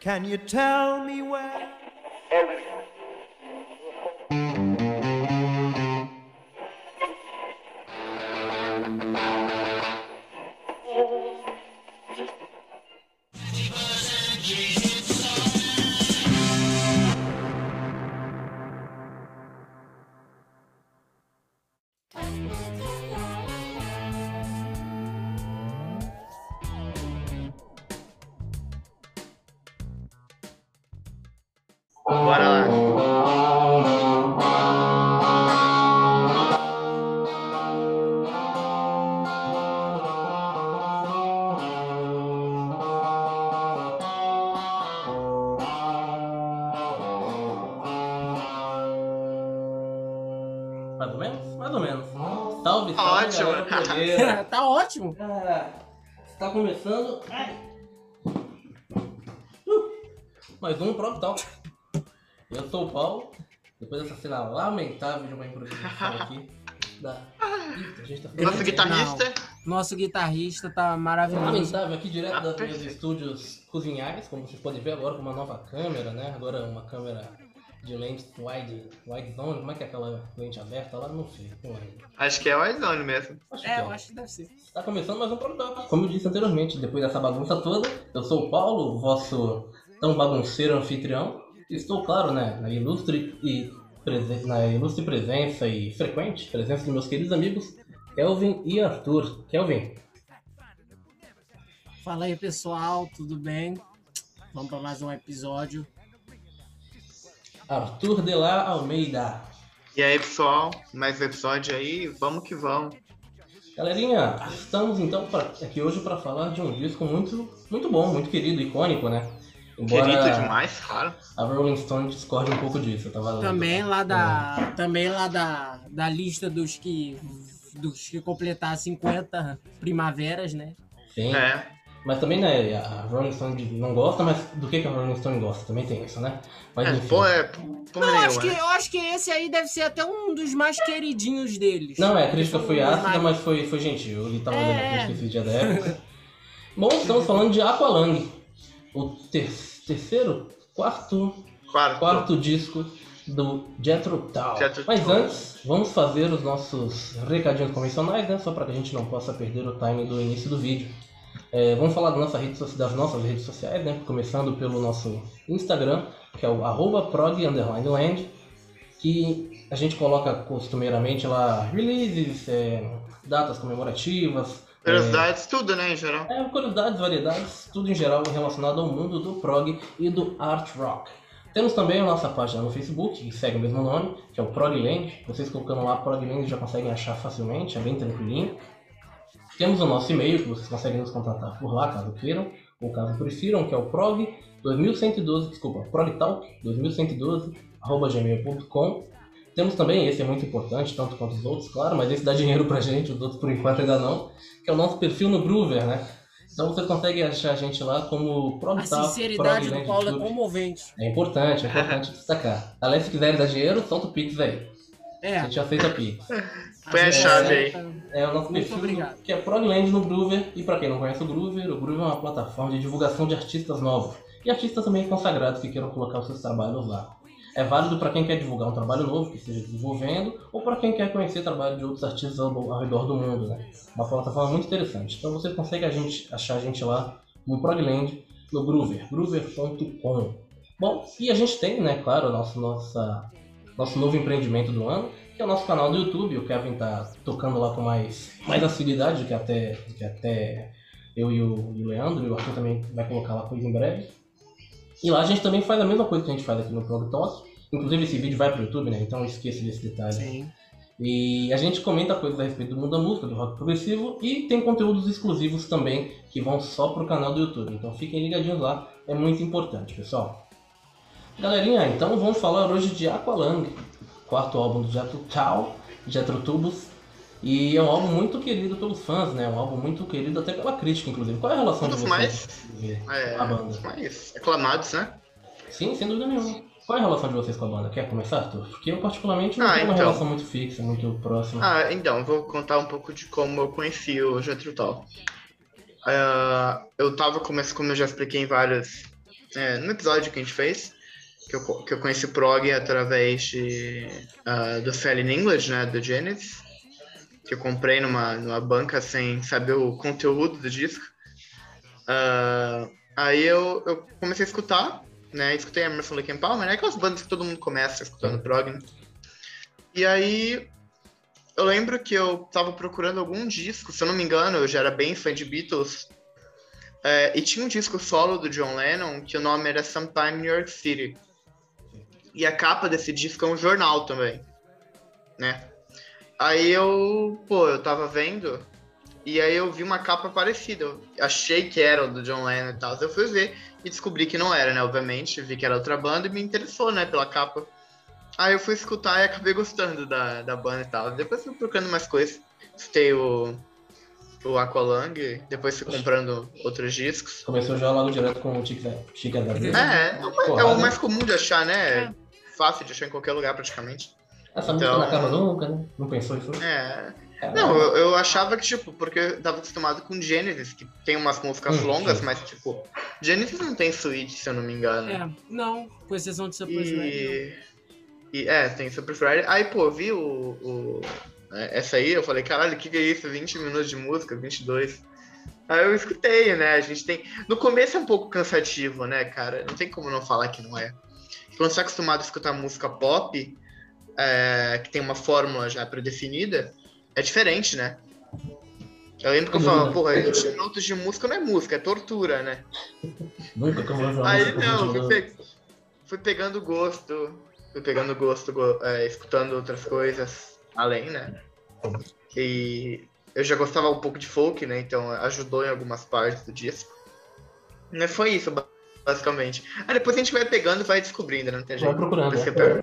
Can you tell me where? Bora lá. Mais ou menos? Mais ou menos. Salve, salve. Tá ótimo. galera blogueira. tá ótimo. cara. Está começando. Ai. Uh, Mais um próprio tal. Eu sou o Paulo. Depois dessa cena lamentável de uma improvisação aqui. Da... Ih, a gente tá ficando- Nosso guitarrista. Nosso guitarrista tá maravilhoso. Lamentável, aqui direto Ah, das meus perfeito. estúdios cozinhares, como vocês podem ver agora com uma nova câmera, né? Agora uma câmera de lente wide, wide zone, como é que é aquela lente aberta lá? Não sei, não lembro. Acho que é o Aizone mesmo. Acho que É, é. eu acho que deve ser. Tá começando mais um programa. Como eu disse anteriormente, depois dessa bagunça toda, eu sou o Paulo, vosso tão bagunceiro anfitrião. Estou, claro, né, na ilustre e presen- na ilustre presença e frequente presença dos meus queridos amigos Kelvin e Arthur. Kelvin, Fala aí, pessoal, tudo bem? Vamos pra mais um episódio. Arthur de la Almeida. E aí, pessoal, mais um episódio aí. Vamos que vamos. Galerinha, estamos então pra- aqui hoje para falar de um disco muito, muito bom, muito querido, icônico, né? Querido Embora demais, cara. a Rolling Stone discorde um pouco disso, eu tava lendo. Também lá da, também lá da, da lista dos que, dos que completar 50 primaveras, né? Sim. É. Mas também, né, a Rolling Stone não gosta, mas do que, que a Rolling Stone gosta? Também tem isso, né? Mas É, enfim. pô, é. Pô, Eu acho, que, nenhuma. né? eu acho que esse aí deve ser até um dos mais queridinhos deles. Não, é, a crítica São foi os ácida, mais- mas foi, foi gentil. Eu li tava É, olhando a é. crítica esse dia da época. Bom, estamos falando de Aqualung, o ter- terceiro, quarto Quarto. quarto disco do Jethro Tull. Jethro Mas Tull. antes, vamos fazer os nossos recadinhos convencionais, né? Só para que a gente não possa perder o time do início do vídeo. É, vamos falar da nossa rede soci- das nossas redes sociais, né? Começando pelo nosso Instagram, que é o arroba prog underline land, que a gente coloca costumeiramente lá releases, é, datas comemorativas, é, Curiosidades, tudo, né, em geral. é, curiosidades, variedades, tudo em geral relacionado ao mundo do prog e do art rock. Temos também a nossa página no Facebook, que segue o mesmo nome, que é o Progland. Vocês colocando lá Progland já conseguem achar facilmente, é bem tranquilinho. Temos o nosso e-mail, que vocês conseguem nos contatar por lá, caso queiram, ou caso prefiram, que é o prog 2112, desculpa, progtalk 2112, arroba gmail.com. Temos também, esse é muito importante, tanto quanto os outros, claro, mas esse dá dinheiro pra gente, os outros por enquanto ainda não, que é o nosso perfil no Groover, né? Então você consegue achar a gente lá como A progtalk. sinceridade um do Progland Paulo é Club. comovente. É importante, é importante destacar. Aliás, se quiserem dar dinheiro, solta o Pix aí. É. A gente aceita Pix. Põe a chave aí. É o nosso Muito perfil obrigado. que é Progland no Groover. E pra quem não conhece o Groover, o Groover é uma plataforma de divulgação de artistas novos. E artistas também consagrados que queiram colocar os seus trabalhos lá. É válido pra quem quer divulgar um trabalho novo que esteja desenvolvendo, ou pra quem quer conhecer trabalho de outros artistas ao, ao redor do mundo, né? Uma plataforma muito interessante. Então você consegue a gente, achar a gente lá no Progland, no Groover, groover.com. Bom, e a gente tem, né, claro, o nosso, nossa, nosso novo empreendimento do ano, que é o nosso canal do YouTube. O Kevin tá tocando lá com mais, mais assiduidade do que até, do que até eu e o, e o Leandro, e o Arthur também vai colocar lá coisa em breve. E lá a gente também faz a mesma coisa que a gente faz aqui no Prog Talk. Inclusive esse vídeo vai pro YouTube, né? Então esqueça desse detalhe. Sim. E a gente comenta coisas a respeito do mundo da música, do rock progressivo e tem conteúdos exclusivos também que vão só pro canal do YouTube. Então fiquem ligadinhos lá, é muito importante, pessoal. Galerinha, então vamos falar hoje de Aqualung, quarto álbum do Jethro Tull, Jethro Tubos. E é um álbum muito querido pelos fãs, né? Um álbum muito querido até pela crítica, inclusive. Qual é a relação Um de dos vocês? mais- É, A banda. os mais aclamados, né? Sim, sem dúvida nenhuma. Qual é a relação de vocês com a banda? Quer começar, Arthur? Porque eu particularmente não Ah, tenho uma então. relação muito fixa, muito próxima. Ah, então, vou contar um pouco de como eu conheci o Jethro Tull. ah, eu tava começando, como eu já expliquei em vários. é, no episódio que a gente fez, que eu, co- que eu conheci o prog através de, ah, do Selling English, né? Do Genesis. Que eu comprei numa, numa banca sem saber o conteúdo do disco. Ah, aí eu, eu comecei a escutar, né? Escutei Emerson Lake and Palmer, né? Aquelas bandas que todo mundo começa escutando prog. né? E aí eu lembro que eu tava procurando algum disco, se eu não me engano, eu já era bem fã de Beatles. É, e tinha um disco solo do John Lennon que o nome era Sometime in New York City. E a capa desse disco é um jornal também, né? Aí eu, pô, eu tava vendo e aí eu vi uma capa parecida. Eu achei que era o do John Lennon e tal. Eu fui ver e descobri que não era, né? Obviamente, vi que era outra banda e me interessou, né, pela capa. Aí eu fui escutar e acabei gostando da, da banda e tal. Depois fui procurando mais coisas. Escutei o, o Aqualung, depois fui comprando outros discos. Começou já logo direto com o Chica Chica da Vida. É, é o, é o mais comum de achar, né? Fácil de achar em qualquer lugar praticamente. Essa música Então- não acaba nunca, né? Não pensou isso? É. Caralho. Não, eu, eu achava que, tipo, porque eu tava acostumado com Genesis, que tem umas músicas Hum, longas, sim. mas, tipo, Genesis não tem suíte, se eu não me engano. É, não, com exceção de Supposed Red. E, e- é, tem Super Friday. Aí, pô, eu vi o, o- é, essa aí, eu falei, caralho, o que, que é isso? 20 minutos de música, 22. Aí eu escutei, né? A gente tem. No começo é um pouco cansativo, né, cara? Não tem como não falar que não é. Quando você é acostumado a escutar música pop, é, que tem uma fórmula já pré-definida, é diferente, né? Eu lembro que eu falava, porra, 20 minutos de música não é música, é tortura, né? Nunca que eu vou ver uma Aí música com não, o fui, John pe- fui pegando gosto, fui pegando gosto, go- é, escutando outras coisas além, né? E eu já gostava um pouco de folk, né? Então ajudou em algumas partes do disco. Mas foi isso, ba- basicamente. Aí depois a gente vai pegando e vai descobrindo, né? Não tem Vai jeito. procurando. Depois você né? pega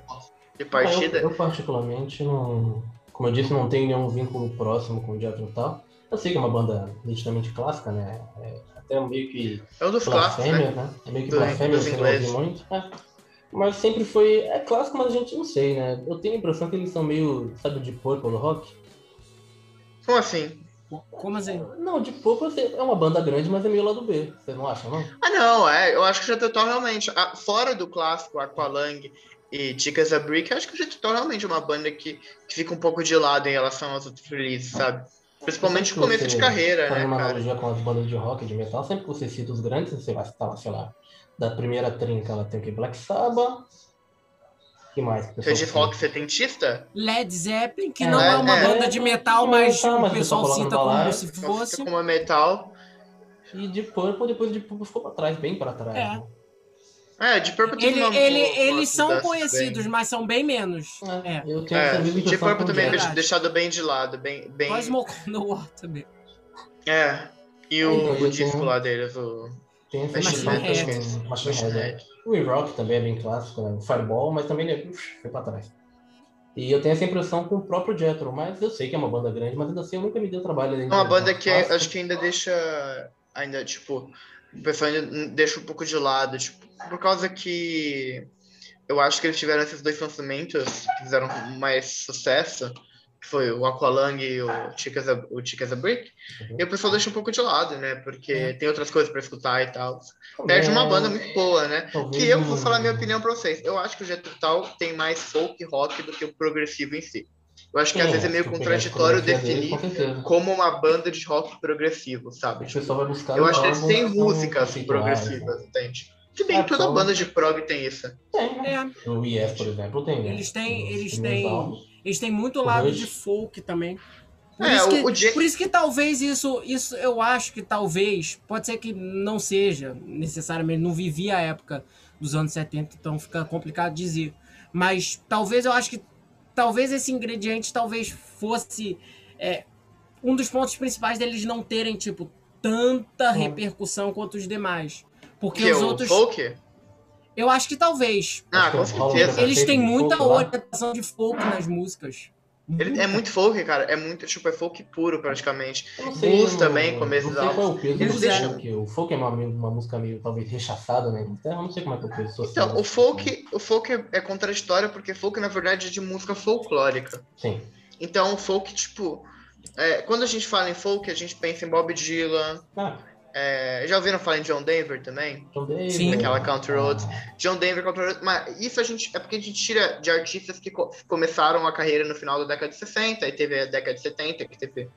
de Ah, partida. Eu, eu particularmente não. Como eu disse, não tenho nenhum vínculo próximo com o Jethro tal. Eu sei que é uma banda nitidamente clássica, né? É até meio que É um dos clássicos, blasfêmia, né? né? É meio que Dos- blasfêmia, dos você não ouve ingleses. muito. É. Mas sempre foi. É clássico, mas a gente não sei, né? Eu tenho a impressão que eles são meio, sabe, de purple rock. Como assim? Como assim? Não, de purple você- é uma banda grande, mas é meio lado B. Você não acha, não? Ah, não, é. Eu acho que o Jetetó realmente, a- fora do clássico Aqualung e Chicas da Brick, eu acho que o Jetetó realmente é uma banda que, que fica um pouco de lado em relação aos outros releases, sabe? Principalmente no começo de carreira, Fazendo né, uma cara? analogia com as bandas de rock, de metal, sempre que você cita os grandes, você vai citar, lá, sei lá, da primeira trinca, ela tem o que? Black Sabbath. que mais? que o Você pessoal diz fala? É rock setentista? Led Zeppelin, que É, não é uma é. banda de metal, Não, mas tá, o mas o pessoal pessoal cita coloca no como balaio, se Então fica fosse. como é metal. E de Purple, depois de Purple ficou pra trás, bem pra trás. É. né? É, de Purple tem Ele- uma- ele- uma- eles são mudanças conhecidos, bem- mas são bem menos. É, É. Eu tenho É, essa mesma de impressão Purple com o também é Jack. Verdade. deixado bem de lado, bem... bem... Quase Smoke on the Water mesmo. É, e Então, o, então- o disco lá deles, o... é Tem essa Machine impressão Head. com o Machine né? Machine Head, Head. é. O We Rock também é bem clássico, né? O Fireball, mas também ele é, uf, foi pra trás. E eu tenho essa impressão com o próprio Jethro, mas eu sei que é uma banda grande, mas ainda assim eu nunca me deu trabalho. É uma banda que acho que ainda deixa. Ainda, tipo, o pessoal ainda deixa um pouco de lado, tipo, por causa que eu acho que eles tiveram esses dois lançamentos que fizeram mais sucesso, que foi o Aqualung e o Chicas a, o Chicas a Brick, Uhum. e o pessoal deixa um pouco de lado, né? Porque Uhum. tem outras coisas pra escutar e tal. Perde uma banda muito boa, né? Que eu um vou falar minha opinião pra vocês. Eu acho que o Jethro Tull tem mais folk rock do que o progressivo em si. Eu acho que às vezes é meio contraditório definir Com certeza. como uma banda de rock progressivo, sabe? O pessoal vai buscar. Eu um acho que é eles álbum têm tão músicas conceitual, né? progressivas, assim, entende? Se bem Ah, que toda como? banda de prog tem isso. Tem, né? É, O Yes, por exemplo, tem. né? Eles têm- Os eles primeiros têm- álbuns. eles têm muito lado Rush. de folk também. Por, É, isso o- que, o Jack- por isso que talvez isso, isso eu acho que talvez, pode ser que não seja necessariamente, não vivi a época dos anos 70, então fica complicado dizer. Mas talvez eu acho que talvez esse ingrediente talvez fosse é, um dos pontos principais deles não terem, tipo, tanta repercussão quanto os demais. Porque Que é os o outros. folk? Eu acho que talvez. Ah, Acho com que é um álbum certeza. Eles têm muita Folk lá. orientação de folk nas músicas. Ele- é muito folk, cara. É muito, tipo, é folk puro praticamente. Eu não Blues eu também, não- começo Não da sei qual é o peso Eles do deixam- folk. O folk é uma, uma música meio, talvez, rechaçada na Inglaterra. eu Não sei como é que é o peso social. Então, o folk, o folk é, é contraditório porque folk, na verdade, é de música folclórica. Sim. Então, o folk, tipo. é, quando a gente fala em folk, a gente pensa em Bob Dylan, Ah, É, já ouviram falar em John Denver também? John Davis, Sim. Aquela Country Roads. John Denver, Country Roads. Mas isso a gente. É porque a gente tira de artistas que co- começaram a carreira no final da década de 60, aí teve a década de 70, que teve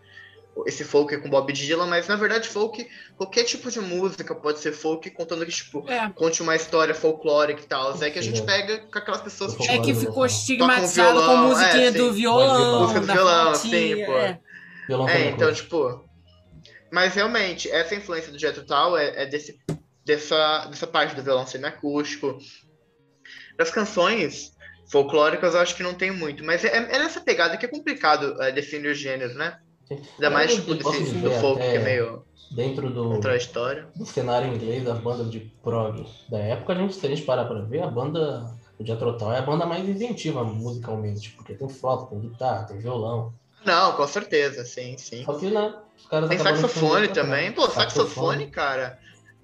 esse folk com Bob Dylan, mas na verdade, folk, qualquer tipo de música pode ser folk, contando que, tipo, É, conte uma história folclórica e tal. É que a gente Sim. pega com aquelas pessoas que, é tipo, que ficou estigmatizado violão, com musiquinha é, do sim. violão, Música do da violão, flautinha, sim, pô. é. Violão É, também, então, pô. tipo. Mas realmente, essa influência do Jethro Tull é, é desse, dessa, dessa parte do violão semiacústico. Das canções folclóricas, eu acho que não tem muito. Mas é, é nessa pegada que é complicado é, definir os gêneros, né? Ainda Eu mais não tipo, posso desse, do dizer folk, até que é meio Dentro do, contraditório. do cenário inglês das bandas de prog da época, a gente, se a gente parar pra ver, a banda o Diatrotal é a banda mais inventiva musicalmente, porque tem flauta, tem guitarra, tem violão. Não, com certeza, sim, sim. Só que, né, os caras Tem acabaram saxofone ficando pra também. trás. Pô, saxofone, cara.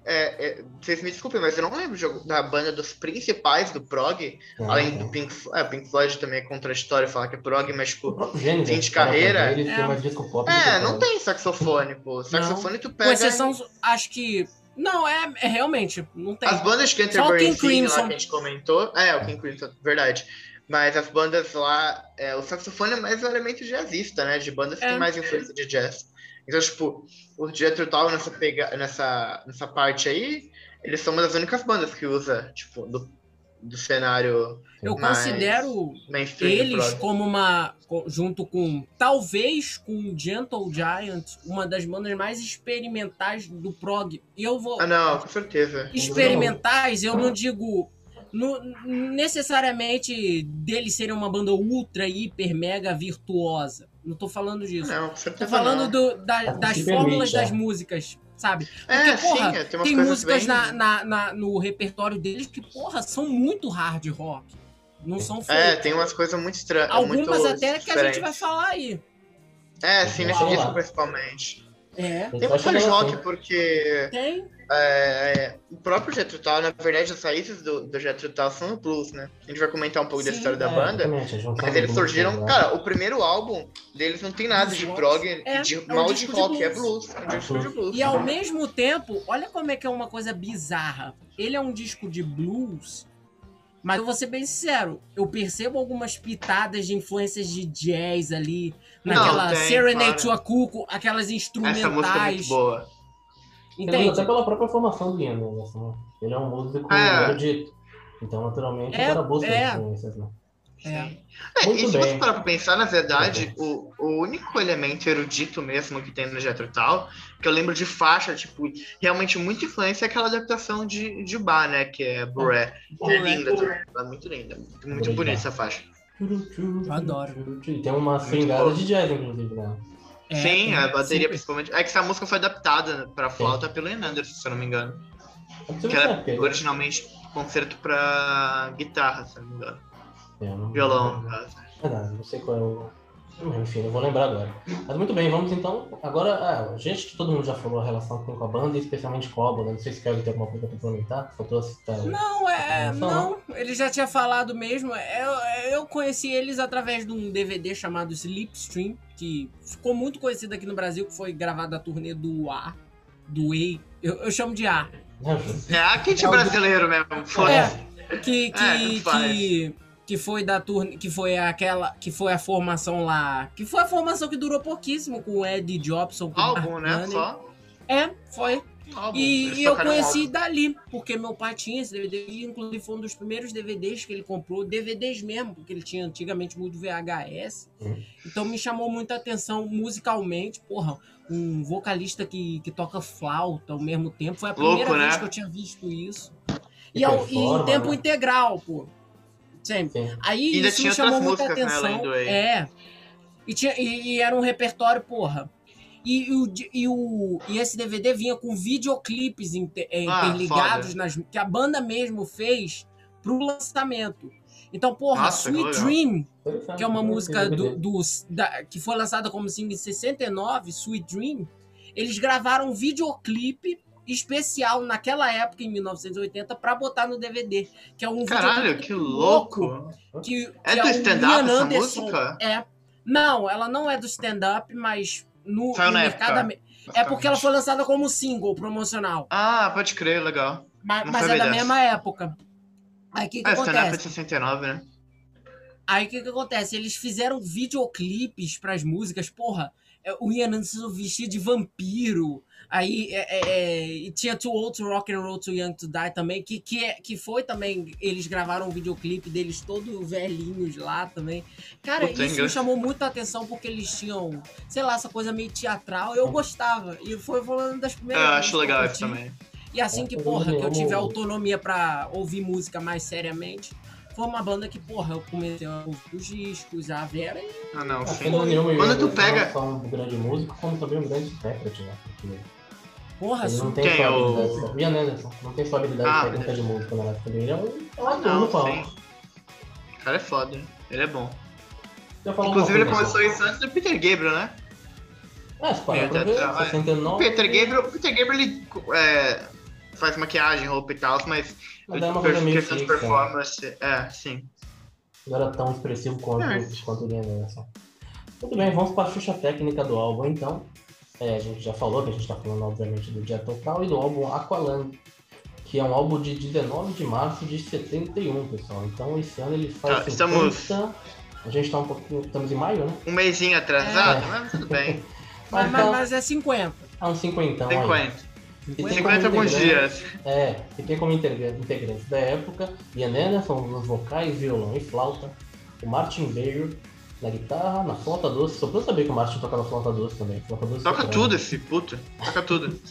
é- é, vocês me desculpem, mas eu não lembro de algum- da banda dos principais do prog. Não, Além Uhum. não. do Pink Floyd, é, Pink Floyd também é contraditório falar que é prog, mas O tipo. próprio Gênesis, Fim de se parar pra carreira. ver, Ele É. tem uma disco pop. É, musical. não tem saxofone, pô. Saxofone tu Com pega. exceção, acho que. Não, é, é realmente, não tem. As bandas que Só o Canterbury King Seed lá que Crimson. a gente comentou. É, o King Crimson, verdade. Mas as bandas lá. é, o saxofone é mais um elemento jazzista, né? De bandas que É. tem mais influência de jazz. Então, tipo, o Jethro Tull nessa, pega... nessa, nessa parte aí, eles são uma das únicas bandas que usa, tipo, do, do cenário Eu mas- um considero mainstream. do eles prog. como uma. co- junto com. talvez com Gentle Giant, uma das bandas mais experimentais do prog. E eu vou. Ah, não, com certeza. experimentais, eu não digo no- necessariamente deles serem uma banda ultra, hiper, mega virtuosa. Não tô falando disso. Não, com certeza. Tô Tá falando não. do- da- Ah, das se fórmulas permite, das é. músicas, sabe? É, Porque, porra, sim, é, tem umas Tem coisas músicas bem... na- na- na- no repertório deles que, porra, são muito hard rock. Não são folk. É, tem umas coisas muito estranhas. Algumas muito até que a gente vai diferentes. falar aí. É, sim, nesse Vamos lá. disco principalmente. É. Tem muito hard rock, assim. porque Tem. é, o próprio Jethro Tull, na verdade, as raízes do, do Jethro Tull são o blues, né? A gente vai comentar um pouco da Sim, história É. da banda. Mas eles né? surgiram... Cara, o primeiro álbum deles não tem nada de Blues prog É, e de é um mal de disco de rock, é blues. blues. É um disco de blues. E ao mesmo tempo, olha como é que é uma coisa bizarra. Ele é um disco de blues, mas eu vou ser bem sincero, eu percebo algumas pitadas de influências de jazz ali, Não, naquela tem, Serenade to claro. a Cuco, aquelas instrumentais. Essa música é muito boa. Entende? Até pela própria formação do Ian, né? assim, ele é um músico É. erudito. Então, naturalmente, Ah. É, o cara busca é. influências, né? É. É, Muito e se você bem. parar pra pensar, na verdade, Muito o, o único elemento erudito mesmo que tem no Jethro Tull, que eu lembro de faixa, tipo, realmente muita influência é aquela adaptação de, de Bar, né? Que é Buré. É linda também. Ela É muito linda. Muito Obrigado. bonita essa faixa. Eu adoro. E tem uma bom. swingada de jazz, inclusive, né? É, Sim, tem- a bateria sim. principalmente. É que essa música foi adaptada pra flauta pelo Ian Anderson, se eu não me engano. É Que era originalmente concerto pra guitarra, se eu não me engano. Violão, Hum. né? no caso. Verdade, não sei qual né? é o. Enfim, não vou lembrar agora. Mas muito bem, vamos então. Agora, ah, gente, que todo mundo já falou a relação que tem com a banda, e especialmente com o álbum, né? Não sei se quer ter alguma coisa pra complementar. Faltou citar. o- Não, é. Vamos Não, ele já tinha falado mesmo. é, Eu, eu conheci eles através de um DVD chamado Slipstream, que ficou muito conhecido aqui no Brasil, que foi gravado a turnê do A, do Way. Eu, eu chamo de A. Né, Júlio? É a kit brasileiro mesmo. foda-se. Que, que, É, tanto faz. que, que foi da turnê. Que foi aquela. Que foi a formação lá. Que foi a formação que durou pouquíssimo com o Eddie Jobson. Com o Álbum, Mark né? Anthony. Só. É, foi. Álbum. Eles E, e eu tocaram um álbum. conheci dali, porque meu pai tinha esse DVD, e inclusive foi um dos primeiros DVDs que ele comprou, DVDs mesmo, porque ele tinha antigamente muito VHS. Hum. Uhum. Então me chamou muita atenção musicalmente, porra, um vocalista que, que toca flauta ao mesmo tempo. Foi a Louco, primeira vez né? que eu tinha visto isso. E E, ao- e em performa, tempo né? integral, pô. Sempre. Sim. Aí Ainda isso tinha me chamou outras muita músicas, né, atenção. além do Ei. é. E, tinha, e, e era um repertório, porra. E, e o, di- e, o, e esse DVD vinha com videoclipes inter, eh, Ah, interligados nas, que a banda mesmo fez pro lançamento. Então, porra, Nossa, que Sweet legal. Dream, Interessante, que é uma né? música DVD. do, dos- da- que foi lançada como single em 69, Sweet Dream, eles gravaram um videoclipe especial naquela época, em 1980, pra botar no DVD. Que é um Caralho, videoclipe que louco! que, É que do o stand-up Ian essa Anderson. música? É. Não, ela não é do stand-up, mas no, Saiu no na mercado. época. ame- É porque ela foi lançada como single promocional, Ah, pode crer, legal. ma- Não mas é sabia da dessa. mesma época. Aí o que, que É, stand-up é de acontece? 69, né? Aí o que, que acontece? Eles fizeram videoclipes pras músicas, porra. é, O Ian Anderson vestia de vampiro. Aí é, é, é, e tinha Too Old to Rock and Roll Too Young to Die também, que, que, é- que foi também. Eles gravaram um videoclipe deles todo velhinhos lá também. Cara, Puta, é isso me engraçado. chamou muita atenção porque eles tinham, sei lá, essa coisa meio teatral. Eu gostava. E foi foi uma das Hum. É, Eu primeiras. vezes que acho legal curti. isso também. E assim que, porra, que eu tive autonomia pra ouvir música mais seriamente, foi uma banda que, porra, eu comecei a ouvir os discos, a Vera e Ah, não, Tá Sem sim. dúvida nenhuma, Quando eu- tu eu pega- Não sou um grande músico, como também um grande intérprete, né? Porque porra, ele não su- tem Quem, é sua o- habilidade. Ian Anderson não tem sua habilidade Ah, técnica de música na época dele. Ele é um, é um Ah, ator não, no palco. sim. O cara é foda, hein? ele é bom. Tá Já falou Inclusive, ele uma coisa, começou isso antes do Peter Gabriel, né? né? É, se parar pra Peter ver, Gabriel, 69. Peter Gabriel, Peter Gabriel ele é, faz maquiagem, roupa e tal, mas Mas é uma coisa meio questão de fixa. performance, é, sim. Não era tão expressivo quanto, É. quanto o Ian Anderson. Muito bem, vamos para a ficha técnica do álbum então. É, a gente já falou que a gente está falando, obviamente, do Jet Total e do álbum Aqualung, que é um álbum de 19 de março de 71, pessoal. Então esse ano ele faz. Ah, estamos- 50. A gente está um pouquinho. Estamos em maio, né? Um mêsinho atrasado, É. mas tudo bem. mas, mas- então, mas é 50. há uns Então, 50 Ah, um aí. 50. E tem um como 50 bons integrante- dias. É, e tem como integra- integrantes da época Ian Anderson nos vocais, violão e flauta, o Martin Veio na guitarra, na flauta doce. Só pra eu saber que o Martin tocava flauta doce também. Flauta doce é Toca soprano. tudo esse puto. Toca tudo. Se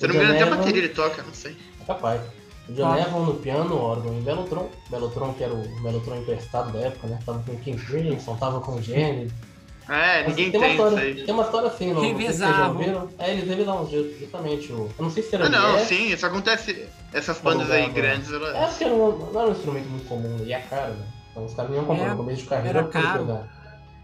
eu não me engano, até a bateria ele toca, não sei. É capaz. O John Toca. Evan no piano, órgão e Mellotron. Mellotron que era o Mellotron emprestado da época, né? Tava com o King Crimson, tava com o Jenny. É, Mas ninguém tem, uma tem isso história, aí. tem uma história assim, não, não sei se vocês já Revezavam. ouviram. É, eles revezavam ju- justamente o... Eu não sei se era Ah, não, jazz, sim, isso acontece. Essas bandas aí Alugava. grandes, elas. É, porque era um- não era um instrumento muito comum e é caro, né? Então os caras não iam comprar É, no começo de carreira era pra poder caro. pegar.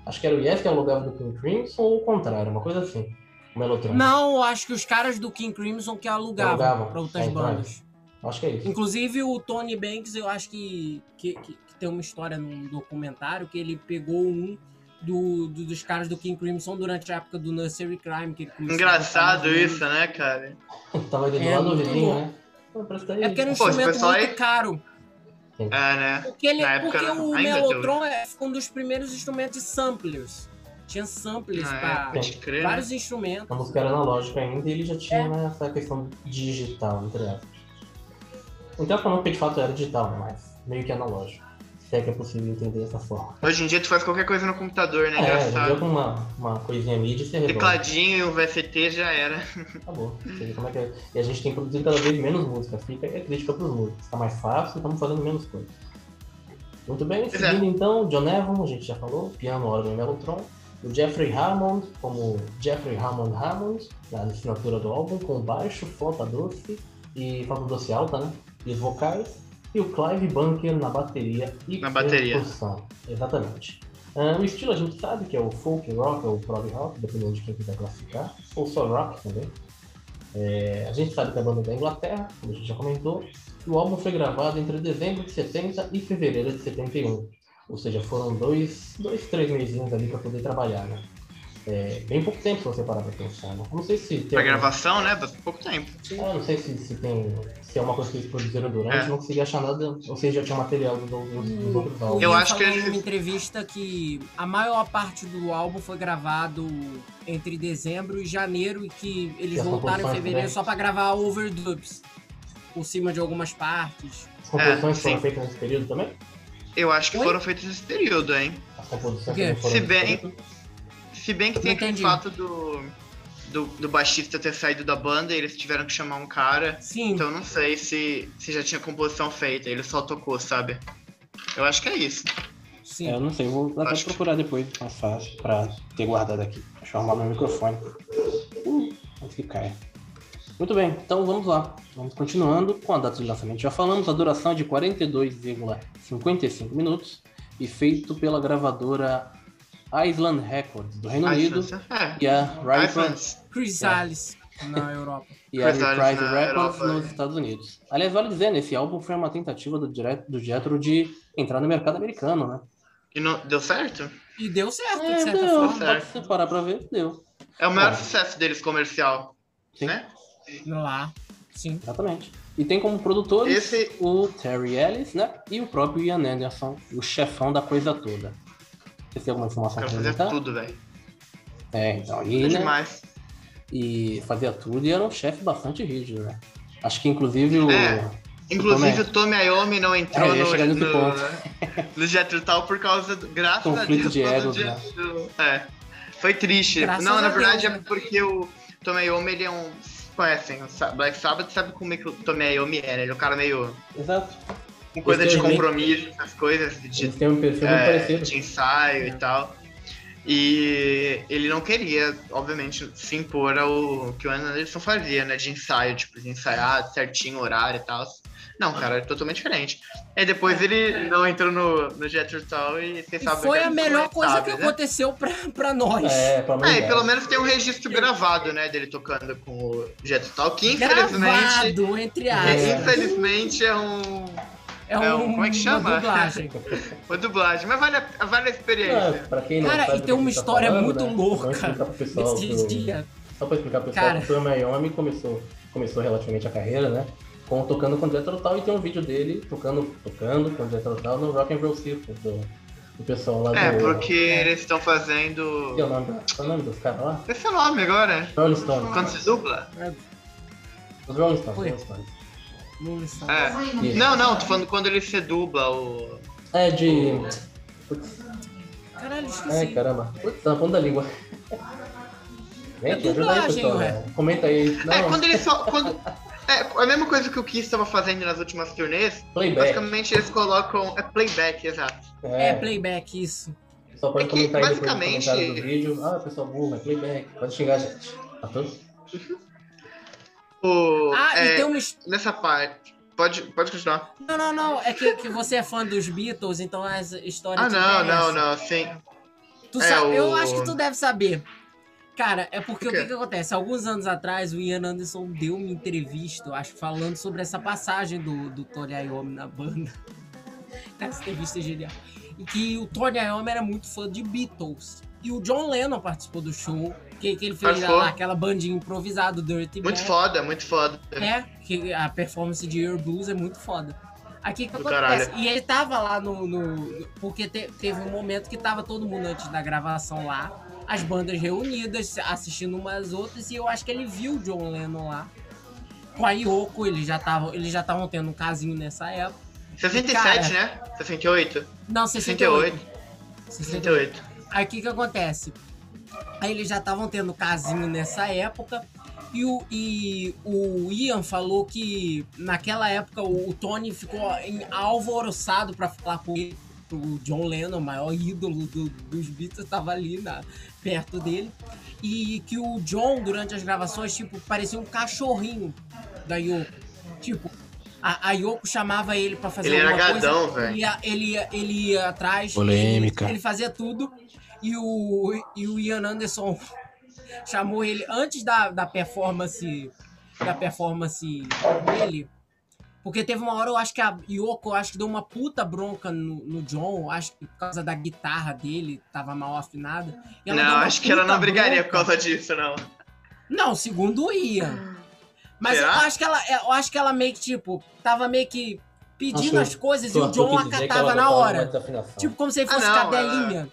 Acho que era o Yes que alugava do King Crimson ou o contrário, uma coisa assim. O Melotron. Não, eu acho que os caras do King Crimson que alugavam Alugavam. pra outras É, então é. bandas. Acho que é isso. Inclusive o Tony Banks, eu acho que, que, que- que tem uma história num documentário que ele pegou um do, do- dos caras do King Crimson durante a época do Nursery Crime. Que ele começou a Engraçado botar é nas isso, né, cara? Tava ali do É, lado do muito vizinho, bom. né? Pô, presta aí. É porque era um Pô, esse instrumento pessoal muito aí- caro. É, né? Porque, ele, Na época, porque o ainda Melotron é um dos primeiros instrumentos de samplers. Tinha samplers Ah, é, pra pode crer. né? vários instrumentos. A música era analógica ainda e ele já É. tinha né, essa questão digital, entre aspas. Então, falando que de fato era digital, né, mas meio que analógico. Se é que é possível entender dessa forma. Hoje em dia tu faz qualquer coisa no computador, né? É, deu Engraçado. com uma, uma coisinha mídia e você resolve. Tecladinho e um VFT já era. Acabou. Você vê como é que é. E a gente tem produzido cada vez menos música. Fica é crítica pros músicos. Tá mais fácil, estamos fazendo menos coisa. Muito bem, Pois é. seguindo então, John Evan, a gente já falou, piano, órgão e melotron. O Jeffrey Hammond, como Jeffrey Hammond Hammond, na assinatura do álbum, com baixo, flauta doce e flauta doce alta, né? E os vocais. E o Clive Bunker na bateria e Na bateria. percussão. Exatamente. Ah, o estilo a gente sabe que é o folk rock ou prog rock, dependendo de quem quiser classificar, ou só rock também. É, a gente sabe que a banda é da Inglaterra, como a gente já comentou, e o álbum foi gravado entre dezembro de 70 e fevereiro de 71. Ou seja, foram dois, dois três mesinhos ali pra poder trabalhar, né? É, bem pouco tempo se você parar pra pensar, né? Não sei se tem. Pra gravação, né? Faz pouco tempo. É, não sei se, se tem. Se é uma coisa que eles produziram durante, É. não consegui achar nada. Ou seja, já tinha material dos, dos, Hum. dos outros O álbuns. Eu Ian acho que é falou ele- numa entrevista que a maior parte do álbum foi gravado entre dezembro e janeiro e que eles E as voltaram em composições fevereiro também? só pra gravar overdubs por cima de algumas partes. As composições É, foram sim. feitas nesse período também? Eu acho que Oi? foram feitos nesse período, hein? As composições O quê? também foram Se nesse bem- período? Se bem que tem Não aquele entendi. fato do, do, do baixista ter saído da banda e eles tiveram que chamar um cara. Sim, Então eu não sei se, se já tinha composição feita, ele só tocou, sabe? Eu acho que é isso. sim. É, eu não sei, eu vou até Acho que- procurar depois, mais fácil, pra ter guardado aqui. Deixa eu arrumar meu microfone. Hum, Antes que caia. Muito bem, então vamos lá. Vamos continuando com a data de lançamento. Já falamos, a duração é de 42,55 minutos e feito pela gravadora Island Records do Reino Ah, Unido isso- É. e a Ah, Riper isso- Chris Alice na Europa. e a Coisas Reprise na Records Europa, nos é. Estados Unidos. Aliás, vale dizer, né, esse álbum foi uma tentativa do Direto do Jethro de entrar no mercado americano, né? E não, deu certo? E deu certo, de É, certa deu, forma. pode se parar pra ver, deu. É o maior Bom. sucesso deles comercial. Sim. né? Lá. Sim. Exatamente. E tem como produtores Esse- o Terry Ellis, né? E o próprio Ian Anderson, o chefão da coisa toda. Você tem alguma O informação cara pra fazia comentar? tudo, velho. É, então. Tá E, É né, demais. e fazia tudo e era um chefe bastante rígido, né? Acho que inclusive o. É. Inclusive, o Tommy Iommi não entrou É, eu ia no, chegar nesse no, ponto. no Jethro Tull por causa do. Graças Conflito a Deus. de todo egos, dia- né? do- É. Foi triste. Graças não, na a verdade Deus, é né? porque o Tommy Iommi, ele é um. Conhecem, o Sa- Black Sabbath sabe como é que o Tommy Iommi é, né? Ele é um cara meio. Exato. Com coisa de Extremamente. compromisso, essas coisas, de Eles têm um perfil muito é, parecido. de ensaio É. e tal. E ele não queria, obviamente, se impor ao que o Ian Anderson fazia, né? De ensaio, tipo, de ensaiar certinho o horário e tal. Não, cara, é totalmente diferente. Aí depois ele não entrou no, no Jethro Tull e vocês E sabem foi que a é melhor coisa que insuportável, né? aconteceu pra, pra nós. É, pelo menos. É, e pelo menos tem um registro gravado, né? Dele tocando com o Jethro Tull, que infelizmente... Gravado, entre que aspas. É, Infelizmente é um... É, é um- um- como é que chama? uma dublagem. é. Uma dublagem, mas vale a, vale a experiência. É, pra quem não Cara, sabe e do tem que uma a gente tá história falando, muito né? louca Vamos explicar pro pessoal Esse do- dia. Só pra explicar pro pessoal, Cara. o Tom Miami começou, começou relativamente a carreira, né? Com, tocando com o Jethro Tull e tem um vídeo dele tocando, tocando com o Jethro Tull no Rock and Roll Circus do, do pessoal lá É, do... porque eles estão fazendo... Que é o nome, da- qual é o nome dos caras lá? Esse é o nome agora. Rolling Quando Stones. se dubla? Os Rolling Stones, Foi. Rolling Stones. Não sabe. É. Isso. Não, não, tô falando quando ele se dubla o. É de... Putz, É. Caralho, esqueci. ai, caramba. Putz, tá na ponta da língua. Gente, ajuda aí, É dublagem, pessoal. ué. né? Comenta aí. Não, É, quando ele só. Quando... É a mesma coisa que o Kiss tava fazendo nas últimas turnês. playback. Basicamente eles colocam. É playback, exato. É, playback, isso. Só pode É que, comentar aí depois basicamente- no comentário do vídeo. Ah, pessoal burro, é playback. Pode xingar a gente. Tá tudo? O... Ah, é, e tem uma. his- Nessa parte. Pode, pode continuar. Não, não, não. É que, que você é fã dos Beatles, então as histórias. Ah, te não, não, interessam. não, sim. Tu É, sa- Eu o- acho que tu deve saber. Cara, é porque O o quê? que, que acontece? Alguns anos atrás, o Ian Anderson deu uma entrevista, eu acho, falando sobre essa passagem do, do Tony Iommi na banda. essa entrevista é genial. E que o Tony Iommi era muito fã de Beatles. E o John Lennon participou do show, que, que ele fez Participou. lá, aquela bandinha improvisada, Dirty Muito Band. foda, muito foda. É, que a performance de Your Blues é muito foda. Aqui que Do acontece. E ele tava lá no. no- porque te- teve um momento que tava todo mundo antes da gravação lá, as bandas reunidas, assistindo umas outras, e eu acho que ele viu o John Lennon lá. Com a Yoko, eles já estavam eles já estavam tendo um casinho nessa época. 67, né? 68? Não, 68. 68. 68. 68. Aí o que que acontece? Aí eles já estavam tendo casinho nessa época. E o, e o Ian falou que naquela época o, o Tony ficou em alvoroçado pra falar com ele. O John Lennon, o maior ídolo do- dos Beatles, tava ali na, perto dele. E que o John, durante as gravações, tipo, parecia um cachorrinho da Yoko. Tipo, a, a Yoko chamava ele pra fazer Ele era alguma coisa, gadão, velho. ele ia, ele, ia, ele ia atrás. Polêmica. Ele, ele fazia tudo. E o, e o Ian Anderson chamou ele antes da, da performance. Da performance dele. Porque teve uma hora, eu acho que a Yoko eu acho que deu uma puta bronca no, no John, eu acho que por causa da guitarra dele, tava mal afinada. E ela deu Não, uma acho que ela puta não brigaria por bronca. causa disso, não. Não, segundo o Ian. Mas Será? eu acho que ela, eu acho que ela meio que, tipo, tava meio que pedindo Nossa, as coisas e Tu- o tu John quis dizer que acatava ela na notava hora. uma desafinação. Tipo, como se ele Ah, fosse não, cadelinha.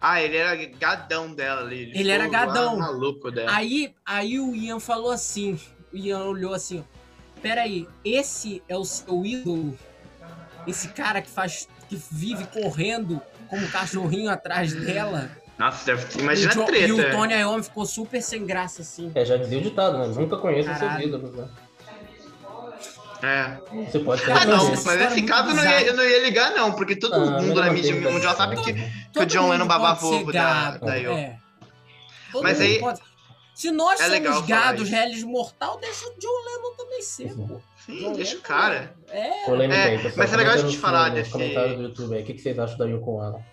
Ah, ele era gadão dela ali. Ele era ficou lá gadão. maluco dela. Aí, aí o Ian falou assim, o Ian olhou assim, ó, peraí, esse é o seu ídolo? Esse cara que faz, que vive correndo como um cachorrinho atrás dela? Nossa, deve... E imagina o, a John- treta. é. e o Tony Iommi ficou super sem graça, assim. É, já dizia o ditado, né? Nunca conheça seus Caralho. ídolos, né? É. Você pode ser Ah, Ah, não, Essa mas história é nesse muito caso eu não ia, bizarra. eu não ia ligar, não, porque todo mundo na mídia mundial sabe que, que o Todo John mundo Lennon babava pode ser ovo da, gado, da Yoko. é. Todo Mas mundo aí- pode- Se nós É legal somos falar gados, isso. réis mortal, deixa o John Lennon também ser, pô. Sim, John deixa o Lennon, cara. É, Polêmica É, aí, pessoal. mas é legal a Comenta gente no- falar nos desse- comentários do YouTube aí. O que, que vocês acham da Yoko Ono?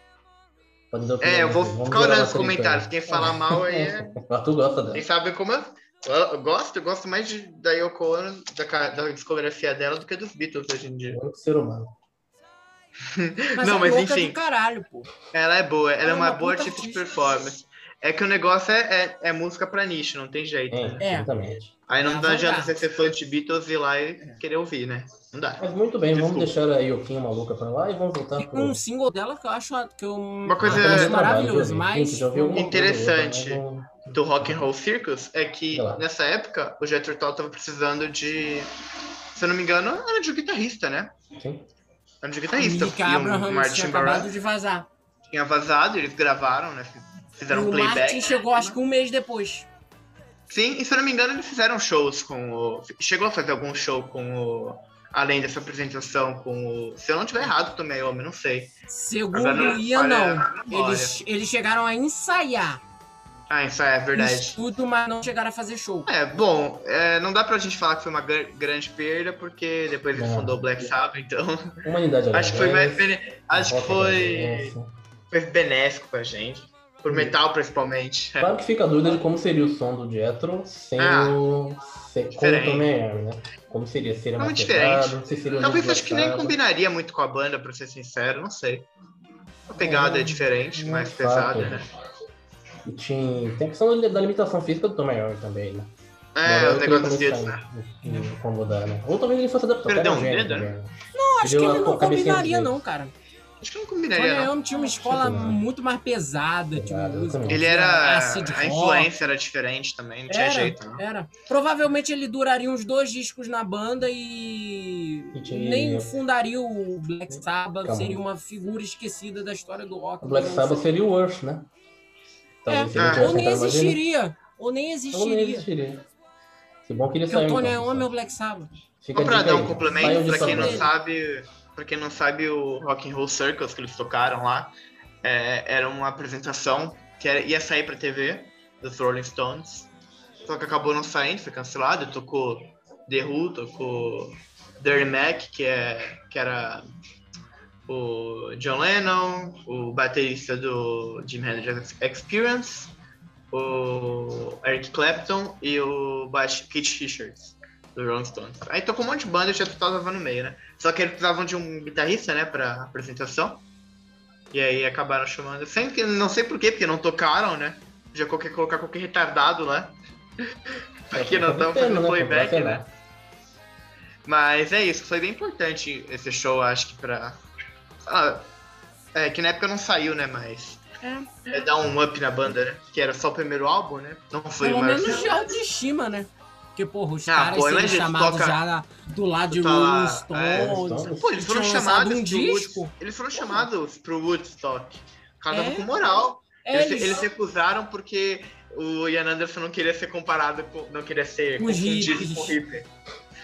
Pode dar opinião É, eu aí, vou vamos ficar gerar olhando uma os treta aí. comentários. Quem falar mal aí é. O Arthur gosta dela. Quem sabe como eu. eu gosto, eu gosto mais de, da Yoko Ono, da, ca- da discografia dela, do que dos Beatles hoje em dia. O único É um ser humano. mas Não, a mas Yoko é enfim. do caralho, pô. Ela é boa, ela é uma, boa puta artista de artista. performance. É que o negócio é, é, é música pra nicho, não tem jeito. É, né? É. exatamente. Aí não Ah, dá vamos já lá. você ser fã de Beatles e ir lá e É. querer ouvir, né? Não dá. Mas muito bem, vamos Desculpa. deixar a Yoquinha maluca pra lá e vamos voltar pro... Um single dela que eu acho que eu Uma coisa acho é- maravilhoso, Gente, mas já ouvi alguma coisa, Interessante. né? mas não- do Rock and Roll Circus é que Sei lá. nessa época o Jethro Tull tava precisando de, se eu não me engano, era de um guitarrista, né? Sim. Era de um a guitarrista. Nick Abraham tinha Martin acabado Barrett de vazar. tinha vazado, eles gravaram, né? E Fizeram um o playback. Martin chegou acho que um mês depois. Sim, e se eu não me engano, eles fizeram shows com o. Chegou a fazer algum show com o. Além dessa apresentação com o. Se eu não tiver errado também, homem, não sei. Segundo Agora não- Ian, olha, não. olha. Eles, eles chegaram a ensaiar Ah, isso é verdade. tudo, mas não chegaram a fazer show. É, bom, é, não dá pra gente falar que foi uma gr- grande perda, porque depois ele Não. É. fundou o Black Sabbath, então. um- Humanidade Acho que foi mais. Aliás, bene- Acho que Rock foi. Aliás, nossa. Foi benéfico pra gente. Por metal, principalmente. Claro que fica a dúvida de como seria o som do Jethro sem É. Ah, o. Sem, com o diferente. Tom Miami, né? Como seria? Seria mais Muito pesado? Se seria Talvez acho que nem universal. combinaria muito com a banda, pra ser sincero, não sei. A pegada é, diferente, não mais fato. pesada, né? E tinha. Tem a questão da limitação física do Tom Miami também, né? É, o Agora, negócio dos outro dedos, não né? sabe o- o- Como mudar, né? Ou talvez ele fosse adaptar Perdeu era um gênio dedo, também, né? Não, acho que Deu ele a- não a cabecinha combinaria, dos não, cara. Acho que não Tony combinaria, não. Iommi tinha uma escola não. muito mais pesada de Pesada, música. exatamente. Ele tinha era. acid A rock. influência era diferente também, não tinha Era, jeito, né? não. era. Provavelmente ele duraria uns dois discos na banda e, E tinha- nem fundaria o Black Sabbath, Calma. seria uma figura esquecida da história do rock. O Black Sabbath seria o Earth, né? Então, É, Ah. ele tivesse ou nem tentado fazer, né? existiria. Ou nem Ou Então, nem existiria. existiria. Se bom que ele Porque o saiu. Tony Iommi né? então, é o pessoal. Black Sabbath. Fica Só a pra dar dica aí. um Saiam de complemento, pra quem não Sabbath. sabe, pra quem não sabe, o Rock and Roll Circus que eles tocaram lá é, era uma apresentação que era- ia sair pra TV dos Rolling Stones. Só que acabou não saindo, foi cancelado, tocou The Who, tocou Dirty Mac, que, é, que era o John Lennon, o baterista do Jim Hendrix Experience, o Eric Clapton e o baixo Keith Richards do Rolling Stones. Aí tocou um monte de banda e já tava no meio, né? Só que eles precisavam de um guitarrista, né, pra apresentação. E aí acabaram chamando. Sem que não sei porquê, porque não tocaram, né? Já qualquer, colocar qualquer retardado lá. pra quem não tava Tá Pena, fazendo né, playback, sei né? lá. Mas é isso, foi bem importante esse show, acho que pra. Ah, é que na época não saiu, né? Mas. É, dar um up na banda, né? Que era só o primeiro álbum, né? Não foi Pelo o maior menos de sucesso. autoestima, né? Porque, porra, os Ah, caras pô, serem imagina, tu chamados toca- já na- do lado de tu tá lá, Rolling é, Stones. Stones. Pô, eles foram Tinham lançado chamados um pro Wood- disco. Eles foram chamados pro Woodstock. O cara tava É. com moral. Eles, Eles, eles recusaram porque o Ian Anderson não queria ser comparado com. não queria ser Com os hippies. confundido com hippie.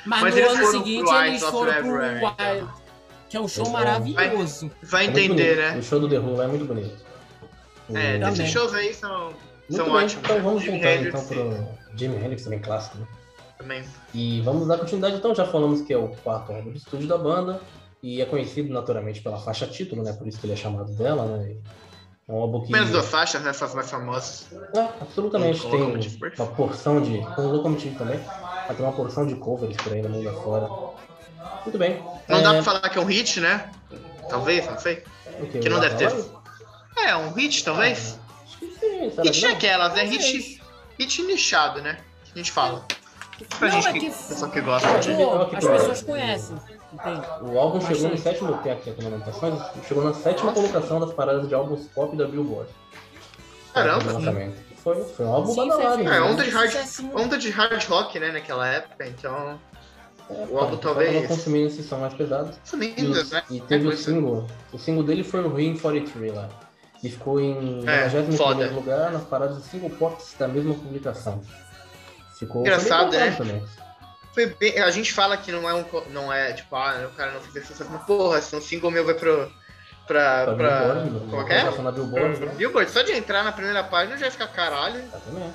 mas, mas no eles ano foram pro seguinte Eyes eles of foram pro Everywhere, Wild, então. que é um show Eles foram- maravilhoso. Vai É muito bonito. entender, né? O show do The Who lá é muito bonito. É, E- tá esses bem. shows aí são, Muito são bem, ótimos. então vamos Jimi voltar Hendrix então pro Jimi Hendrix, também clássico. né? também. E vamos dar continuidade então, já falamos que é o quarto álbum de estúdio da banda e é conhecido naturalmente pela faixa título, né? Por isso que ele é chamado dela, né? E É um álbum que Menos duas faixas, né? Essas mais famosas. Ah, absolutamente Com tem Locomotive Breakfast. uma porção de. Com o Locomotive também. Mas tem uma porção de covers por aí no mundo afora. Muito bem. Não É, dá pra falar que é um hit, né? Talvez, não sei. o que não eu ia deve ter. falar? É, um hit, talvez. Acho que sim, será Hit que é Ah, tá não? aquelas, é hit, Talvez. hit nichado, né? Que a gente fala. Pra Não, gente é que, que- pessoal que gosta. É, de- Legal Pô, que as pega. pessoas conhecem, entende? O álbum chegou no Bastante. sétimo tem aqui as anotações, chegou na sétima colocação das paradas de álbuns pop da Billboard. Caramba. No lançamento. Foi, foi um Sim, álbum badalado. sim, né? É, onda de, hard, Sucessinho. onda de hard rock, né, naquela época, então. É, o álbum pô, talvez- tava consumindo esse som mais pesado. E, Sumindo, né? o- e teve o Coisa- single. O single dele foi o Ring 43 lá. E ficou em É, 91 foda. lugar nas paradas de single pops da mesma publicação. Ficou Engraçado, foi bem né? colocado também. Foi bem- a gente fala que não é um. co- Não é, tipo, ah, o cara não fez sucesso, mas porra, se um single meu vai pro. Pra. Pra pra Billboard, né? como é que é? Colocação da Billboard, né? Billboard, só de entrar na primeira página já fica caralho, Exatamente.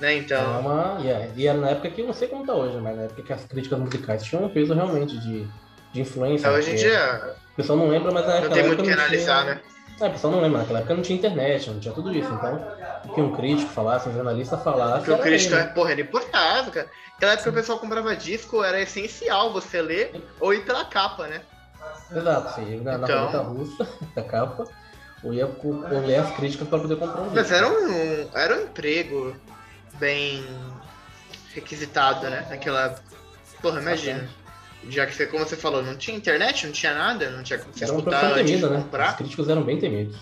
né? É Então. uma- e é- E era na época que, eu não sei como tá hoje, mas na época que as críticas musicais tinham um peso realmente de, de influência. É, então, hoje em porque dia O pessoal não lembra, mas naquela não tem época muito o que não tinha- analisar, né? É, o pessoal não lembra, naquela época não tinha internet, não tinha tudo isso. Então, o que um crítico falasse, um jornalista falasse. Porque o era crítico, ele, né? é, porra, era importado, cara. Naquela época o pessoal comprava disco, era essencial você ler ou ir pela capa, né? Exato, sim. Na, na Então. paleta russa, da capa, eu ia co- eu ler as críticas pra poder comprar um Mas disco. era um, era um emprego bem. requisitado, né? Naquela. Porra, imagina. Já que, você- como você falou, não tinha internet, não tinha nada, não tinha como você Era uma escutar profissão antes de temida, né? Os comprar. críticos eram bem temidos.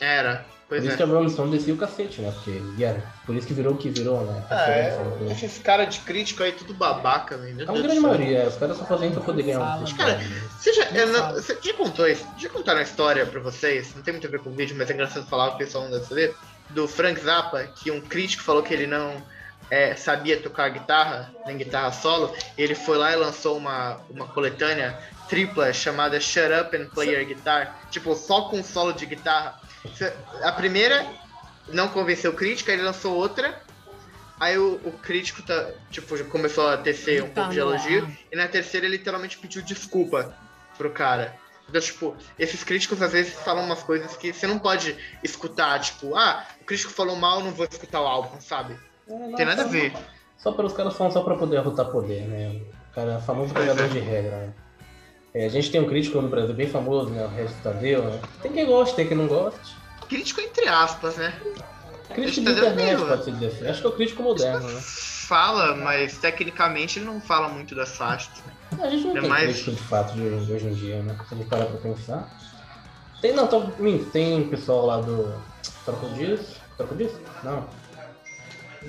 Era, Por pois isso é. que a Rolling Stone descia o cacete, né? Porque, yeah, por isso que virou o que virou, né? Ah, Referência, é. né? Esses caras de crítico aí, tudo babaca, velho. Meu A Deus É um grande do céu. maioria, os caras só faziam pra poder ganhar Fala. um festival. Cara, Você já, Não eu não- fala. você já contou isso? Já contaram a história pra vocês? Não tem muito a ver com o vídeo, mas é engraçado falar, o pessoal não deve saber. Do Frank Zappa, que um crítico falou que ele não é, sabia tocar guitarra, nem guitarra solo. E ele foi lá e lançou uma, uma coletânea tripla chamada Shut Up and Play Your Guitar. Tipo, só com solo de guitarra. Cê- A primeira não convenceu o crítico, aí ele lançou outra. Aí o, o crítico tá, tipo, já começou a tecer um pouco de Guitarra no elogio. ar. E na terceira ele literalmente pediu desculpa pro cara. Então, tipo, esses críticos às vezes falam umas coisas que você não pode escutar, tipo, ah, o crítico falou mal, não vou escutar o álbum, sabe? Não tem nada a ver. É, Só pelos caras falam só pra poder arrotar poder, né? O cara é famoso pegador de regra, né? É, a gente tem um crítico no Brasil bem famoso, né? O Regis Tadeu, né? Tem quem goste, tem quem não goste. Crítico entre aspas, né? Regis Crítico de Tadeu é internet, meio- pode se dizer assim. Acho que é o crítico moderno, né? Fala, mas tecnicamente ele não fala muito das faixas. né? A gente não É tem mais- crítico de fato de hoje, de hoje em dia, né? Se a gente parar pra pensar. Tem, não, tô, minto, tem pessoal lá do. Troco disso? Troco disso? Não.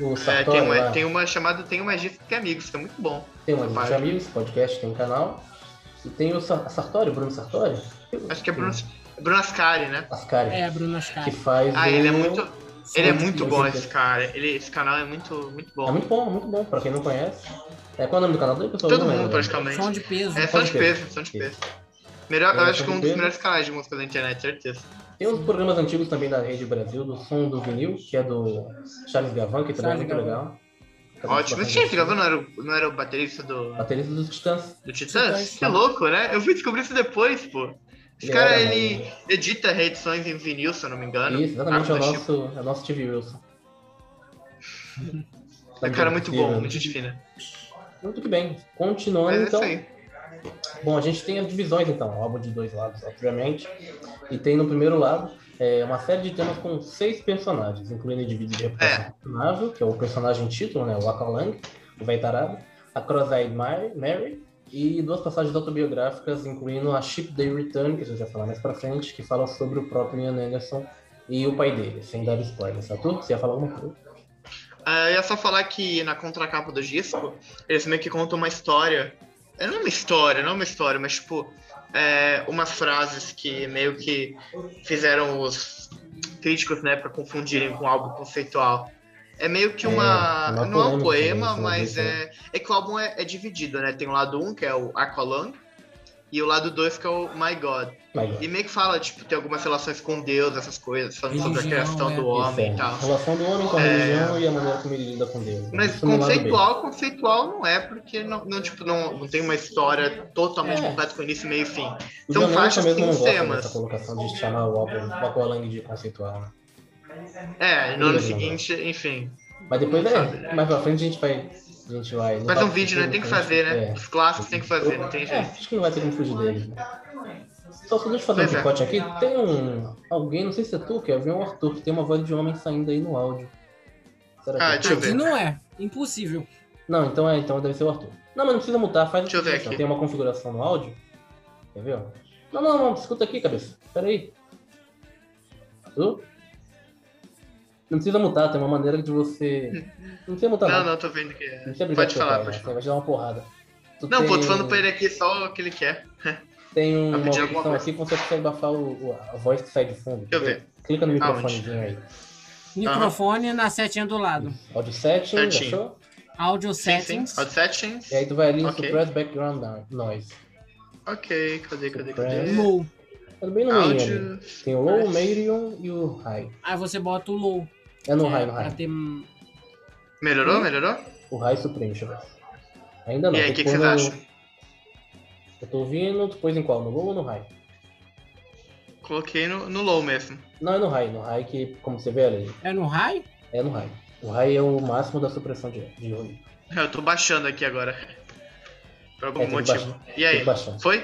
O É, Sartori, tem, uma, lá. tem uma chamada Tem uma Gif que é amigos, que é muito bom. Tem uma lista de Vai. amigos, podcast, tem um canal. E tem o Sa- Sartori, Bruno Sartori? Acho que é Bruno, Bruno Ascari, né? Ascari, É, Bruno que Ascari. faz. Ah, ele é o- muito. Ele é Sim, muito sim, bom sim. esse cara. Ele, esse canal é muito, muito É bom. muito bom, muito bom, pra quem não conhece. É, qual é o nome do canal dele, pessoal? Todo Não mundo lembro. praticamente. Som de peso. É, Só são de de peso, são de peso. Melhor, É, eu acho que só é de um dos peso. melhores canais de música da internet, certeza. Tem uns programas antigos também da Rede Brasil, do Som do Vinil, que é do Charles Gavan, que também é Charles muito Gavan. legal. Ótimo. Esse Chef Gavin tipo, não era, o- não era o baterista do, Baterista dos Titãs. do Titãs? Titãs. Que louco, né? Eu fui descobrir isso depois, pô. Esse Ele cara, era, ele edita reedições em vinil, se eu não me engano. Isso, exatamente, é o Algo do tipo. nosso, é o nosso Steve Wilson. É um cara muito bom, muito Muito gente fina. Muito que bem. Continuando, Mas é isso então. aí. Bom, a gente tem as divisões então, o álbum de dois lados, obviamente. E tem no primeiro lado é, uma série de temas com seis personagens, incluindo o indivíduo de reputação questionável, que é o um personagem título, né? O Akalang, o velho tarado, a Cross-Eyed Mary, Mary, e duas passagens autobiográficas, incluindo a Ship Day Return, que a gente vai falar mais pra frente, que falam sobre o próprio Ian Anderson e o pai dele, sem dar spoilers, tá tudo? Você ia falar alguma coisa? Ah, eu ia só falar que na contracapa do disco, eles meio que contam uma história. É, não é uma história, não é uma história, mas tipo, é, umas frases que meio que fizeram os críticos na época confundirem com algo conceitual. É meio que É, uma. uma não é um polêmica, poema, né, mas sobre é. É que o álbum é, é dividido, né? Tem o lado 1, que é o Aqualung, e o lado 2, que é o My God. Vai, vai. E meio que fala, tipo, tem algumas relações com Deus, essas coisas, falando sobre a Religião, criação né? do Isso, homem é. e tal. A relação do homem com a então. É. religião e a maneira como ele lida com Deus. Mas Isso no lado B. conceitual, conceitual não é, porque não, não, tipo, não, não tem uma história totalmente É. completa com início, meio e fim. O São John faixas Lennon com mesmo não gosta temas. dessa colocação de chamar o álbum o Aqualung de conceitual, né? É, no ano Sim. seguinte, enfim. Mas depois Sabe. é, mais pra frente a gente vai. A gente vai Faz um vídeo, né? Tem que fazer, né? Os clássicos tem que fazer, não tem É, jeito. acho que não vai ter como fugir dele. Só só deixa eu fazer Pois um é. picote aqui. Tem um. Alguém, não sei se é tu, que é um Arthur, que tem uma voz de homem saindo aí no áudio. Será que Ah, é? deixa eu Aqui ver. não é. Impossível. Não, então é, então deve ser o Arthur. Não, mas não precisa mutar, faz Deixa eu ver configuração. aqui. Tem uma configuração no áudio. Quer ver? ó? Não, não, não, escuta aqui, cabeça. Pera aí. Arthur? Não precisa mutar, tem uma maneira de você. Não precisa mutar, Hum. Não, não. não, tô vendo que é. precisa brigar Pode com seu falar, pai, pode né? Você vai te dar uma porrada. Tu Não, tem... pô, tô falando pra ele aqui só o que ele quer. Tem uma pedir alguma opção coisa. aqui que você consegue abafar o, o- a voz que sai de fundo. Deixa eu ver. Clica no microfonezinho aí. Microfone na setinha do lado. Áudio setting, Certinho. achou? Audio Sim, sim. settings. Odd settings. E aí tu vai ali em Ok. suppress background no- noise. Ok, cadê, cadê, Suppress. cadê? Low. Tá bem no meio ali. Áudio. Tem o low, o medium e o high. Aí você bota o low. É no é, high, no pra high. ter Melhorou, melhorou? O high supreme, deixa eu ver. Ainda Hum? não. é. E aí, tem o que, que vocês pôr no- acham? Eu tô ouvindo, tu pôs em qual? No low ou no high? Coloquei no, no low mesmo. Não, é no high. No high que, como você vê ali, É no high? é no high. O high é o máximo da supressão de, de ruído. Eu tô baixando aqui agora. Por algum É, tem que motivo. E Tem aí? que baixar. Foi?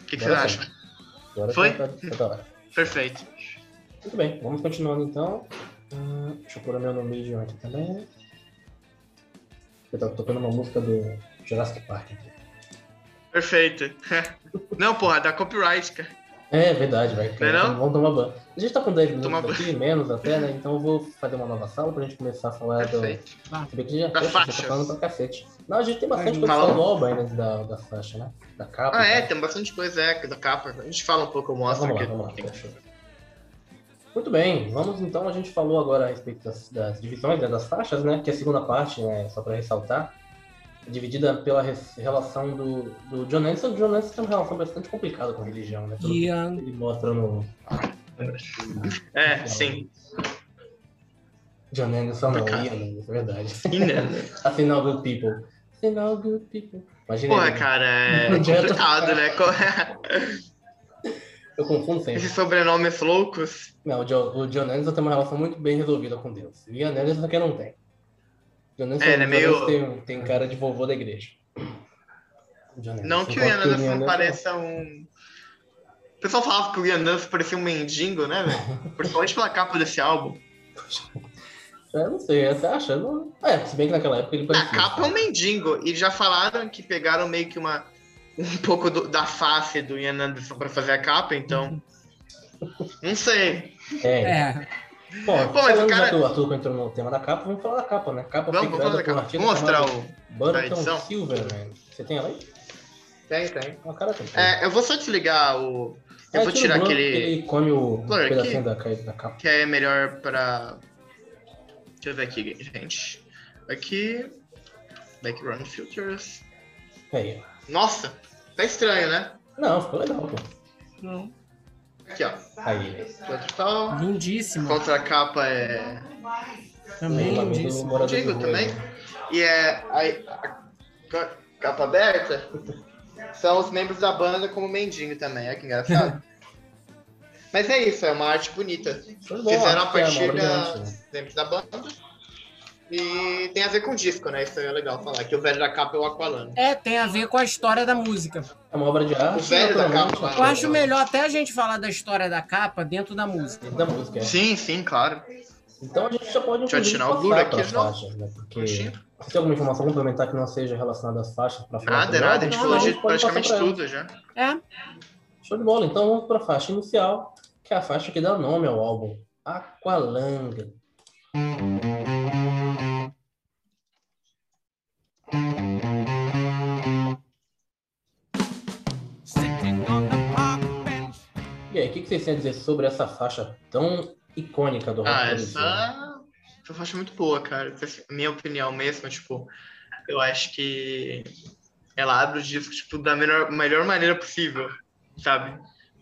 O que, que você Agora acha? Agora Foi? Tá, tá, tá da hora. Perfeito. Muito bem, vamos continuando então. Hum, Deixa eu pôr o meu nome de ontem também. Eu tava tocando uma música do Jurassic Park aqui. Perfeito. Não, porra, dá copyright, cara. É verdade, vai. Não é não? Vamos tomar banho. A gente tá com 10 minutos Tomar ban. aqui, menos até, né? Então eu vou fazer uma nova sala pra gente começar a falar do. Se Perfeito. bem que já Da fecha, já tá faixa. falando pra cacete. Não, a gente tem bastante Ai, produção fala. nova ainda da, da faixa, né? Da capa. Ah, é, tá? tem bastante coisa é, da capa. A gente fala um pouco, eu mostro Vamos lá, aqui. vamos lá, fechou. Muito bem, vamos então. A gente falou agora a respeito das, das divisões, né, das faixas, né? Que é a segunda parte, né? Só para ressaltar, é dividida pela res- relação do, do John Anderson. O John Anderson tem uma relação bastante complicada com a religião, né? pelo que Ian. Ele mostra no. É, sim. John Anderson, não, Complicado. Ian Anderson, é verdade. E, né? Afinal, good people. Afinal, good people. Imagina. Porra, ele. cara, é Não adianta complicado, né? Co- Eu confundo sempre. Esses sobrenomes loucos. Não, o John, o John Anderson tem uma relação muito bem resolvida com Deus. E Ian Anderson que não tem. John Anderson, É, ele é John meio- Anderson tem, tem cara de vovô da igreja. John Anderson. Não que o Enquanto Ian Anderson pareça um. O pessoal falava que o Ian Anderson parecia um mendigo, né, velho? Principalmente pela capa desse álbum. É, Eu não sei, você acha? Não... É, se bem que naquela época ele A parecia. capa é um mendigo. E já falaram que pegaram meio que uma. Um pouco do- da face do Ian Anderson pra fazer a capa, então. Não sei. É. É. Pô, Bom, mas o falando já cara- que o Arthur entrou no tema da capa, vamos falar da capa, né? Capa Vamos, vamos foi fazer criada a por um capa. artista Vou mostrar chamado o. Burton edição. Silverman. Você tem ela aí? Tem, tem. Uma cara tem. É, eu vou só desligar o. Ah, Eu vou tira o tirar branco, aquele. que Ele come o Claro, aqui. pedacinho da, ca- da capa. que é melhor pra. Deixa eu ver aqui, gente. Aqui. Background filters. Aí, ó. Nossa, tá estranho, né? É, Não, ficou legal, pô. Aqui, ó. Aí, né? Ah. Total. Lindíssimo. Contra capa é. Também Lamento lindíssimo. Um morador de Digo rua, também. né? E é. A, a ca- capa aberta são os membros da banda como Mendinho também. Olha que engraçado. Mas é isso, é uma arte bonita. Foi bom, Fizeram a acho que é uma partir obra de da, arte, né? membros da banda. E tem a ver com o disco, né? Isso aí é legal falar. Que o velho da capa é o Aqualano. É, tem a ver com a história da música. É uma obra de arte. O velho da naturalmente, capa, acho Eu acho melhor até a gente falar da história da capa dentro da música. Da música. é. Sim, sim, claro. Então a gente já pode Deixa eu inclusive, tirar o passar blur aqui, pras não. faixas, né? Porque se Oxi. tem alguma informação complementar que não seja relacionada às faixas para falar. Nada, sobre nada. A ela, gente não, falou não, de pode praticamente passar pra ela. tudo já. É, Show de bola. Então vamos para a faixa inicial, que é a faixa que dá nome ao álbum, Aqualanga. E aí, o que, que vocês têm a dizer sobre essa faixa tão icônica do rock? Ah, progressivo? essa. Essa faixa é muito boa, cara. assim, Minha opinião mesmo, tipo, eu acho que ela abre o disco tipo, da melhor, melhor maneira possível, sabe?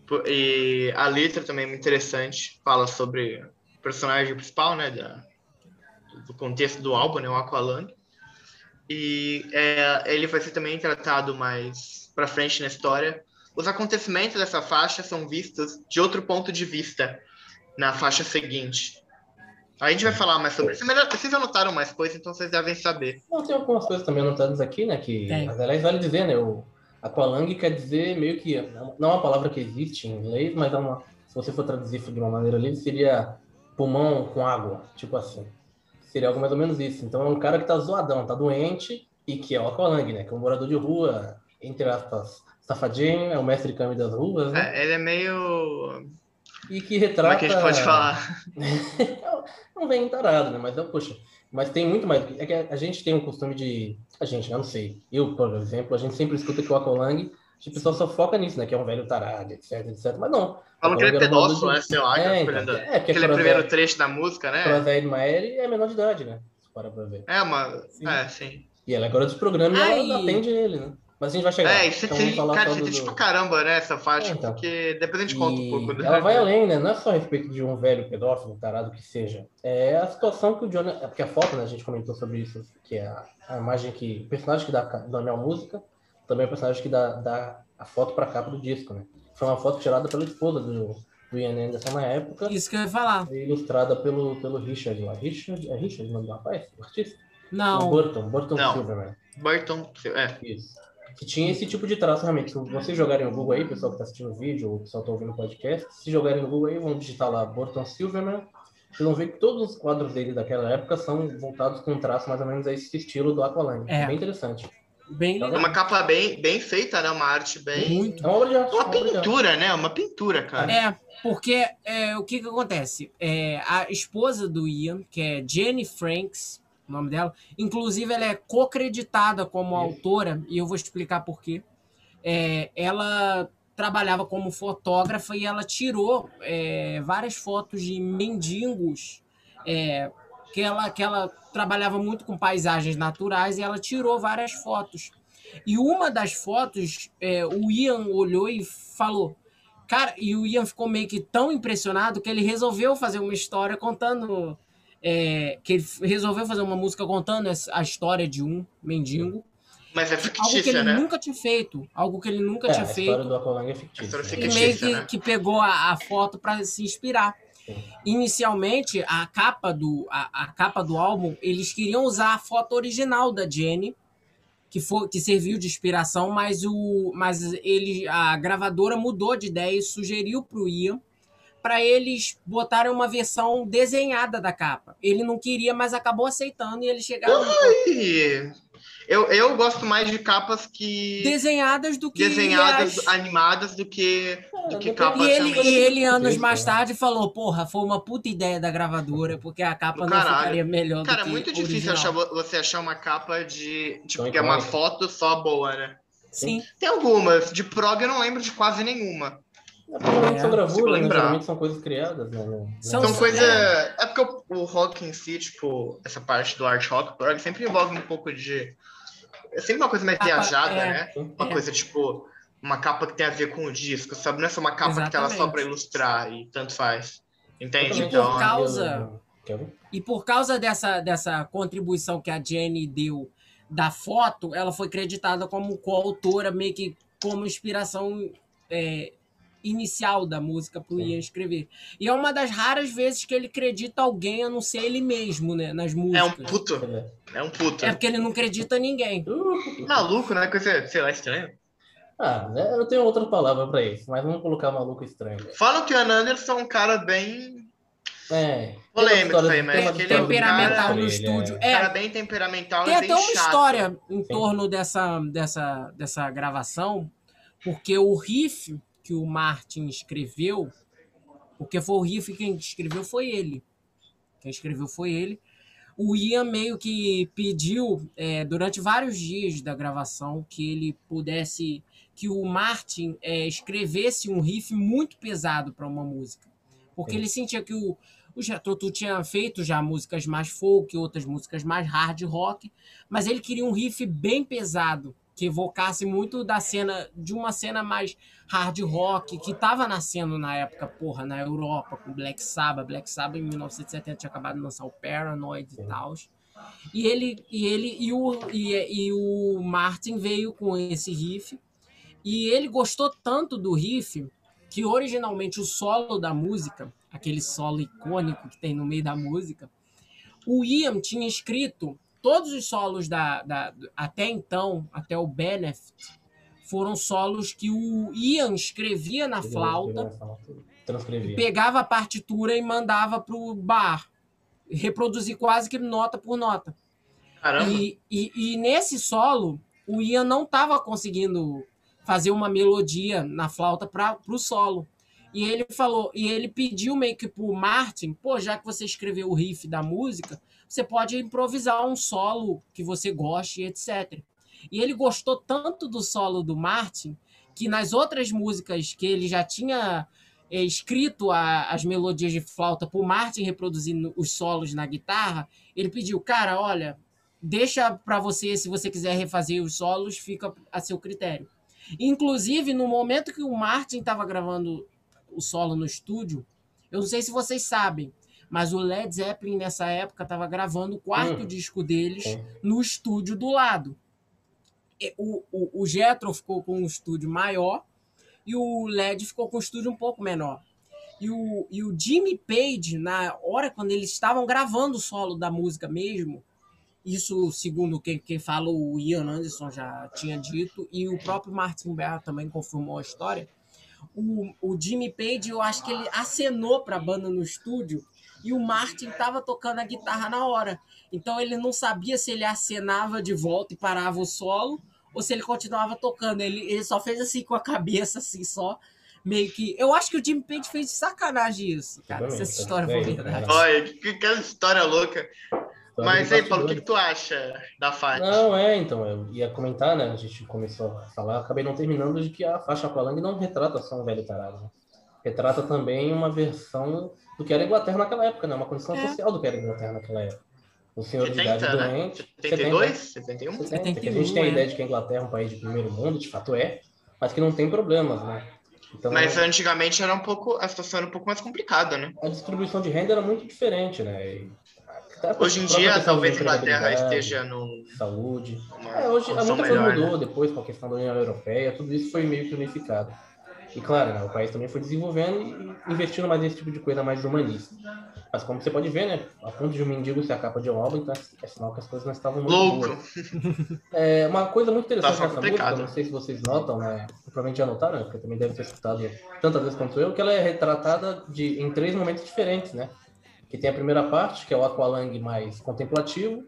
Po- E a letra também é muito interessante. Fala sobre o personagem principal, né? da- do contexto do álbum, né? O Aqualung. E é, ele vai ser também tratado mais pra frente na história. Os acontecimentos dessa faixa são vistos de outro ponto de vista na faixa seguinte. A gente vai falar mais sobre isso. Mas eh, Vocês anotaram mais coisas, então vocês devem saber. Não, tem algumas coisas também anotadas aqui, né? Que, Tem. mas, aliás, vale dizer, né? O aqualung quer dizer meio que. Não é uma palavra que existe em inglês, mas é uma. Se você for traduzir de uma maneira livre, seria pulmão com água, tipo assim. Seria algo mais ou menos isso. Então é um cara que tá zoadão, tá doente e que é o aqualung, né? Que é um morador de rua, entre aspas, safadinho, é o mestre cami das ruas, né? É, ele é meio. E que Como retrata. é que a gente pode falar? É não vem tarado, né? Mas, eu, poxa, mas tem muito mais. É que a, a gente tem um costume de. A gente, né? eu não sei. Eu, por exemplo, a gente sempre escuta que o Aqualung, o pessoal só foca nisso, né? Que é um velho tarado, etc, etc. Mas não. Falam que ele é Aqualung era um morador pedófilo, de- né? Sei lá, que É, então, aprenda- é, porque Aquele Fora primeiro Zé- trecho da música, Fora né? Zé Edmaeri é menor de idade, né? Se parar pra ver. É, uma. Sim. É, sim. E ela agora desprograma e ela Ai. atende ele, né? Mas a gente vai chegar. Então, É, isso vamos tem. falar Cara, só isso do- tem tipo do- caramba, né? Essa faixa, É, então. porque depois a gente conta um E pouco. né? Ela vai além, né? Não é só a respeito de um velho pedófilo, tarado que seja. É a situação que o John. é Porque a foto, né? A gente comentou sobre isso, que é a, a imagem que. O personagem que dá ca- nome à música, também é o personagem que dá, dá a foto pra capa do disco, né? Foi uma foto tirada pela esposa do, do Ian Anderson na época isso que eu ia falar. e ilustrada pelo, pelo Richard lá. Richard, é Richard o nome do rapaz? O artista? O Não, Burton, Burton Não. Silverman. Burton. É. Isso. Que tinha esse tipo de traço realmente. Se vocês jogarem no Google aí, tá pessoal que está assistindo o vídeo, ou o pessoal que está ouvindo o podcast, se jogarem no Google aí, vão digitar lá Burton Silverman, Vocês vão ver que todos os quadros dele daquela época são voltados com um traço mais ou menos a esse estilo do Aqualine. É. É. Bem interessante. Bem É legal. uma capa bem, bem feita, né? Uma arte bem. Muito. É uma obra de arte. Uma uma obra de arte. pintura, né? Uma pintura, cara. É, porque é, o que que acontece? É, a esposa do Ian, que é Jenny Franks, o nome dela, inclusive ela é co-creditada como Isso. autora, e eu vou explicar por quê. É, ela trabalhava como fotógrafa e ela tirou é, várias fotos de mendigos é, que, ela, que ela trabalhava muito com paisagens naturais e ela tirou várias fotos. E uma das fotos, é, o Ian olhou e falou, Cara, e o Ian ficou meio que tão impressionado que ele resolveu fazer uma história contando. é, que ele f- resolveu fazer uma música contando essa- a história de um mendigo. Mas é Algo que ele fictícia, né? nunca tinha feito. Algo que ele nunca É, a tinha história feito. do Aqualung é A fictícia. história né? E fictícia. meio que, né? que pegou a, a foto para se inspirar. Sim. Inicialmente, a capa, do, a, a capa do álbum, eles queriam usar a foto original da Jenny, que, foi, que serviu de inspiração, mas, o, mas ele, a gravadora mudou de ideia e sugeriu para o Ian para eles botarem uma versão desenhada da capa. Ele não queria, mas acabou aceitando e eles chegaram E Eu, eu gosto mais de capas que. desenhadas do que desenhadas, as- animadas, do que. Do que capa E ele, também. e ele, anos Isso, mais né? tarde, falou: Porra, foi uma puta ideia da gravadora, porque a capa não Caralho. ficaria melhor do Cara, é que muito a difícil original." achar, vo- você achar uma capa de. Tipo, Tão que é uma icônica. foto só boa, né? Sim. Tem algumas. De prog eu não lembro de quase nenhuma. É, Provavelmente são É, se eu gravuras, né? lembrar. geralmente são coisas criadas, né? São- Então, Nossa, coisa. é. É, porque o, o rock em si, tipo, essa parte do art rock, prog, sempre envolve um pouco de. É sempre uma coisa mais Capa, viajada, é. né? Uma É. coisa tipo. Uma capa que tem a ver com o disco, sabe? Não é só uma capa que tava só Exatamente. Tipo, pra ilustrar e tanto faz. Entende? por causa- Então. causa- Quer ver? E por causa dessa, dessa contribuição que a Jenny deu da foto, ela foi creditada como coautora, meio que como inspiração é, inicial da música para o Sim. Ian escrever. E é uma das raras vezes que ele acredita alguém a não ser ele mesmo, né? Nas É um músicas. puto. Quer ver? É um puto. É porque ele não acredita ninguém. Uh, Maluco, né? Coisa, sei lá, estranho. Ah, né, eu tenho outra palavra pra isso, mas vamos colocar maluco estranho. Falam que o Ian Anderson é um cara bem. É. tem Polêmico uma história- também, mas tem uma que ele é um história do Temperamental cara- no Ele é- né? estúdio. Um É, cara bem temperamental Tem e é bem até uma chato. história em torno dessa, dessa, dessa gravação, porque o riff que o Martin escreveu, porque foi o riff quem escreveu foi ele. Quem escreveu foi ele. O Ian meio que pediu eh, durante vários dias da gravação que ele pudesse, que o Martin eh, escrevesse um riff muito pesado para uma música. Porque Sim. ele sentia que o, o Getutu tinha feito já músicas mais folk, outras músicas mais hard rock, mas ele queria um riff bem pesado, que evocasse muito da cena, de uma cena mais hard rock, que tava nascendo na época, porra, na Europa, com Black Sabbath. Black Sabbath em 1970 tinha acabado de lançar o Paranoid e tal. E ele, e ele e o, e, e o Martin veio com esse riff, e ele gostou tanto do riff que originalmente o solo da música, aquele solo icônico que tem no meio da música, o Ian tinha escrito todos os solos da, da- até então, até o Benefit, foram solos que o Ian escrevia na Ele- flauta, ele- Transcrevia. pegava a partitura e mandava pro bar reproduzir quase que nota por nota. Caramba. E, e- e nesse solo, o Ian não estava conseguindo fazer uma melodia na flauta para o solo. E ele falou, e ele pediu meio que pro Martin, pô, já que você escreveu o riff da música, você pode improvisar um solo que você goste, etc. E ele gostou tanto do solo do Martin que nas outras músicas que ele já tinha eh, escrito a- as melodias de flauta pro Martin reproduzindo os solos na guitarra, ele pediu, cara, olha, deixa para você, se você quiser refazer os solos, fica a seu critério. Inclusive, no momento que o Martin estava gravando o solo no estúdio, eu não sei se vocês sabem, mas o Led Zeppelin nessa época estava gravando o quarto Hum. disco deles Sim. no estúdio do lado. E O, o, o Jethro ficou com um estúdio maior e o Led ficou com um estúdio um pouco menor. E o, e o Jimmy Page, na hora quando eles estavam gravando o solo da música mesmo, isso segundo quem, quem fala, o Ian Anderson já tinha dito, e o próprio Martin Berra também confirmou a história. O, o Jimmy Page, eu acho que ele acenou para a banda no estúdio e o Martin estava tocando a guitarra na hora. Então ele não sabia se ele acenava de volta e parava o solo ou se ele continuava tocando. Ele, ele só fez assim com a cabeça, assim, só. Meio que. Eu acho que o Jimmy Page fez de sacanagem isso, cara. Se Também, essa tá história bem, for verdade. cara. Olha, que, que aquela história Tá louca. Mas aí, Paulo, o que, bastidores. que tu acha da faixa? Não, é, então, eu ia comentar, né? A gente começou a falar, acabei não terminando de que a faixa Aqualung não retrata só um velho tarado. né? Retrata também uma versão do que era a Inglaterra naquela época, né? Uma condição É. social do que era a Inglaterra naquela época. O senhor de idade 70, né? doente. 72? 70, 71? 70, que a gente 71, tem a é. ideia de que a Inglaterra é um país de primeiro mundo, de fato é, mas que não tem problemas, né? Então, Mas antigamente era um pouco. A situação era um pouco mais complicada, né? a distribuição de renda era muito diferente, né? E- Hoje em a própria dia, questão talvez de a Inglaterra empregabilidade, esteja num- Saúde. numa É, hoje a condição muita coisa melhor. né? mudou depois com a questão da União Europeia, tudo isso foi meio que unificado. E claro, né, o país também foi desenvolvendo e investindo mais nesse tipo de coisa mais humanista. Mas como você pode ver, né, a ponto de um mendigo ser a capa de um álbum, então é sinal que as coisas não estavam muito Louco. boas. É, uma coisa muito interessante Tá só nessa complicado. música, não sei se vocês notam, né, provavelmente já notaram, né, porque também deve ter escutado né, tantas vezes quanto eu, que ela é retratada de, em três momentos diferentes, né? Que tem a primeira parte, que é o Aqualung mais contemplativo,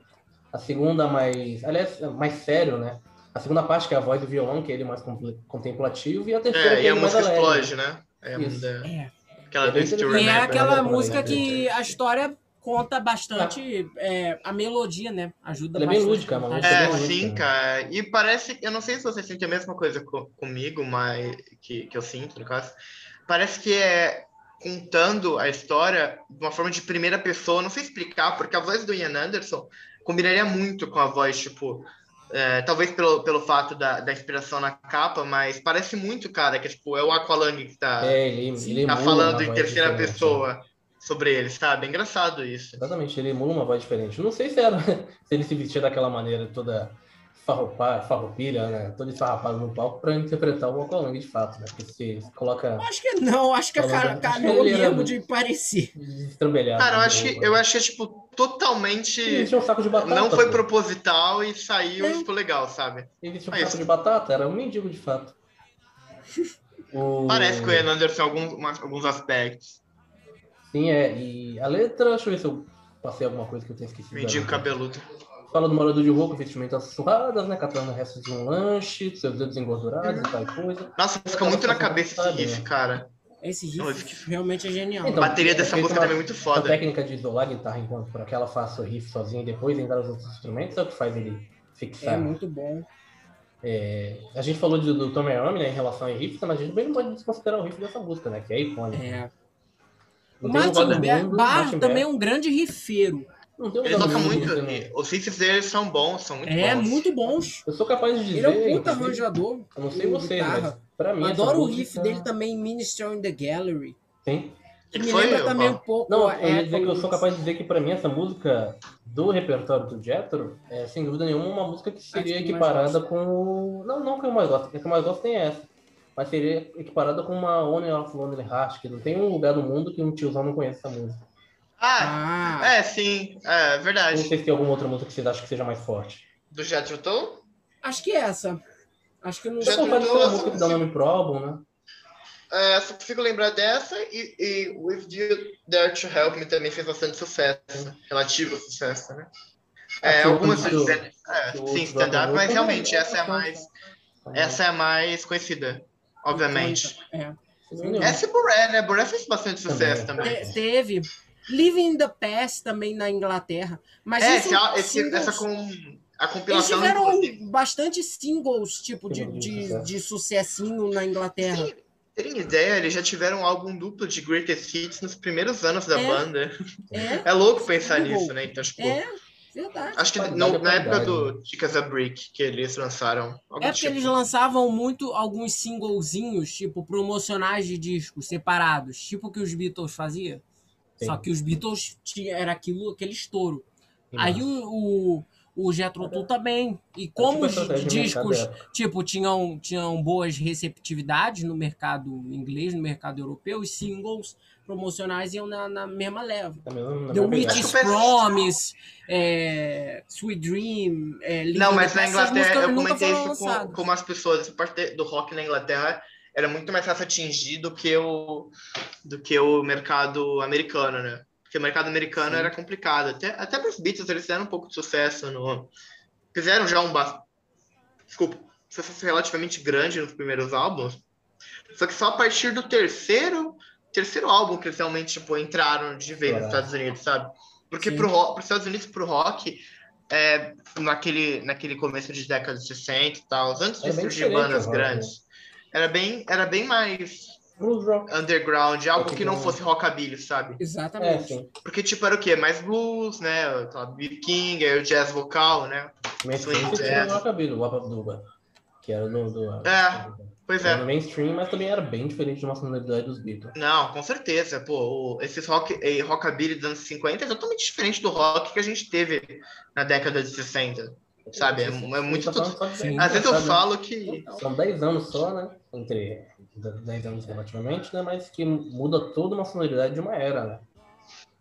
a segunda mais, aliás, mais sério, né? A segunda parte que é a voz do violão, que é ele mais comple- contemplativo, e a terceira É, que e é a ele mais música alegre. explode, né? É, a Isso. da- É. Aquela É do bem Still interessante. E é Remember. aquela Lembra? música que a história conta bastante é, a melodia, né? Ajuda Ela é bem bastante. lúdica, a mano. contar a Essa É, é história. bonita, sim, né? cara. E parece que, eu não sei se você sente a mesma coisa co- comigo, mas que, que eu sinto, no caso. Parece que é contando a história de uma forma de primeira pessoa, não sei explicar, porque a voz do Ian Anderson combinaria muito com a voz, tipo, é, talvez pelo, pelo fato da, da inspiração na capa, mas parece muito, cara, que tipo, é o Aqualung que tá, É, ele, Sim. ele tá emula falando uma em voz terceira diferente, né? pessoa sobre ele, sabe? É engraçado isso. Exatamente, ele emula uma voz diferente. Eu não sei se era se ele se vestia daquela maneira toda farroupar, farroupilha, né? Todo esfarrapado no palco pra interpretar o Aqualung de fato, né? Porque se coloca Acho que não, acho que a Falando- cara acho que calhou ele era mesmo muito- de parecer. destrambelhado. Cara, eu né? acho que, eu acho que é, tipo, totalmente... Ele vestia um saco de batata. Não foi pô. proposital e saiu, Não. tipo, legal, sabe? Ele vestia um Mas- saco de batata, era um mendigo de fato. O- Parece com o Ian Anderson em alguns, umas- alguns aspectos. Sim, é. E a letra, deixa eu ver se eu passei alguma coisa que eu tenho esquecido. da Mendigo letra. cabeludo. Fala do morador de rua com vestimentas surradas, né? Catando restos de um lanche, seus dedos engordurados e tal coisa. Nossa, fica muito na cabeça esse Sabe, riff, né? cara. Esse Não, esse riff realmente é genial. Então, bateria é dessa feito música uma- também é muito A foda. técnica de isolar a guitarra enquanto por aquela faça o riff sozinho e depois entrar os outros instrumentos é o que faz ele é fixar. muito bom. É, a gente falou de, do Tommy Iommi, né, em relação a riff, mas a gente também não pode desconsiderar o riff dessa música, né? Que é icônico. É. O Não tem lugar Martin no Ber- mundo, Barr Então, Martin também é Ber- um grande rifeiro. não tem um Ele lugar no toca mundo muito. que você não- e Os riffs deles são bons, são muito É, bons. muito bons. Eu sou capaz de dizer. Ele é um puta inclusive, arranjador. Eu não sei vocês, mas guitarra. pra mim. Eu essa adoro o música- riff dele também em Minister in the Gallery. Sim. Que Ele me foi, lembra eu também um falo. pouco. Não, a eu ia dizer que eu Echoes. sou capaz de dizer que pra mim essa música do repertório do Jethro é sem dúvida nenhuma uma música que seria Acho que eu mais equiparada com. o- Não, não que eu mais gosto, que eu mais gosto tem essa. Mas seria equiparada com uma One of Lonely Hearts, que não tem um lugar no mundo que um tiozão não conheça essa música. Ah, Ah, é, sim. É, Eu Não verdade. sei se tem alguma outra música que vocês acham que seja mais forte. Do Jethro Tull? acho que é essa. Acho que eu não. Eu Jethro sou capaz de Tull, ser a essa música que dá nome pro álbum, né? É, só consigo lembrar dessa e, e With You There to Help Me também fez bastante sucesso. Relativo sucesso, né? É, Aqui o algumas outro- vezes. É, o sim, outro stand-up, álbum mas também. realmente essa é a mais. Essa é a mais conhecida, obviamente. É. Sem dúvida nenhuma. Essa e Buré, né? Buré fez bastante sucesso Então, Também. é. também. Te- teve. Living in the Past também na Inglaterra. Mas É, isso esse, são esse- singles- essa com a Eles compilação. tiveram um. inclusive. bastante singles, tipo, de, de, de sucessinho na Inglaterra. Sim, Terem ideia, eles já tiveram um álbum duplo de Greatest Hits nos primeiros anos da É. banda. É, É louco pensar Muito nisso, bom. né? Então, tipo, é, verdade. acho que Qualidade não- é na época qualidade, do Chicas a Brick que eles lançaram. algum É porque tipo. eles lançavam muito alguns singlezinhos, tipo, promocionais de discos separados, tipo o que os Beatles faziam. Sim. Só que os Beatles tinha, era aquilo, aquele estouro. Sim, Aí um, mano. o, o, o Jethro Tull também. E Era como tipo a estratégia os de mercado discos da época. tipo, tinham, tinham boas receptividades no mercado inglês, no mercado europeu, os singles promocionais iam na, na mesma leva. Na mesma- The na mesma pegada. Witch's Acho que eu penso- Promise, é, Sweet Dream, é, Living Não, in the mas Past, na essas Inglaterra, músicas eu nunca comentei foram isso com, lançadas. com as pessoas. Essa parte do rock na Inglaterra era muito mais fácil atingir do que o, do que o mercado americano, né? Porque o mercado americano era complicado. Até, até para os Beatles, eles fizeram um pouco de sucesso. No... Fizeram já um. Ba... Desculpa. um Sucesso relativamente grande nos primeiros álbuns. Só que só a partir do terceiro terceiro álbum que eles realmente tipo, entraram de vez nos Caralho. Estados Unidos, sabe? Porque Sim. pro rock, pros Estados Unidos, pro rock, é, naquele, naquele começo de década de 60 e tal, antes Era de bem surgir diferente né? bandas o rock, grandes, era bem, era bem mais Blues rock. underground, algo Rock que não blues. fosse rockabilly, sabe? É, Exatamente. Então, sim. Porque, tipo, era o quê? Mais blues, né? Aquela B.B. King, aí o jazz vocal, né? Mainstream. Sim, Esse é. era o cabelo, o Wapa Duba. Que era do. do É. Pois é. Era no mainstream, mas também era bem diferente de uma sonoridade dos Beatles. Não, com certeza. Pô, o- esses rock, eh, rockabilly dos anos 50 é totalmente diferente do rock que a gente teve na década de 60. Sabe? É, é muito. Tá falando só de- Sim. Às vezes eu Sabe? falo que. então, São 10 anos só, né? Entre 10 anos relativamente, né? Mas que muda toda uma sonoridade de uma era, né?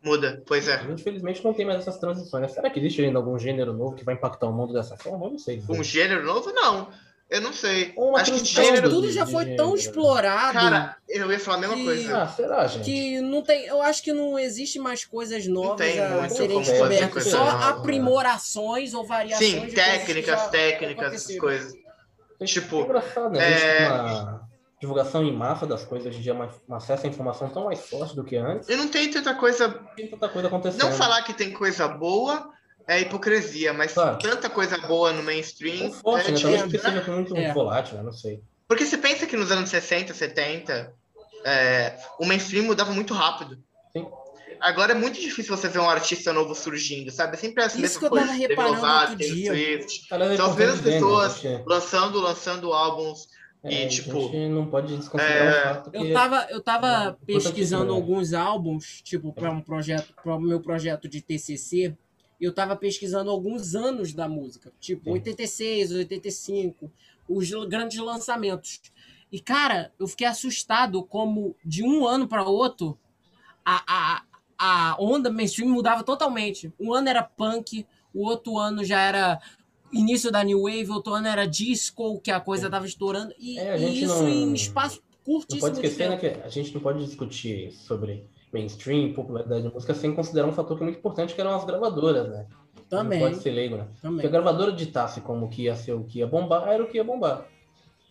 Muda, pois é. Infelizmente não tem mais essas transições. né? Será que existe ainda algum gênero novo que vai impactar o mundo dessa forma? Eu não sei. dizer. Um gênero novo? Não. Eu não sei. Ou uma Acho que transição gênero. Tudo já de foi gênero. tão explorado Cara, eu ia falar a mesma que- coisa. Ah, será, gente? que não tem. Eu acho que não existe mais coisas novas tem a muito serem como fazer descobertas. coisa Só nova, né? aprimorações ou variações. Sim, de coisas que técnicas, já técnicas, essas aconteceram. coisas. tipo, é engraçado, né? A gente é- tem uma divulgação em massa das coisas hoje em dia, uma- um acesso à informação tão mais forte do que antes. E não tem tanta coisa. Tem tanta coisa acontecendo. Não falar que tem coisa boa é hipocrisia, mas Claro. tanta coisa boa no Tão mainstream. forte, é né? difícil, Talvez porque né? seja muito É. volátil, né? Não sei. Porque você pensa que nos anos 60, 70, é, o mainstream mudava muito rápido. Sim. Agora é muito difícil você ver um artista novo surgindo, sabe? É Sempre as Isso mesmas que eu tava coisas. Demi reparando Lovato, outro Taylor dia. Swift, Aliás, São as importante mesmas ver, né? pessoas. Porque, lançando, lançando álbuns. é, e, a tipo, gente não pode desconsiderar é, o fato que... Eu tava, eu É, tava puta que pesquisando pariu. alguns álbuns, tipo, para um projeto, para o meu projeto de TCC, e eu tava pesquisando alguns anos da música, tipo Sim. 86, 85, os l- grandes lançamentos. E cara, eu fiquei assustado como de um ano para outro a, a, a onda mainstream mudava totalmente. Um ano era punk, o outro ano já era início da new wave, outro ano era disco, que a coisa tava estourando e, É, a e gente isso não- em espaço Não curtíssimo pode esquecer, tempo. né, que a gente não pode discutir sobre mainstream, popularidade de música, sem considerar um fator que é muito importante, que eram as gravadoras, né? Também, Não pode ser leigo, né? Se a também. gravadora ditasse como que ia ser o que ia bombar, era o que ia bombar.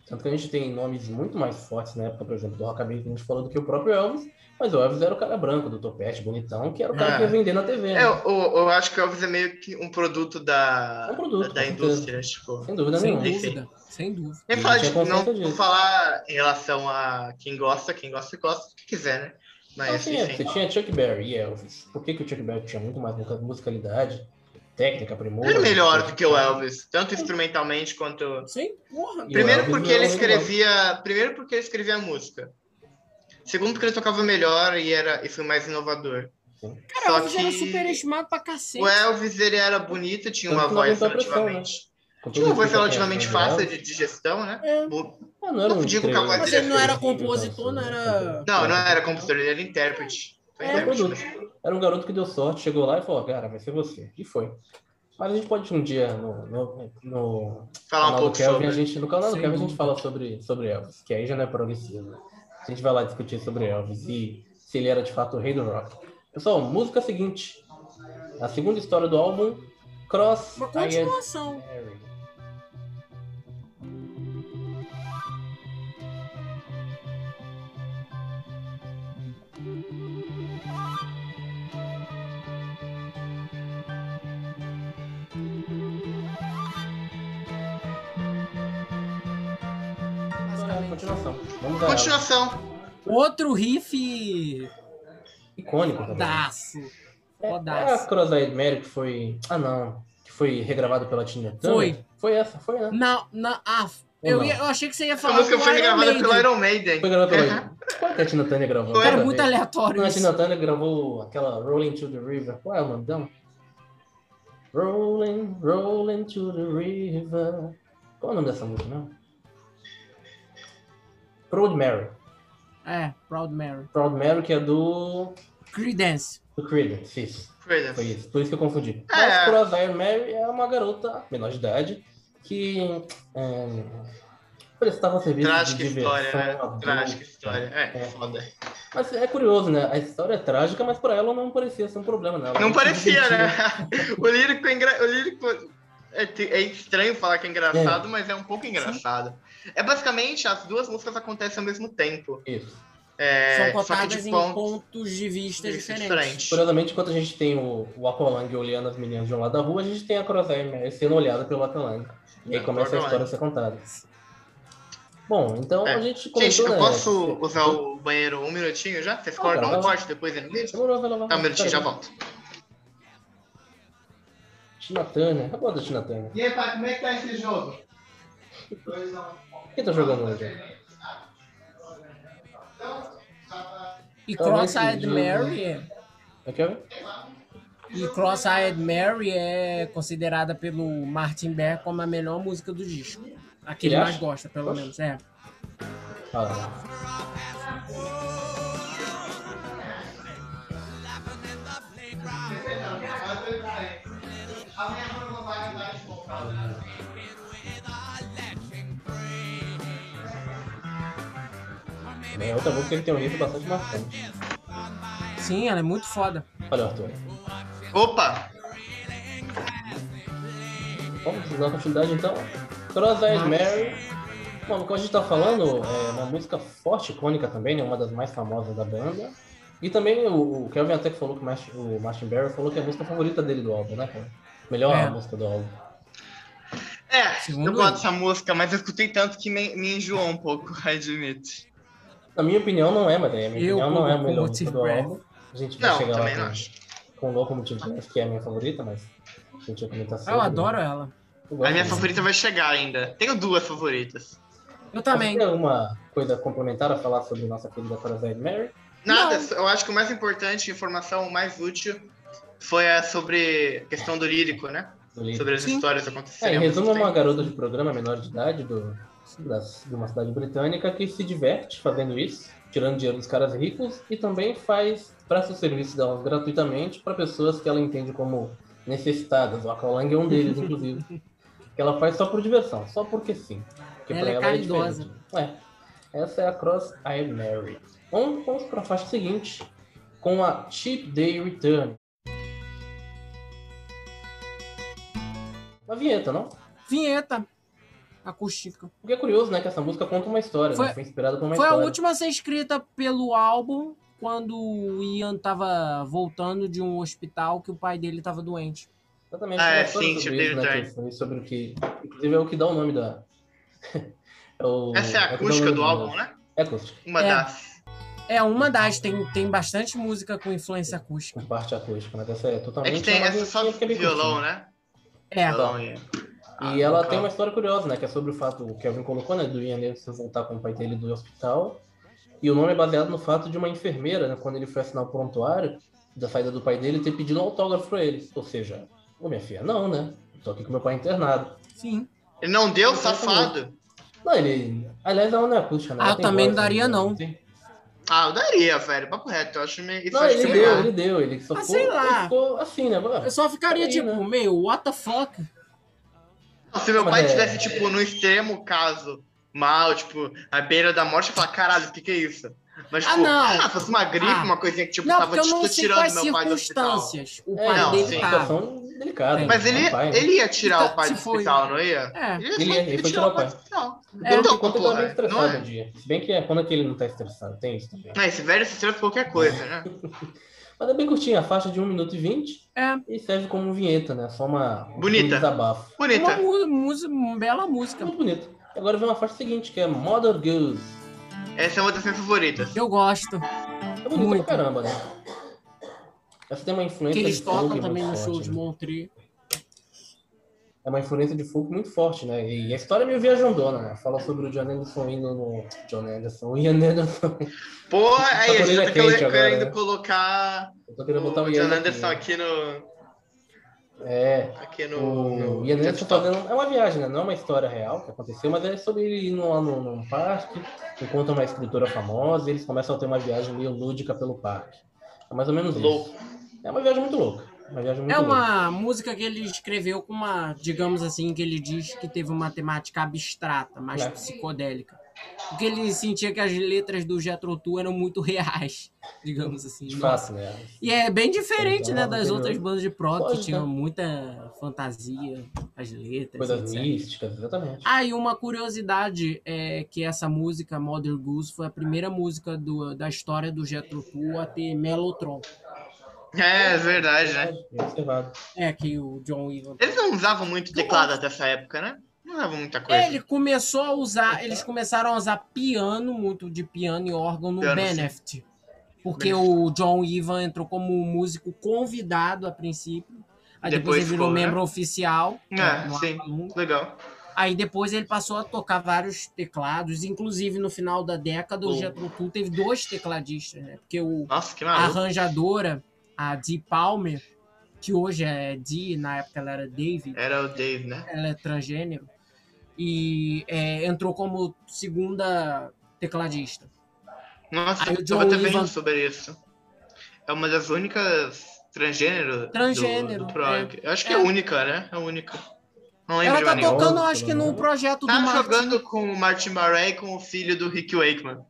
Tanto que a gente tem nomes muito mais fortes na época, por exemplo, do Rockabilly, que a gente falou do que o próprio Elvis, mas o Elvis era o cara branco, do topete, bonitão, que era o cara É. que ia vender na TV. É, né? eu, eu acho que o Elvis é meio que um produto da, É um produto, da, com certeza. indústria. Tipo. Sem dúvida Sem nenhuma. Sim. dúvida, sem dúvida. Nem Sim, falar, tinha tipo, não consciência disso. falar em relação a quem gosta, quem gosta, gosta, o que quiser, né? Então, Mas, assim, é, você enfim. tinha Chuck Berry e Elvis. Por que, que o Chuck Berry tinha muito mais muca- musicalidade, técnica, primor? Era é melhor do que o Elvis, tanto instrumentalmente quanto Sim, porra. um E o Primeiro Elvis porque não é ele era legal. escrevia. Primeiro porque ele escrevia a música. Segundo porque ele tocava melhor e, era, e foi mais inovador. Sim. Cara, o Elvis era super estimado pra cacete. o Elvis ele era bonito, tinha Tanto uma que não voz aguentou a pressão, né? relativamente. Com todo Tinha uma voz respeito a quem relativamente é fácil Elvis, de digestão, né? É. Bo- Ah, não era Não um digo que a voz Mas ele não era compositor, não era. Não, não era compositor, ele era intérprete. Foi É, intérprete, né? produto. Era um garoto que deu sorte, chegou lá e falou, cara, vai ser você. E foi. Mas a gente pode um dia no, no, no mas Falar um canal do pouco Kelvin, sobre. a gente, no canal do Sem Kelvin a gente dúvida. fala sobre, sobre Elvis, que aí já não é progressivo. A gente vai lá discutir sobre Elvis e se ele era de fato o rei do rock. Pessoal, música seguinte. A segunda história do álbum, Cross Uma Eyed continuação. Mary. basicamente. Continuação. Vamos a ela. Continuação. Outro riff Icônico também. daço. É, Fodaço. é a Cross Eyed Mary que foi. Ah, não. Que foi regravado pela Tina Turner? Foi. Foi essa, foi, né? Não, não. Ah, Ou eu, não? ia- eu achei que você ia Essa falar. música do foi Iron regravada Maiden. pelo Iron Maiden. Foi gravada pela. Qual é que a Tina Turner gravou? Foi. Cara, Cada muito vez. aleatório Não, a isso. Tina Turner gravou aquela Rolling to the River. Qual é o nome dela? Rolling, rolling to the river. Qual é o nome dessa música, não? Proud Mary. É, Proud Mary. Proud Mary que é do. Creedence. do Creedence, isso. Freedom. Foi isso, por isso que eu confundi. É. Mas Cross Iron Mary é uma garota menor de idade que é, prestava serviço Trágica de diversão. história, né? adulta. Trágica história. É, É. foda. Mas é curioso, né? A história é trágica, mas pra ela não parecia ser um problema, né? Ela Não se parecia, divertia. né? O lírico é engra... o lírico é, tri- é estranho falar que é engraçado, mas é um pouco engraçado. É basicamente as duas músicas acontecem ao mesmo tempo. Isso. É, São só que tipo, contadas de em ponto pontos de vista diferentes. diferente. Curiosamente, enquanto a gente tem o, o Aqualung olhando as meninas de um lado da rua, a gente tem a Crozai sendo olhada pelo Aqualung. E aí É, começa a Aqualung. história a ser contada. Bom, então É. a gente comentou, Gente, eu né? posso usar o banheiro um minutinho já? Vocês cortam cara. um corte depois ainda? Tá, Demorou, vai lá, vai lá. um minutinho, já volto. Tina Turner. Eu gosto da Tina Turner. E aí, pai, como é que tá esse jogo? Dois a um. Quem tá jogando hoje? E Também Cross-Eyed entendi, Mary, É Kevin? e Cross-Eyed Mary é considerada pelo Martin Beck como a melhor música do disco. A que Ele ele mais acha? gosta, pelo Poxa. menos. É. Ah, bem, é outra música que tem um riff bastante marcante. Sim, ela é muito foda. Olha, Arthur. Opa! Vamos dar continuidade então. Cross Eyed Vamos. Mary. Bom, como a gente tá falando, é uma música forte, icônica também, né? Uma das mais famosas da banda. E também o, o Kelvin até que falou que o Martin, o Martin Barry falou que é a música favorita dele do álbum, né? cara? Melhor É. música do álbum. É, Segundo eu gosto ele. dessa música, mas eu escutei tanto que me, me enjoou um pouco, admito. Na minha opinião, não é, mas é, a minha Eu opinião não é a com melhor música Motive do Breath. álbum. A gente vai Não, chegar lá também não com, acho. com Locomotive Breath, que é a minha favorita, mas a gente vai comentar sobre. Ah, Eu adoro ela. Eu gosto A minha disso. favorita vai chegar ainda. Tenho duas favoritas. Eu também. Você Tem alguma coisa complementar a falar sobre nossa querida Cross Eyed Mary? Nada, eu acho que o mais importante, a informação mais útil foi a sobre a questão do lírico, né? Do livro. Sobre as Sim. histórias É, em acontecendo. resumo, é uma garota de programa menor de idade do, das- de uma cidade britânica que se diverte fazendo isso, tirando dinheiro dos caras ricos e também faz presta os serviços dela gratuitamente para pessoas que ela entende como necessitadas. O Aqualung é um deles, inclusive. que ela faz só por diversão, só porque sim. Porque Ela pra é caridosa. diferente. É. Essa é a Cross I Mary. Vamos, vamos para a faixa seguinte com a Cheap Day Return. Uma vinheta, não? Vinheta acústica. O que é curioso, né? Que essa música conta uma história, Foi- né? Foi inspirada por uma Foi a história. última a ser escrita pelo álbum quando o Ian tava voltando de um hospital que o pai dele tava doente. Exatamente. Ah, foi uma é, história sim, sobre Chip isso, né, Taylor. que foi sobre o que... Inclusive é o que dá o nome da... é o- Essa é a o que dá o acústica nome do da- álbum, né? É acústica, Uma É. das. É uma das, tem, tem bastante música com influência acústica. com parte acústica, né? Essa é É totalmente... que tem uma essa só musiquinha que é bem violão, Ah, curtinha. né? É, Violão e. E ela vocal. tem uma história curiosa, né? Que é sobre o fato que o Kevin colocou, né? Do Ian Anderson voltar com o pai dele do hospital. E o nome é baseado no fato de uma enfermeira, né? Quando ele foi assinar o prontuário da saída do pai dele, ter pedido um autógrafo pra ele. Ou seja, ô minha filha, não, né? Tô aqui com meu pai internado. sim. Ele não deu, Exatamente. safado. Não, ele. Aliás, ela não é acústica, né? Ah, Ela eu tem também voz, não daria, né? não. Tem- Ah, eu daria, velho. Papo reto, eu acho meio. Isso Não, eu acho ele meio deu, errado. ele deu. Ele só Ah, ficou, sei lá. ele ficou assim, né? Eu só ficaria Aí, tipo, né? meio, what the fuck? Não, Se meu Mas pai é- tivesse, tipo, no extremo caso, mal, tipo, à beira da morte, eu ia falar, caralho, o que que é isso? Mas, Ah, tipo, não. ah, fosse uma gripe, Ah. uma coisinha que, tipo, não, tava porque eu não tipo, sei quais tirando meu pai do hospital. circunstâncias o É, um pai não, então. dele sim. tá. situação delicada. Tem. né? Mas ele, É um pai, né? ele ia tirar Então, o pai se do foi- hospital, não ia? É. Ele, Ele ia, ele foi tirar o pai. hospital. É, ele então, ficou totalmente porra, não estressado um é? dia. Se bem que é quando é que ele não tá estressado, tem isso também. Não, esse velho se estressa por qualquer coisa, né? Mas é bem curtinha, a faixa de 1 minuto e 20 É. e serve como vinheta, né? Só uma Bonita. um desabafo. Uma Bonita. mu- música, uma bela música. Muito bonito. Agora vem uma faixa seguinte, que é Mother Girls. Essa é uma das minhas favoritas. Eu gosto. É bonita Muito. pra caramba, né? Essa tem uma influência Que eles de folk tocam muito também no show forte, de né? Montreal. É uma influência de folk muito forte, né? E a história é meio viajandona, né? Fala sobre o John Anderson indo no... John Anderson, o Ian Anderson. Porra, aí, a Tá com orelha gente tá quente querendo agora, né? colocar Eu tô querendo botar o o Ian John aqui, Anderson né? aqui no... É, Aqui no... O no Ian Anderson TED Talk. fazendo. É uma viagem, né? Não é uma história real que aconteceu, mas é sobre ele indo lá num, num parque, encontra uma escritora famosa e eles começam a ter uma viagem meio lúdica pelo parque. É mais ou menos Louco. isso. É uma viagem muito louca. Uma viagem muito É louca. uma música que ele escreveu com uma, digamos assim, que ele diz que teve uma temática abstrata, mais É. psicodélica. Porque ele sentia que as letras do Jethro Tull eram muito reais, digamos assim. De né? fato, né? E é bem diferente, Então, né, das anterior. outras bandas de prog Pode, que tinham né? muita fantasia, as letras, Coisas etc. místicas, exatamente. Ah, e uma curiosidade é que essa música, Mother Goose, foi a primeira música do- da história do Jethro Tull a ter Mellotron. É, é verdade, né? Bem observado. É, que o John Ivan... Eles não usavam muito teclado até essa época, né? Não usavam muita coisa. Ele começou a usar, eles começaram a usar piano, muito de piano e órgão no Piano, sim. Benefit. Porque o John Ivan entrou como um músico convidado a princípio. Aí depois, Depois ele virou ficou, né? membro oficial. É, né, no sim. Avalon. Legal. Aí depois ele passou a tocar vários teclados, inclusive no final da década o Bom. Jethro Tull teve dois tecladistas, né? Porque o, Nossa, que a maluco. arranjadora, a Dee Palmer, que hoje é Dee, na época ela era David, Era o Dave, né? ela é transgênero, e é, entrou como segunda tecladista. Nossa, Aí o eu John tava até Ivan- vendo sobre isso. É uma das únicas transgênero do- Transgênero, do, prog. Eu acho que é a É. única, né? É a única. Não lembro Ela de tá mais nenhuma. tocando, eu acho que né? no projeto do Tá Martin. jogando com o Martin Barret e com o filho do Rick Wakeman.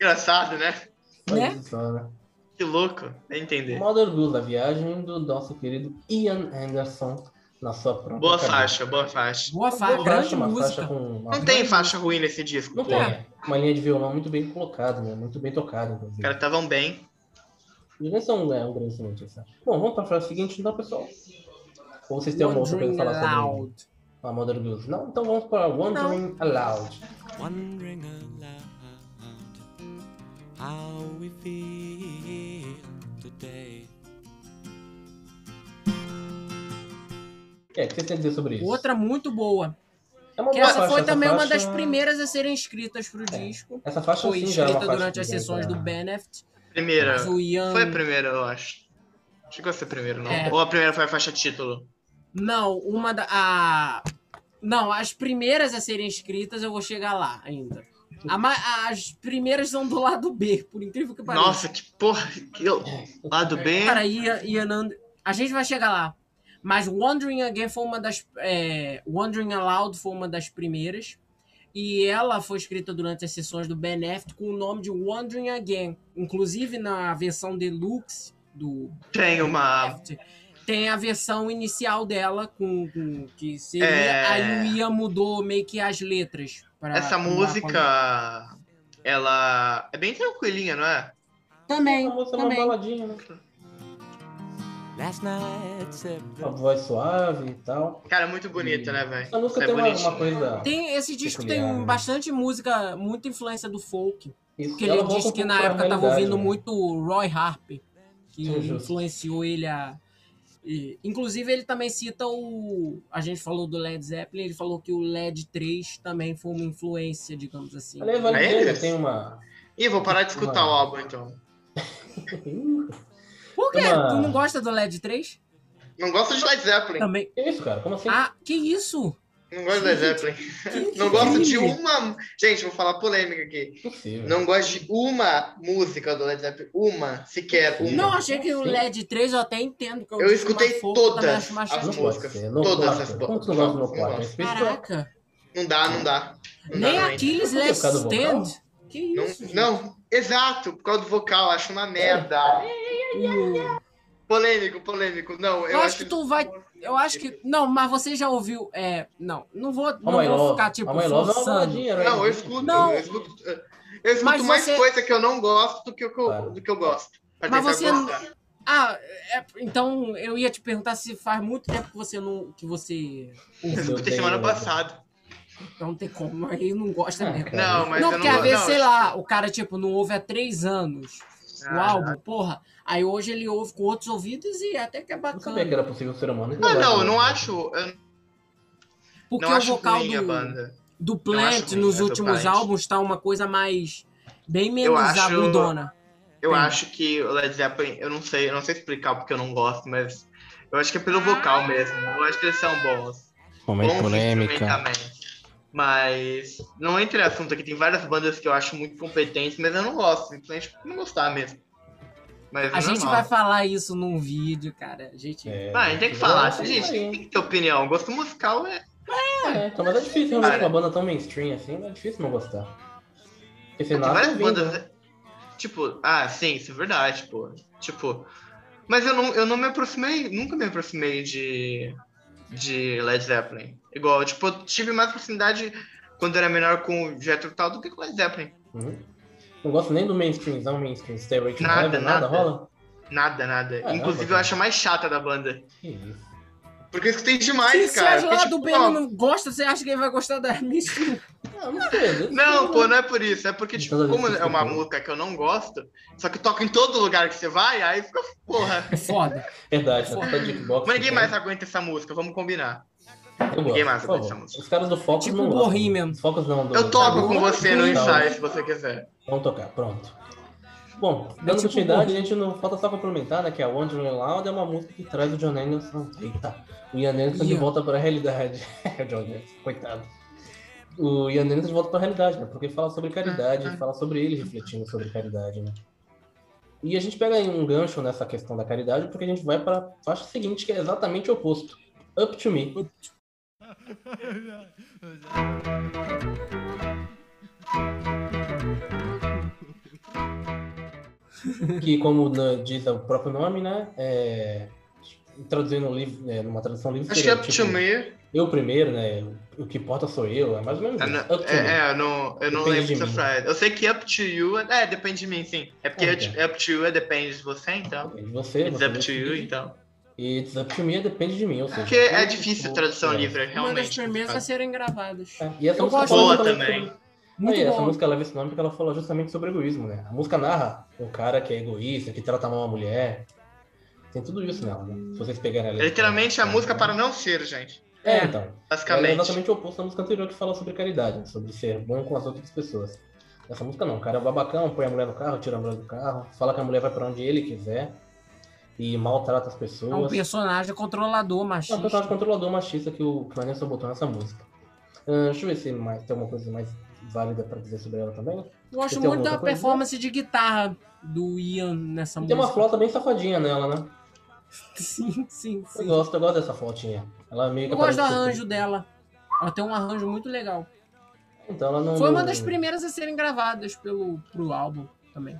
Engraçado, né? Né? Olha só, né? Que louco. Nem entender. Mother Goose, a viagem do nosso querido Ian Anderson na sua própria. Boa cabeça. faixa, boa faixa. Boa faixa, Boa grande faixa, uma faixa música. com uma- Não tem faixa ruim nesse disco, Não pô. tem. Os É. Uma linha de violão muito bem colocada, né? muito bem tocada, inclusive. caras estavam bem. Direção é um grande instrumento, essa. Bom, vamos para a frase seguinte, então, pessoal. Ou vocês têm alguma outra coisa Wondering a falar sobre Aloud. a Mother Goose? Não? Então vamos para Wandering Aloud. wondering aloud how we feel today. É, o que vocês têm a dizer sobre isso? Outra muito boa. É uma Que boa essa faixa, foi também uma faixa- É. das primeiras a serem escritas para o disco. Essa faixa Foi sim, já era uma escrita faixa é. durante que as já sessões era- do Benefit. Primeira. Mas o Ian. É. Foi a primeira, eu acho. Chegou a ser a primeira, não. É. Ou a primeira foi a faixa título. Não, uma da. a- Não, as primeiras a serem escritas eu vou chegar lá ainda. A ma- As primeiras são do lado B, por incrível que pareça. Nossa, que porra. Que... Lado B. É. Cara, Ian, Ian And... a gente vai chegar lá. Mas Wandering Again foi uma das. É... Wandering Aloud foi uma das primeiras. E ela foi escrita durante as sessões do Benefit com o nome de Wandering Again. Inclusive na versão deluxe do Tem uma. Benefit, É, tem a versão inicial dela, com, com- que seria. É. Aí o Ian mudou meio que as letras. pra- Essa pra- música. Ela é bem tranquilinha, não é? Também, Uma música, uma também. baladinha, né? Last night said Uma voz suave e tal. Cara, é muito bonita, né, velho? Essa música É tem uma, bonito. uma coisa... Tem, esse disco Peculiar, tem né? bastante música, muita influência do folk. Isso, Porque ela ele volta disse um que pouco na pra época estava realidade, ouvindo né? muito o Roy Harper, que Sim, justo. influenciou ele a. e- inclusive, ele também cita o. A gente falou do Led Zeppelin, ele falou que o Led 3 também foi uma influência, digamos assim. Aliás, vale É dizer, isso? tem uma... Ih, vou parar de escutar Mano. o álbum então. Por quê? uma- Tu não gosta do Led 3? Não gosto de Led Zeppelin. Também. Que isso, cara? Como assim? Ah, que isso? Não gosto de Led Zeppelin. Não gosto de um? uma. Gente, vou falar polêmica aqui. Impossível. Não gosto de uma música do Led Zeppelin. Uma, sequer uma. Não, achei que o Led 3 eu até entendo. Que é um Eu disco escutei mais folk, todas também acho mais as chato. Não pode músicas. ser. Não Todas pode as ser. bo- Como que tu não gosta do não meu quarto? gosto. Respeito. Caraca, Não dá, não dá. Não nem dá, não entra. Aquiles Por Last causa do vocal? Stand. Que isso? gente? Não, não, exato, por causa do vocal, acho uma merda. É. O- Polêmico, polêmico. Não, Eu acho que tu vai. Eu acho que. Não, mas você já ouviu. É, não, não vou, não Ó, My vou Love. ficar tipo Ó, My Love é uma forçando. baladinha, né? Não, eu escuto. Não. Eu escuto, eu escuto Mas mais você- coisa que eu não gosto do que eu, que eu- Claro. do que eu gosto. Pra Mas tentar você- gostar. Ah, é, então eu ia te perguntar se faz muito tempo que você não. que você. Eu Meu escutei Deus, semana meu Deus. passada. Então não tem como, aí não gosta Ah, mesmo. cara. Não, mas não, eu porque não às gosto. vezes, não, sei lá, o cara, tipo, não ouve há três anos o Ah, álbum, porra. Aí hoje ele ouve com outros ouvidos e até que é Não sabia que bacana. era possível ser humano. Ah, não, eu não acho. Eu Porque não é o acho vocal ruim a do, banda. do acho Plant ruim, nos né, do últimos Plant. álbuns tá uma coisa mais. bem menos acho- agudona. Eu Sim. acho que o Led Zeppelin, eu não sei, eu não sei explicar porque eu não gosto, mas eu acho que é Ah. pelo vocal mesmo. Eu acho que eles são bons. Momento bons polêmica. instrumentalmente. Mas não entre assunto aqui, tem várias bandas que eu acho muito competentes, mas eu não gosto, simplesmente por não gostar mesmo. Mas A é gente normal. vai falar isso num vídeo, cara. A gente. É, assim, Ah, a gente tem que falar. Gente, tem que ter opinião. Gosto musical é É, então, mas é difícil realmente Cara. com uma banda tão mainstream assim, é difícil não gostar. Porque Tem senão. várias vem, bandas. né? né? Tipo, ah, sim, isso é verdade, pô. Tipo. Mas eu não, eu não me aproximei, nunca me aproximei de. de Led Zeppelin. Igual, tipo, eu tive mais proximidade quando era menor com o Jethro Tull do que com Led Zeppelin. Uhum. Não gosto nem do mainstream, não mainstream. Stairway to Nada, Heaven, nada, nada. rola? Nada, nada. Caramba, Inclusive, eu cara. acho a mais chata da banda. Que isso. Porque eu escutei Se demais, o cara. Sérgio Porque, lá tipo, do ó, Beno não gosta, você acha que ele vai gostar da Miss? Ah, não sei. eu Não, sei, pô, né? não é por isso. É porque, tipo, Toda vez como que é uma escutou. música que eu não gosto, só que toca em todo lugar que você vai, aí fica porra. É foda. Verdade, tá de Jukebox. Mas ninguém né? mais aguenta essa música, vamos combinar. Eu gosto. ninguém mais por aguenta favor. essa música. Os caras do Focus Tipo não o gostam. Borrim mesmo. Os Focus não. do- Eu toco do- com você no Não. ensaio, se você quiser. Vamos tocar, pronto. Bom, dando É tipo continuidade, Borrim. a gente não falta só complementar, né? Que a Wandering Loud é uma música que traz o John Anderson. Eita! O Ian Anderson de Ian. volta para a realidade. É o John Anderson, coitado. O Ian Anderson de volta para a realidade, né? Porque fala sobre caridade, Uhum. fala sobre ele refletindo sobre caridade, né? E a gente pega aí um gancho nessa questão da caridade, porque a gente vai para a faixa seguinte, que é exatamente o oposto. Up to me. que como né, diz o próprio nome, né? É... Traduzindo um livro, né, numa tradução livre. Acho que é seria, Up to tipo, Me. Eu primeiro, né? O que importa sou eu. É mais ou menos. Ah, não, isso. Up to me. É, é, eu não, eu não Depende lembro de dessa mim. frase. Eu sei que Up to You. É, depende de mim, sim. É porque Ok. up- Up to You é depende de você, então. Depende de você. It's você Up to You, decide. então. E it's up to me depende de mim. Ou seja, Porque é eu- difícil eu- a tradução é. livre, Uma das realmente. primeiras a serem gravadas. É, E essa Eu música gosto fala Boa exatamente também. sobre- Muito É, essa bom. música leva esse nome porque ela fala justamente sobre egoísmo, né? A música narra um cara que é egoísta, que trata mal a mulher. Tem tudo isso nela, né? Se vocês pegarem a É letra. Literalmente a música para não ser, gente. É, então. Ela é Basicamente. exatamente o oposto da música anterior que fala sobre caridade, né? sobre ser bom com as outras pessoas. Nessa música não, o cara é babacão, põe a mulher no carro, tira a mulher do carro, fala que a mulher vai pra onde ele quiser e maltrata as É um pessoas. personagem controlador, É um personagem machista. controlador machista que o Clarence botou nessa música. Ah, deixa eu ver se mais, tem alguma coisa mais válida pra dizer sobre ela também. Gosto Tem muito da alguma coisa? performance de guitarra do Ian nessa E tem uma música. flauta bem safadinha nela, né? Sim, sim, Eu sim. gosto, eu gosto dessa flautinha. Ela meio que Eu gosto do aparece- arranjo dela. Ela tem um arranjo muito legal. Então ela não. Foi uma das primeiras a serem gravadas pelo, pro álbum também.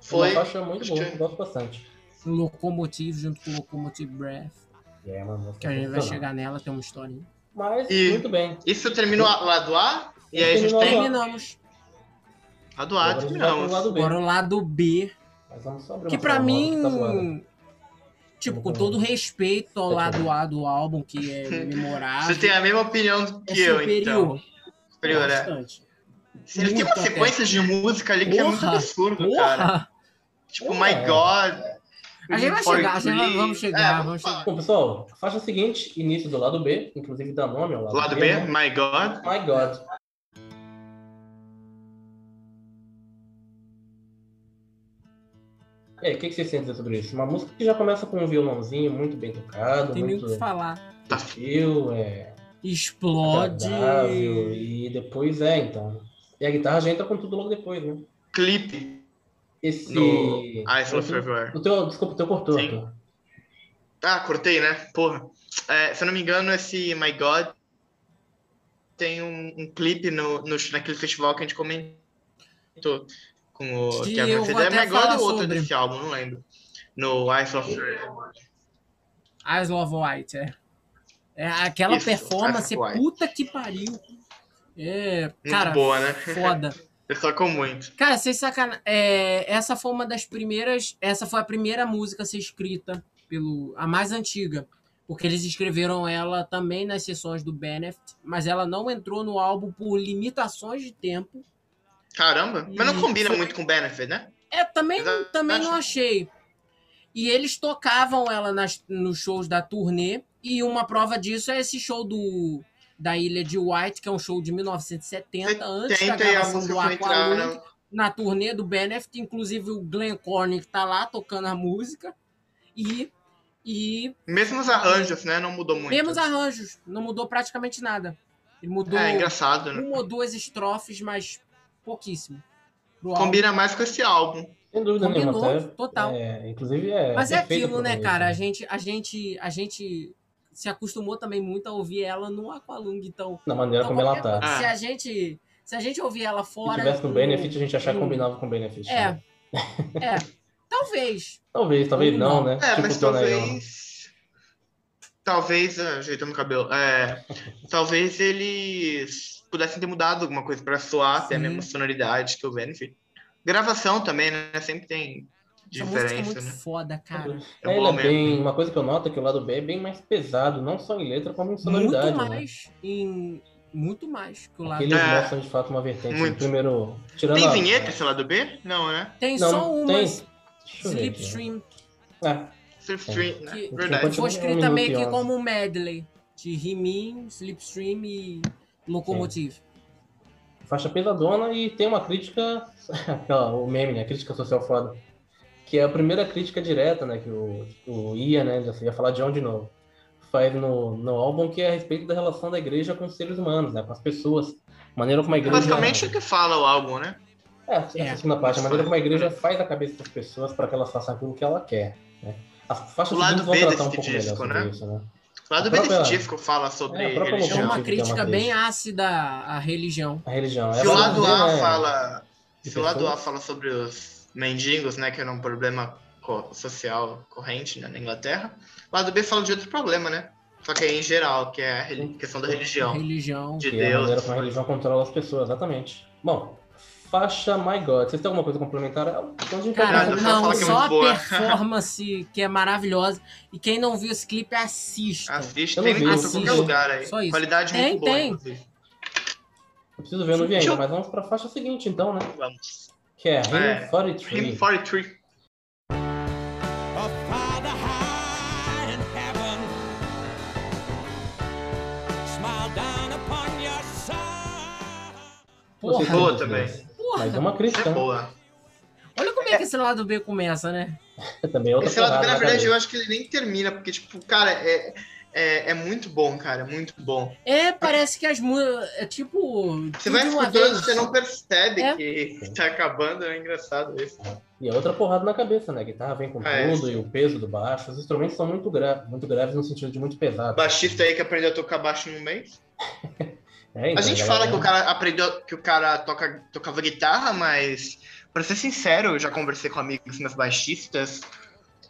Foi. é Uma faixa muito Acho boa, que- eu gosto bastante. Locomotive Um junto com Locomotive Breath. E é uma música Que a gente vai sensacional. chegar nela, tem uma história. Mas, E- muito bem. Isso termina o a- lado A, e aí a gente Terminou tem. lá. Terminamos. A do A, Agora a gente vai pro terminamos. lado B. Agora o lado B. Mas vamos só abrir Que uma pra salva, mim, que tá zoada. tipo, com todo respeito Tá ao lado A do álbum, que é memorável, Você tem a mesma opinião que é eu, então. superior. Superior, é. Bastante. Eles têm uma Muito sequência de música ali que é muito Porra! absurdo, cara. Porra! Tipo, Porra! My God. A gente vai For chegar, a gente vai- Free. vamos É, chegar, vamos chegar. Bom, pessoal, faixa seguinte, início do lado B, inclusive dá nome ao lado, Lado B, né? My God. My God. E aí, É, o que, que vocês têm a dizer sobre isso? Uma música que já começa com um violãozinho muito bem tocado, Tem nem o que muito falar. tá, sutil, é Explode. agradável, e depois é, então. E a guitarra já entra com tudo logo depois, né? Clipe Esse... no Ah, Isle of Uhum. Outro- Forever. O teu, desculpa, o teu cortou. Sim. Arthur. Ah, cortei, né? Porra. É, se eu não me engano, esse My God tem um, um clipe no, no, naquele festival que a gente comentou. Com o Que que ia eu acontecer. vou É até My God falar ou outro sobre. desse álbum, não lembro. No Isle of Forever. Eyes Love White, é. É aquela Isso, performance, Eyes Love White. puta que pariu. É, Muito cara, boa, né? foda. Eu toco muito. Cara, sem sacanagem. essa foi uma das primeiras. Essa foi a primeira música a ser escrita pelo. A mais antiga. Porque eles escreveram ela também nas sessões do Benefit, mas ela não entrou no álbum por limitações de tempo. Caramba. Mas não E combina foi- muito com Benefit, né? É, também, Exato. também não achei. E eles tocavam ela nas, nos shows da turnê. E uma prova disso é esse show do da Ilha de White, que é um show de 1970, antes da Tenta e a gravação música do foi entrar. né? Aqualung na- na turnê do Benefit, inclusive o Glenn Cornick tá lá tocando a música e e Mesmos arranjos, né? Não mudou muito. mesmos arranjos, não mudou praticamente nada. Ele mudou É engraçado, né? uma ou duas estrofes, mas pouquíssimo. Pro álbum. Combina mais com esse álbum. Sem dúvida Combinou, nenhuma, até. total. É, inclusive é. Mas é perfeito aquilo, pra né, mim, cara? A gente a gente a gente se acostumou também muito a ouvir ela no Aqualung, então. Da maneira então, como ela qualquer tá. coisa, Se Ah. a gente. Se a gente ouvir ela Se fora. tivesse no do- Benefit, a gente achar que do- combinava com o Benefit. É. né? É. Talvez. Talvez, talvez não, né? É, mas o Tonaião, né? talvez. Talvez. ah, Ajeitando o cabelo. É. talvez eles pudessem ter mudado alguma coisa pra soar, ter a Sim. mesma sonoridade que o Benefit. Gravação também, né? Sempre tem Essa música é muito diferença, né? foda, cara. É É, ele bom é mesmo. bem, uma coisa que eu noto é que o lado B é bem mais pesado, não só em letra, como em sonoridade. Muito né? mais em. Muito mais que o lado. Aqui eles É. mostram de fato uma vertente. Muito. Primeiro, tirando Tem a- vinheta esse lado B? Não, né? Tem Não, só não uma. tem. Deixa eu ver aqui. Slipstream, É, Slipstream, né? que Verdade. Continua foi um escrita minuto e meio que onze. como um medley de Rimin, Slipstream e Locomotive. faixa pesadona e tem uma crítica, aquela, o meme, né? Crítica social foda. Que é a primeira crítica direta, né? Que o, o Ia, né? Já ia falar de onde de novo. Faz no, no álbum que é a respeito da relação da igreja com os seres humanos, né? Com as pessoas. Maneira como a igreja. Basicamente é o que fala o álbum, né? É, essa É. segunda parte, a maneira como a igreja faz a cabeça das pessoas para que elas façam aquilo que ela quer. Né? As faixas O lado seguintes vão B tratar desse um pouco disco, melhor sobre né? isso, né? O lado A B desse própria- disco fala sobre é, a própria É religião. uma locomotiva. Locomotive é crítica uma bem crítica. ácida à religião. A religião. Se Ela o lado dizer, A né, fala. de Se o lado A pessoas. fala sobre os mendigos, né? Que era um problema co- social corrente né, na Inglaterra, o lado B fala de outro problema, né? Só que é em geral, que é a reli- questão da religião. Religião. De Que é a maneira Deus. como a religião controla as pessoas, exatamente. Bom, faixa My God. Vocês têm alguma coisa complementar? a ela? Então a gente vai Cara, Não, começar. só não, fala que é só muito a boa. performance que é maravilhosa. E quem não viu esse clipe, assista. Assiste, Eu tem não em vi, qualquer assisto. lugar aí. Só isso. Qualidade Tem, muito boa, tem. inclusive. Eu preciso ver, eu não vi Deixa ainda, eu- mas vamos pra faixa seguinte então, né? Vamos. Que é É. Hymn 43. Hymn 43. Our Father high in heaven, smile down upon your son. Vocês Porra. têm Boa dúvidas? também. Mas é Porra, uma Isso crítica. é né? boa. olha como é que esse lado B começa, né? Também é outra Esse lado B, porrada na na verdade, cabeça. eu acho que ele nem termina, porque, tipo, cara, é, é, é muito bom, cara. É muito bom. É, parece que as músicas. É tipo. Você tudo vai de uma escutando, vez. você não percebe É. que tá acabando, é engraçado isso. E é outra porrada na cabeça, né? A guitarra vem com Ah, é. tudo e o peso do baixo. Os instrumentos são muito, gra... muito graves no sentido de muito pesado. Baixista aí que aprendeu a tocar baixo no mês. É, A então, gente galera, fala que né? o cara aprendeu que o cara toca, tocava guitarra, mas pra ser sincero, eu já conversei com amigos meus baixistas.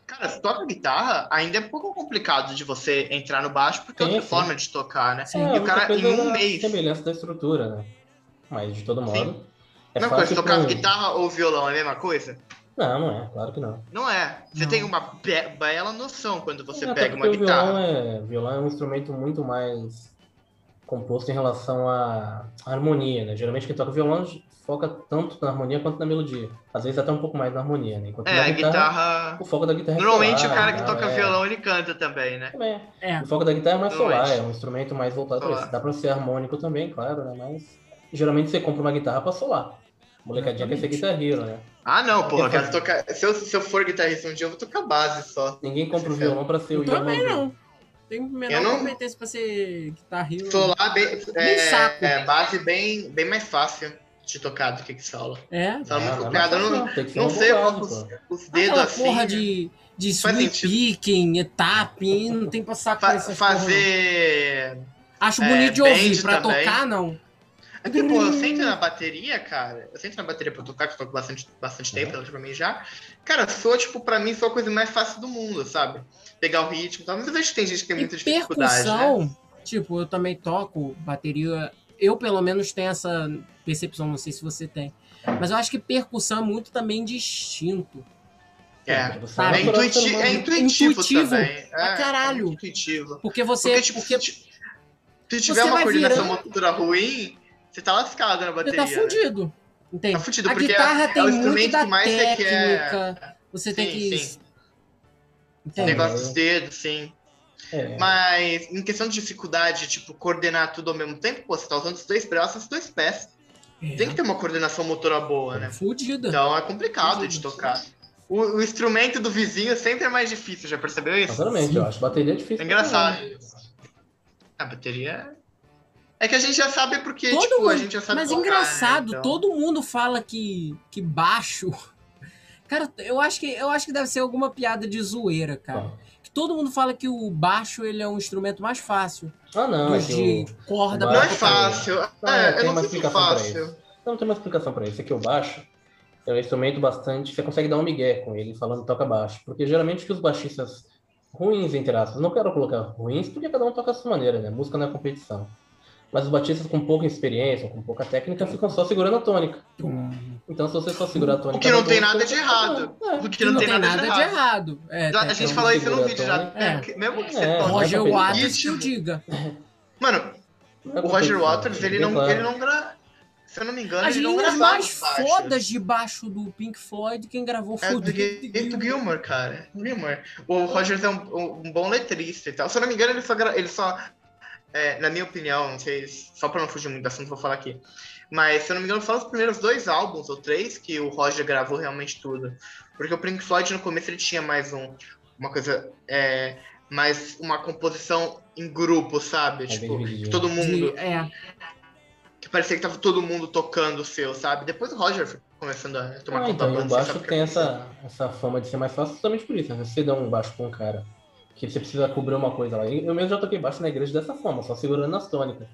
Cara, se toca guitarra, ainda é um pouco complicado de você entrar no baixo, porque é Sim, outra sim. forma de tocar, né? Sim. É, E o cara, outra em coisa um é a mês. semelhança da estrutura, né? Mas, de todo modo, Sim. é não, fácil coisa, tocar pro- guitarra ou violão é a mesma coisa? Não, não é. Claro que não. Não é. Você Não. tem uma be- bela noção quando você Até pega uma porque o guitarra. Violão é, violão é um instrumento muito mais composto em relação à harmonia, né? Geralmente quem toca violão foca tanto na harmonia quanto na melodia. Às vezes até um pouco mais na harmonia, né? Enquanto É, na a guitarra. o foco da guitarra é Normalmente o solar, cara que né? toca É, violão ele canta também, né? também. É. O foco da guitarra é mais solar, Normalmente. é um instrumento mais voltado para Solar. isso. Dá pra ser harmônico também, claro, né? Mas geralmente você compra uma guitarra pra solar. Molecadinha quer ser Exatamente. guitarreiro, né? Ah, não, porra, eu Eu quero faço. tocar. Se eu, se eu for guitarrista um dia, eu vou tocar base só. Ninguém compra o violão pra ser o Eu também Yamandu. não. Tem menor Eu não- competência pra ser guitarrista. Solar bem, Nem saco. é, é, base bem, bem mais fácil de tocar do que que sola. É. Tá muito Não, não é complicado, mais eu fácil, tem que ser Não um sei, eu bom coloco os, básico. os dedos Aquela assim. porra de, de Faz sweep sentido. picking, etapping, não tem pra sacar fa- essas porra, fazer. não. Acho é, bonito de bend ouvir, pra também. tocar não. É que, pô, eu sento na bateria, cara. Eu sento na bateria pra tocar, que eu toco bastante, bastante tempo, relativamente já. Cara, sou, tipo, pra mim, sou a coisa mais fácil do mundo, sabe? Pegar o ritmo e tal. Mas eu vejo que tem gente que tem E muita dificuldade. né? percussão, tipo, eu também toco bateria. Eu, pelo menos, tenho essa percepção, não sei se você tem. Mas eu acho que percussão é muito também de instinto. É. Tipo, você Sabe? É, vai procurar intuiti- ser humano. é intuitivo, Intuitivo também. pra É, caralho. é muito intuitivo. Porque você. Porque, Porque, tipo, se, ti- se tiver você uma vai coordenação virando- motora ruim, você tá lascado na você bateria. tá né? fudido. Entende? Tá fudido, a porque guitarra é- é tem o muito instrumento da que mais você quer- técnica. Você tem Sim, que. sim. O Entende? negócio dos dedos, sim. É. Mas em questão de dificuldade, tipo, coordenar tudo ao mesmo tempo, pô, você tá usando os dois braços e os dois pés. É. Tem que ter uma coordenação motora boa, né? Fudida. Então é complicado de tocar. O, o instrumento do vizinho sempre é mais difícil, já percebeu isso? Exatamente, eu acho. Bateria é difícil. É pra engraçado. caralho. A bateria. É que a gente já sabe porque, Todo tipo, a mundo- gente já sabe. Mas tocar, né? engraçado, Então, todo mundo fala que, que baixo. Cara, eu acho que, eu acho que deve ser alguma piada de zoeira, cara. Bom, Que todo mundo fala que o baixo ele é um instrumento mais fácil. Ah, não, é dos que de o... corda o Não é baixo- fácil. Ah, É, tem eu uma não sei se é explicação pra fácil. Não, tem uma explicação pra isso. Aqui o baixo é um instrumento bastante. Você consegue dar um migué com ele falando toca baixo. Porque geralmente que os baixistas ruins, entre aspas, não quero colocar ruins, porque cada um toca a sua maneira, né? Música não é competição. Mas os baixistas com pouca experiência, com pouca técnica, ficam só segurando a tônica. Hum. Então, se você só segurar a tônica. O que não da tem tônica, nada de errado. É, O que não tem nada de errado. errado. É, Já- tem- a gente tem- fala- falou isso no segura vídeo a já. tônica. Mesmo que- Mesmo que você É. toque. Roger Não é Waters que competição. o diga. Mano, não é o Roger competição, Waters, é ele bem não, claro. ele não gra... Se eu não me engano, As ele não linhas gravava mais é os baixos. fodas de baixo do Pink Floyd, quem gravou É foi o do Gil- David do Gilmour. Gilmore, cara. Gilmore. O Rogers é um, um bom letrista e tal. Se eu não me engano, ele só. gra- Ele só é, na minha opinião, não sei, só pra não fugir muito do assunto, vou falar aqui. Mas, se eu não me engano, só os primeiros dois álbuns ou três que o Roger gravou realmente tudo. Porque o Pink Floyd no começo ele tinha mais um. Uma coisa. É, mais uma composição em grupo, sabe? Tá bem tipo, dividido. todo mundo. De- é, Que parecia que tava todo mundo tocando o seu, sabe? Depois o Roger foi começando a tomar Ah, conta então, da e o banda. você baixo sabe que tem é- essa, essa fama de ser mais fácil justamente por isso. né? Você dá um baixo com um cara que você precisa cobrir uma coisa lá. Eu mesmo já toquei baixo na igreja dessa forma, só segurando as tônicas.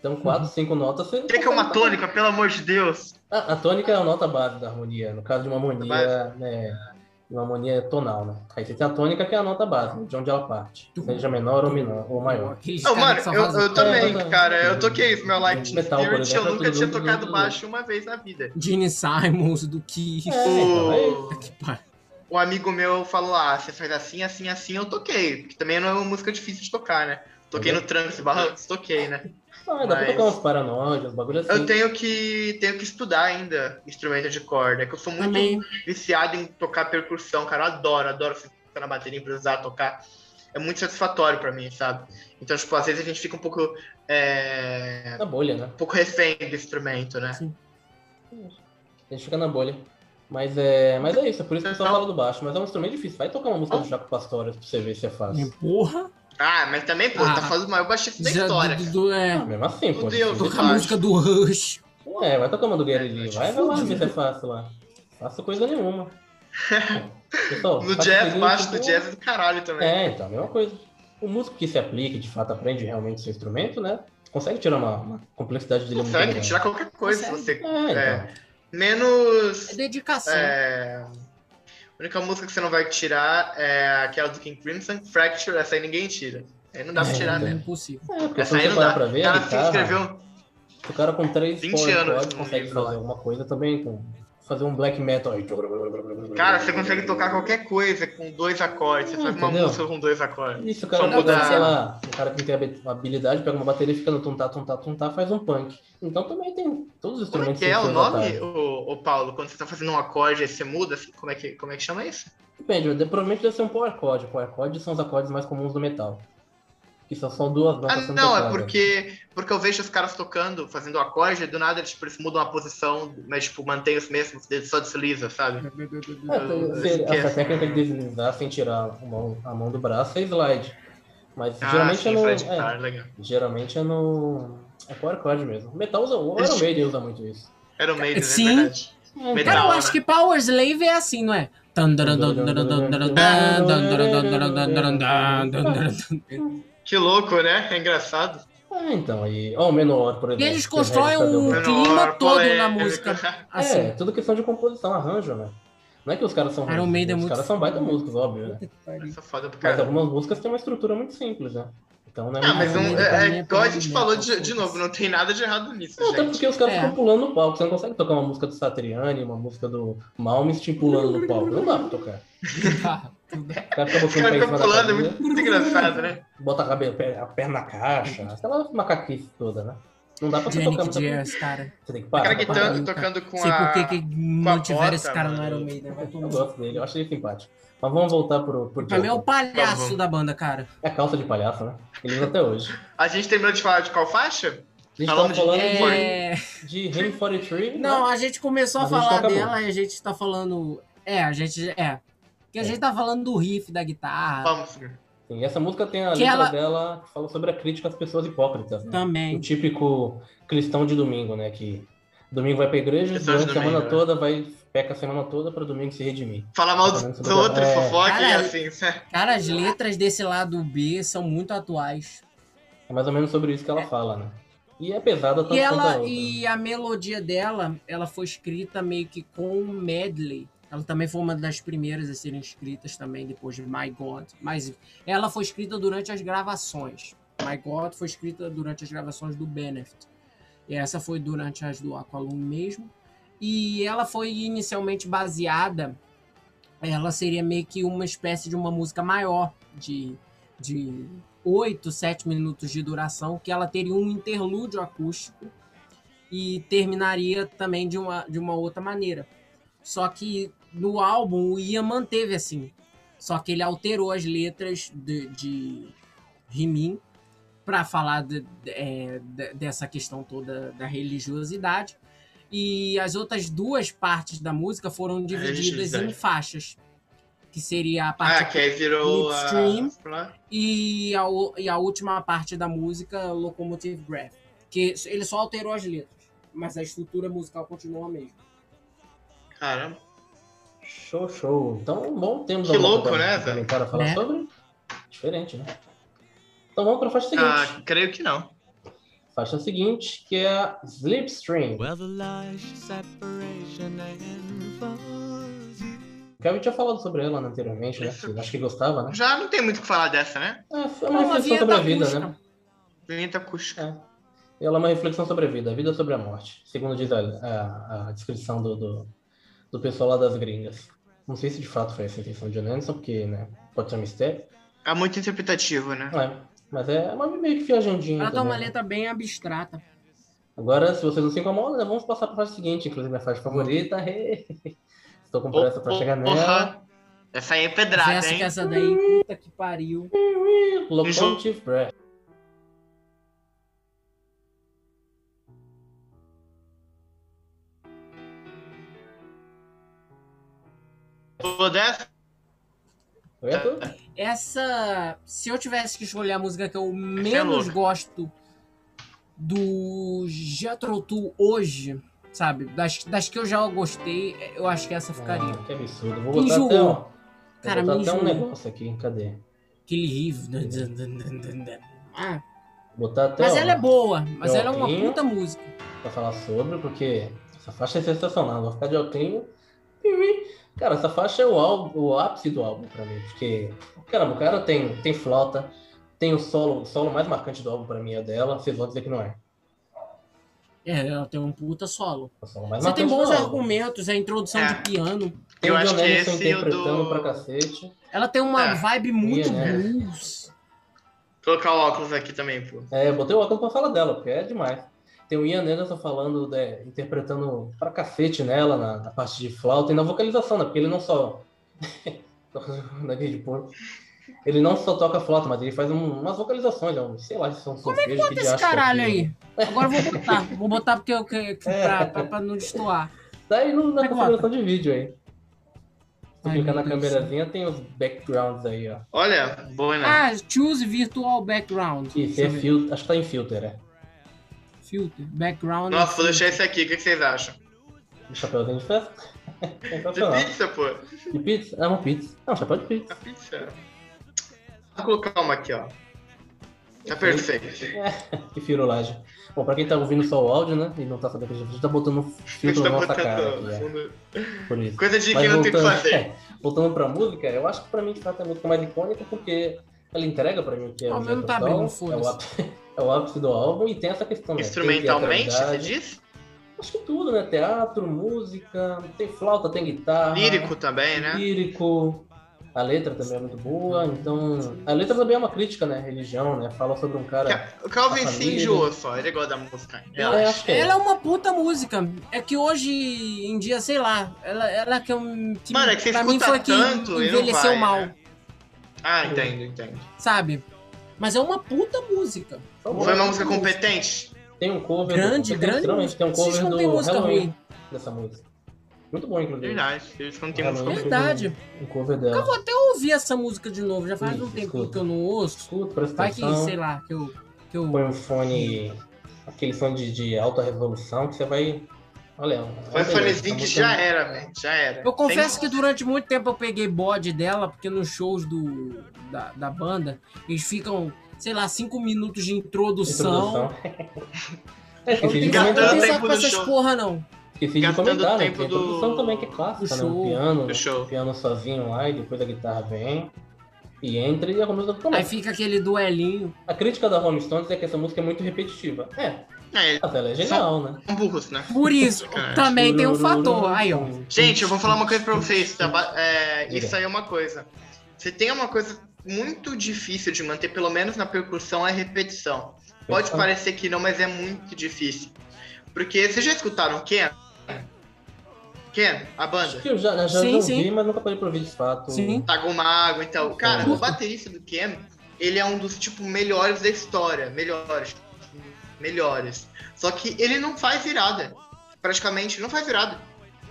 Então, quatro, cinco notas, você... O que que é uma tônica, pelo amor de Deus? A, a tônica é a nota base da harmonia, no caso de uma harmonia, Base. né, uma harmonia tonal, né? Aí você tem a tônica, que é a nota base, de onde ela parte, seja menor ou, menor, ou maior. aqueles Não, caras mano, que só eu, fazem- eu também, É, cara. Eu toquei meu Light Metal, por Spirit, eu exemplo, nunca é tudo tinha junto, tocado tudo baixo uma vez na vida. Gene Simons, do Kiss. É, então, é isso. O, Puta que pariu. um amigo meu falou, ah, você faz assim, assim, assim, eu toquei. Que também não é uma música difícil de tocar, né? Toquei no Trance Barrancos, toquei, né? Ah, dá pra Mas- tocar uns paranoides, uns bagulhos assim. Eu tenho que, tenho que estudar ainda instrumento de corda, que eu sou muito Também. viciado em tocar percussão, cara. Eu adoro, adoro ficar na bateria, improvisar, tocar. É muito satisfatório pra mim, sabe? Então, tipo, às vezes a gente fica um pouco. é, Na bolha, né? um pouco refém do instrumento, né? A gente fica na bolha. Mas é, mas é isso, é por isso que o pessoal fala do baixo. Mas é um instrumento difícil. Vai tocar uma música do Jaco Pastorius pra você ver se é fácil. Porra. Ah, mas também, pô, Ah. tá falando o maior baixista da Já- história. do- cara. do- é, Ah, mesmo assim, pô. Meu Deus, assim, tocar a música do Rush. É, vai tocar uma do Gary Lee. Vai, vai lá Fudido. ver se é fácil lá. Faça coisa nenhuma. Pessoal, No faça jazz, coisa baixo do nenhuma. jazz é do caralho também. É, então, a mesma coisa. O músico que se aplica, e de fato, aprende realmente seu instrumento, né? Consegue tirar uma, uma complexidade dele muito Consegue grande. tirar qualquer coisa se você. É, É. então. É Menos. dedicação. é, A única música que você não vai tirar é aquela do King Crimson, Fracture, essa aí ninguém tira. Aí não dá pra É, tirar então. mesmo. Impossível. É, porque se Essa aí você não parar dá. pra ver, é o cara a se guitarra, inscreveu. o cara com três 20 power anos chords no consegue livro fazer lá. alguma coisa também, com, fazer um black metal aí. Cara, você consegue tocar qualquer coisa com dois acordes. Você Ah, faz uma entendeu? música com dois acordes. Isso, o Só cara, mudar- mudar... sei lá, o cara que tem hab- habilidade, pega uma bateria, fica no tuntá, tuntá, tuntá, faz um punk. Então também tem todos os Como é instrumentos. que é o são nome, adaptados. ô, ô Paulo? Quando você tá fazendo um acorde, aí você muda, assim, como é que, como é que chama isso? Depende, de- provavelmente deve ser um power chord. Power chord são os acordes mais comuns do metal. Que só são duas notas Ah, sendo não, é tocadas. porque, porque eu vejo os caras tocando, fazendo acorde, e do nada eles, tipo, eles mudam a posição, mas tipo, mantém os mesmos, eles só desliza, sabe? É, tem- Eu se- esqueço. essa técnica de deslizar sem tirar a mão, a mão do braço é slide. Mas Ah, geralmente sim, é no. Fred, é, cara, legal. geralmente é no. É power chord mesmo. Metal usa. O Eles- Iron Maiden usa muito isso. Era o Maiden, Sim. né? Verdade. Metal, Cara, eu né? acho que Power Slave é assim, não é? Que louco, né? É engraçado. Ah, então, aí. Ó, o menor, por E exemplo. eles que o Regis constroem Tadeu um Branco. clima Menor, todo na polêmica. música. É, Assim. tudo questão de composição, arranjo, né? Não é que os caras são. Iron ruins, Maiden é os muito caras são baita músicos, óbvio. Né? Essa foda pro Mas cara. algumas músicas têm uma estrutura muito simples, né? Então, né? Ah, mas Iron um, Maiden é, pra é mim é igual a gente Power falou Metal, de, de novo, não tem nada de errado nisso, Não, até gente. porque os caras É. ficam pulando no palco. Você não consegue tocar uma música do Satriani, uma música do Malmsteen pulando no palco. Não dá pra tocar. O cara fica Os botando o caras pé em ficam cima da pulando, é cadeira, muito, engraçado, né? bota a, cabe- a perna na caixa, aquela macaquice toda, né? Não dá pra você tocar Janik muita coisa. Jazz, cara. Você tem que O parar. cara pra guitarra- parar. tocando com Sei por a. que que a não tiveram esse bota, cara no mano. Iron Maiden. vai Eu tomar. gosto dele, eu acho ele simpático. Mas vamos voltar pro, pro Pra mim é o Joker. palhaço Vamos. da banda, cara. É a calça de palhaço, né? Ele usa até hoje. A gente terminou de falar de qual faixa? A gente Falando tava de falando de, É... de Him 43. Não, né? a gente começou a, A gente falar toca dela e a gente tá falando. É, a gente. É. Que a É. gente tá falando do riff da guitarra Vamos. Sim, essa música tem a Que letra ela- dela que fala sobre a crítica às pessoas hipócritas, né? o também. típico cristão de domingo, né? Que Domingo vai pra igreja, Pessoal de durante a semana domingo, né? toda, vai, peca a semana toda pra domingo se redimir. Falar mal dos Falando dos sobre- outros, é. fofoca e Cara, assim, certo? Cara, as letras desse lado B são muito atuais. É mais ou menos sobre isso que ela fala, né? E é pesada tanto E quanto a ela outra. e a melodia dela, ela foi escrita meio que com um medley. Ela também foi uma das primeiras a serem escritas também depois de My God, mas ela foi escrita durante as gravações. My God foi escrita durante as gravações do Benefit. E essa foi durante as do Aqualung mesmo. E ela foi inicialmente baseada, ela seria meio que uma espécie de uma música maior de de 8, 7 minutos de duração, que ela teria um interlúdio acústico e terminaria também de uma, de uma outra maneira. Só que no álbum o Ian manteve assim. Só que ele alterou as letras de, de Rimin para falar de- de- é, de- dessa questão toda da religiosidade. E as outras duas partes da música foram divididas em É, religiosidade. faixas, que seria a parte Ah, que aí virou a... Midstream. pra- e a, u- e a última parte da música, Locomotive Breath. Que ele só alterou as letras, mas a estrutura musical continua a mesma. Caramba. Show, show. Então, bom, temos Que alguma louco, coisa né, complementar a falar Né? sobre? Diferente, né? Então vamos pra faixa seguinte. Ah, creio que não. Faixa seguinte, que é a Slipstream. Well, the lush separation involves you. O Kevin tinha falado sobre ela né, anteriormente, né? Que eu Acho que gostava, né? Já não tem muito o que falar dessa, né? É, foi uma reflexão sobre a vida, né? Vinheta acústica. É. Ela é uma reflexão sobre a vida, a vida sobre a morte, segundo diz a, a- a descrição do, do, do pessoal lá das gringas. Não sei se de fato foi essa a intenção de John Anderson, porque né, pode ser um mistério. É muito interpretativo, né? É, mas é uma meio que viajandinha. né? Ela tá entendeu? uma letra bem abstrata. Agora, se vocês não se incomodam, né, vamos passar para a faixa seguinte, inclusive minha faixa favorita. Estou com pressa para Oh, um chegar oh, nela. oh. Essa aí é pedrada, Verso hein? que essa daí, puta que pariu. Locomotive Breath. é- Pô, dessa? Foi tudo? Essa. Se eu tivesse que escolher a música que eu é menos louca. gosto do Jethro Tull hoje, sabe? Das, das que eu já gostei, eu acho que essa ficaria. Ah, que absurdo. Vou botar Enjoou. até, um- vou Cara, botar me até um enjoou. negócio aqui. Cadê? Aquele riff. né? Ah, Vou botar até. Mas ó, ela é boa, mas ela é uma Joguinho. puta música. Pra falar sobre, porque essa faixa é sensacional. Vou ficar de altinho. Cara, essa faixa é o, ál- o ápice do álbum pra mim. Porque, caramba, o cara tem, tem flauta, tem o solo. O solo mais marcante do álbum pra mim é dela. Vocês vão dizer que não é. É, ela tem um puta solo. O um solo mais Você tem marcante do bons álbum. argumentos, a introdução de É. piano. Tem Eu o acho John que esse Anderson e o interpretando do- pra cacete. Ela tem uma É. vibe muito né? blues. Colocar o óculos aqui também, pô. É, botei o óculos pra falar dela, porque é demais. Tem o Ian Anderson falando, né, interpretando pra cacete nela, na, na parte de flauta e na vocalização, né? Porque ele não só. na guia de porco. Ele não só toca flauta, mas ele faz um- umas vocalizações, é um, sei lá, se são Como é que Bota esse caralho né? aí. Agora eu vou botar. Vou botar porque eu que, que- pra, pra, pra não destoar. Daí no, Como é na que configuração de vídeo aí. Se tu Ai, clicar na meu Deus do céu. câmerazinha, tem os backgrounds aí, ó. Olha, boa, né? Ah, choose virtual background. Isso, Deixa é eu ver. filter. Acho que tá em filter, é. Filter, background. Nossa, vou deixar esse aqui, o que que vocês acham? Um Chapeuzinho de festa. De Sensacional. pizza, pô. De pizza? É uma pizza. Não, chapéu de pizza. A pizza. Vou colocar uma aqui, ó. Tá perfeito. Que firulagem. Bom, pra quem tá ouvindo só o áudio, né? E não tá sabendo que a gente tá botando um A gente filtro tá na nossa cara botando aqui, é, fundo. por isso. Coisa de Mas quem não tem o que voltando- fazer. é, voltando pra música, eu acho que pra mim de fato é a música mais icônica porque ela entrega pra mim o que é Ao o menos Jethro tá Tull, abrindo, é, o foda-se. ápice, é o ápice do álbum e tem essa questão. né? Tem Instrumentalmente, você teatralidade. diz? Acho que tudo, né? Teatro, música, tem flauta, tem Ah, guitarra. Lírico também, né? Uhum. lírico. A letra também é muito boa, então. A letra também é uma crítica, né? Religião, né? Fala sobre um cara. O Calvin A se família. enjoou só, ele gosta da música. É, Relaxa. acho que é. Ela é uma puta música. É que hoje em dia, sei lá, ela, ela que é um. Que Mano, é que você pra mim escuta foi a que tanto e não envelheceu vai, mal, né? Ah, entendo, entendo. sabe? Mas é uma puta música. Então, Foi uma música competente? Tem um cover. Grande, do, grande Literalmente, música. Tem um cover Vocês não do tem música Halloween ruim. dessa música. Muito bom, inclusive. Verdade, eles não tem Ela música é- ruim. Verdade. Um cover dela. vou- Eu ouvi essa música de novo, já faz Isso, um tempo escuta. que eu não ouço. Escuta, presta Vai que, atenção. é sei lá, que eu. Que eu... Põe um fone. Aquele fone de, de alta revolução que você vai Olha, é Foi beleza, Fanezin tá que mostrando- já é. era, velho. Já era. Eu confesso Tem- que durante muito tempo eu peguei bode dela, porque nos shows do, da, da banda, eles ficam, sei lá, cinco minutos de introdução. Introdução. É, Eu esqueci não tenho de Gastando comentar, tempo saco com do essas show. porra, não. esqueci de gastando comentar, né? tempo Tem a do- introdução também que é clássica, do né? O show. piano, um Do show. piano sozinho lá, e depois a guitarra vem, e entra e a música Aí começa. fica aquele duelinho. A crítica da Rolling Stones é que essa música é muito repetitiva. É, É, mas ela é genial, né? são burros, né? Por isso, Cara, também tem um fator. Aí, ó. Gente, eu vou falar uma coisa pra vocês. tá? Ba- É, isso aí é uma coisa. Você tem uma coisa muito difícil de manter, pelo menos na percussão, é repetição. Pode parecer que não, mas é muito difícil. Porque vocês já escutaram Ken? Ken, a banda? Acho que eu já, já, já Sim, ouvi, sim. mas nunca parei pra ouvir de fato. Sim. Tagumago, então. Cara, É. o baterista do Ken, ele é um dos, tipo, melhores da história. Melhores. Melhores. Só que ele não faz virada. Praticamente, não faz virada.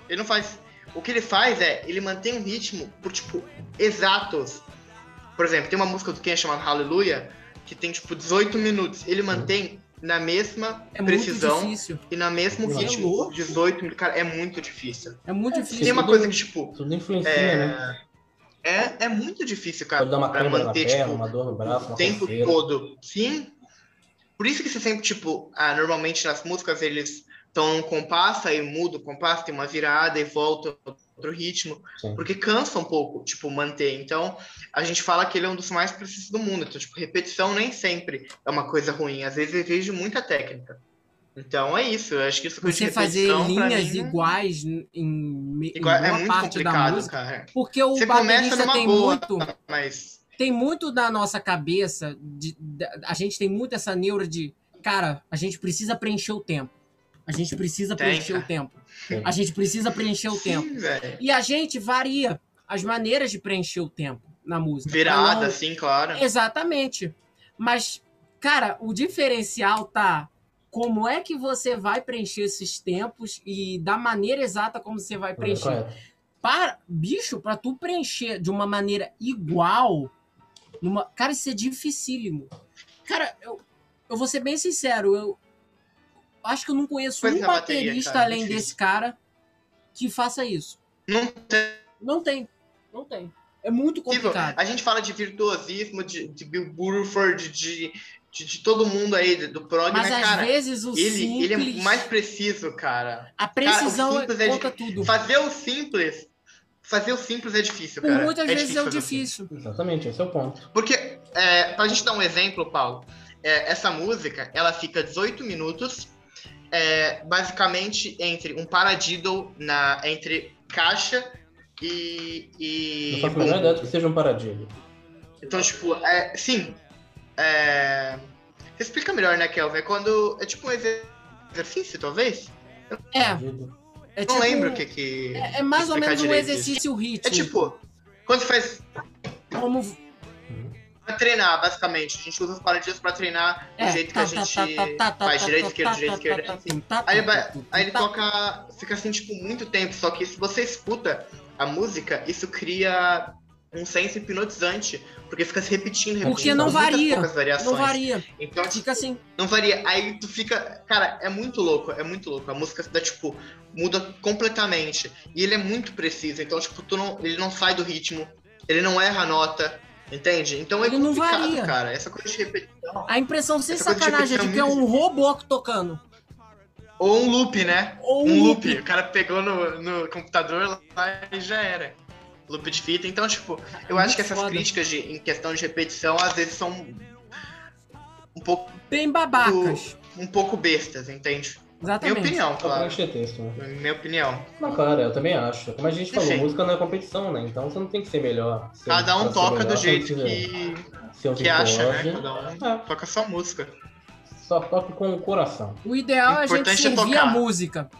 Ele não faz. O que ele faz é, ele mantém um ritmo por, tipo, exatos. Por exemplo, tem uma música do Ken chamada Hallelujah, que tem, tipo, 18 minutos. Ele mantém na mesma É muito precisão difícil. e na mesmo Nossa. É ritmo. louco. 18 minutos, cara, é muito difícil. É muito E difícil. tem uma tudo- coisa que, tipo, Tudo influencia, É, né? é, é muito difícil, cara, Pode dar uma pra câmera na manter, perna, tipo, uma dor no braço, o uma tempo coceira. todo. Sim. Por isso que você sempre, tipo, ah, normalmente nas músicas eles estão num compasso, aí muda o compasso, tem uma virada e volta outro ritmo, Sim. porque cansa um pouco, tipo, manter. Então, a gente fala que ele é um dos mais precisos do mundo. Então, tipo, repetição nem sempre é uma coisa ruim. Às vezes exige muita técnica. Então, é isso. Eu acho que isso que eu Você de fazer repetição, pra linhas mim, iguais em, em igual- é uma muito parte da complicado, música. cara. Porque o Você começa baterista numa tem boa, muito. mas... tem muito da nossa cabeça, de- da- a gente tem muito essa neura de, cara, a gente precisa preencher o tempo. A gente precisa Tem, preencher o cara. tempo. Tem. A gente precisa preencher o tempo. Sim, velho. E a gente varia as maneiras de preencher o tempo na música. pra Virada, não- assim, claro. É. Exatamente. Mas, cara, o diferencial tá como é que você vai preencher esses tempos e da maneira exata como você vai preencher é Correto. para bicho para tu preencher de uma maneira igual numa cara isso é dificílimo cara eu, eu vou ser bem sincero eu acho que eu não conheço Coisa um da é, bateria, baterista cara, além difícil. desse cara que faça isso Não tem. não tem não tem é muito complicado Tipo, A gente fala de virtuosismo, de, de Bill Burford, de, de, de todo mundo aí, do prog, mas né, às cara? vezes o Ele, simples ele é mais preciso, cara. a precisão cara, o simples é conta tudo Fazer o simples. Fazer o simples é difícil, por cara. muitas vezes é o fazer difícil Exatamente, esse é o ponto. Porque, é, pra gente dar um exemplo, Paulo, é, essa música, ela fica 18 minutos, é, basicamente entre um paradiddle na, entre caixa e. Não e faço a menor bumbo. ideia de que seja um paradigma. Então, tipo, é, sim. É, explica melhor, né, Kelvin? É Quando é tipo um exer- exercício, talvez? é é Eu não tipo- lembro o que que. é, é mais ou explicar menos um direito isso. exercício É ritmo tipo, quando você faz. como Pra treinar, basicamente. A gente usa os paradiddles pra treinar É, do jeito tá, que a gente faz direita, esquerda, direita, esquerda. assim. Aí ele, vai- tá, aí ele toca. Fica assim, tipo, muito tempo. Só que se você escuta a música, isso cria um senso hipnotizante. Porque fica se repetindo, repetindo. Porque não são muitas varia, poucas variações. Não varia, Então, fica assim. Não varia. Aí tu fica. Cara, é muito louco, é muito louco. A música dá, tipo, muda completamente. E ele é muito preciso. Então, tipo, tu não, ele não sai do ritmo. Ele não erra a nota. Entende? Então é Ele não complicado, varia. cara. Essa coisa de repetição. A impressão sem Essa coisa de sacanagem é de que é repetição é um robô tocando. Ou um loop, né? Ou Um loop. O cara pegou no, no computador lá e já era. Loop de fita. Então, tipo, eu acho que essas foda. críticas de, em questão de repetição, às vezes, são um pouco, Bem babacas. um pouco bestas, entende? Minha Exatamente. opinião, Só pra claro. encher texto, né? Minha opinião. Não, claro, eu também acho. Como a gente falou, Enfim. música não é competição, né? Então você não tem que ser melhor. Ser- Cada pra um ser toca melhor, do você jeito não precisa que, ser um que acha, né? virtuoso. Cada um É, toca sua música. só toca com o coração. O ideal é a gente Importante é servir a tocar. música.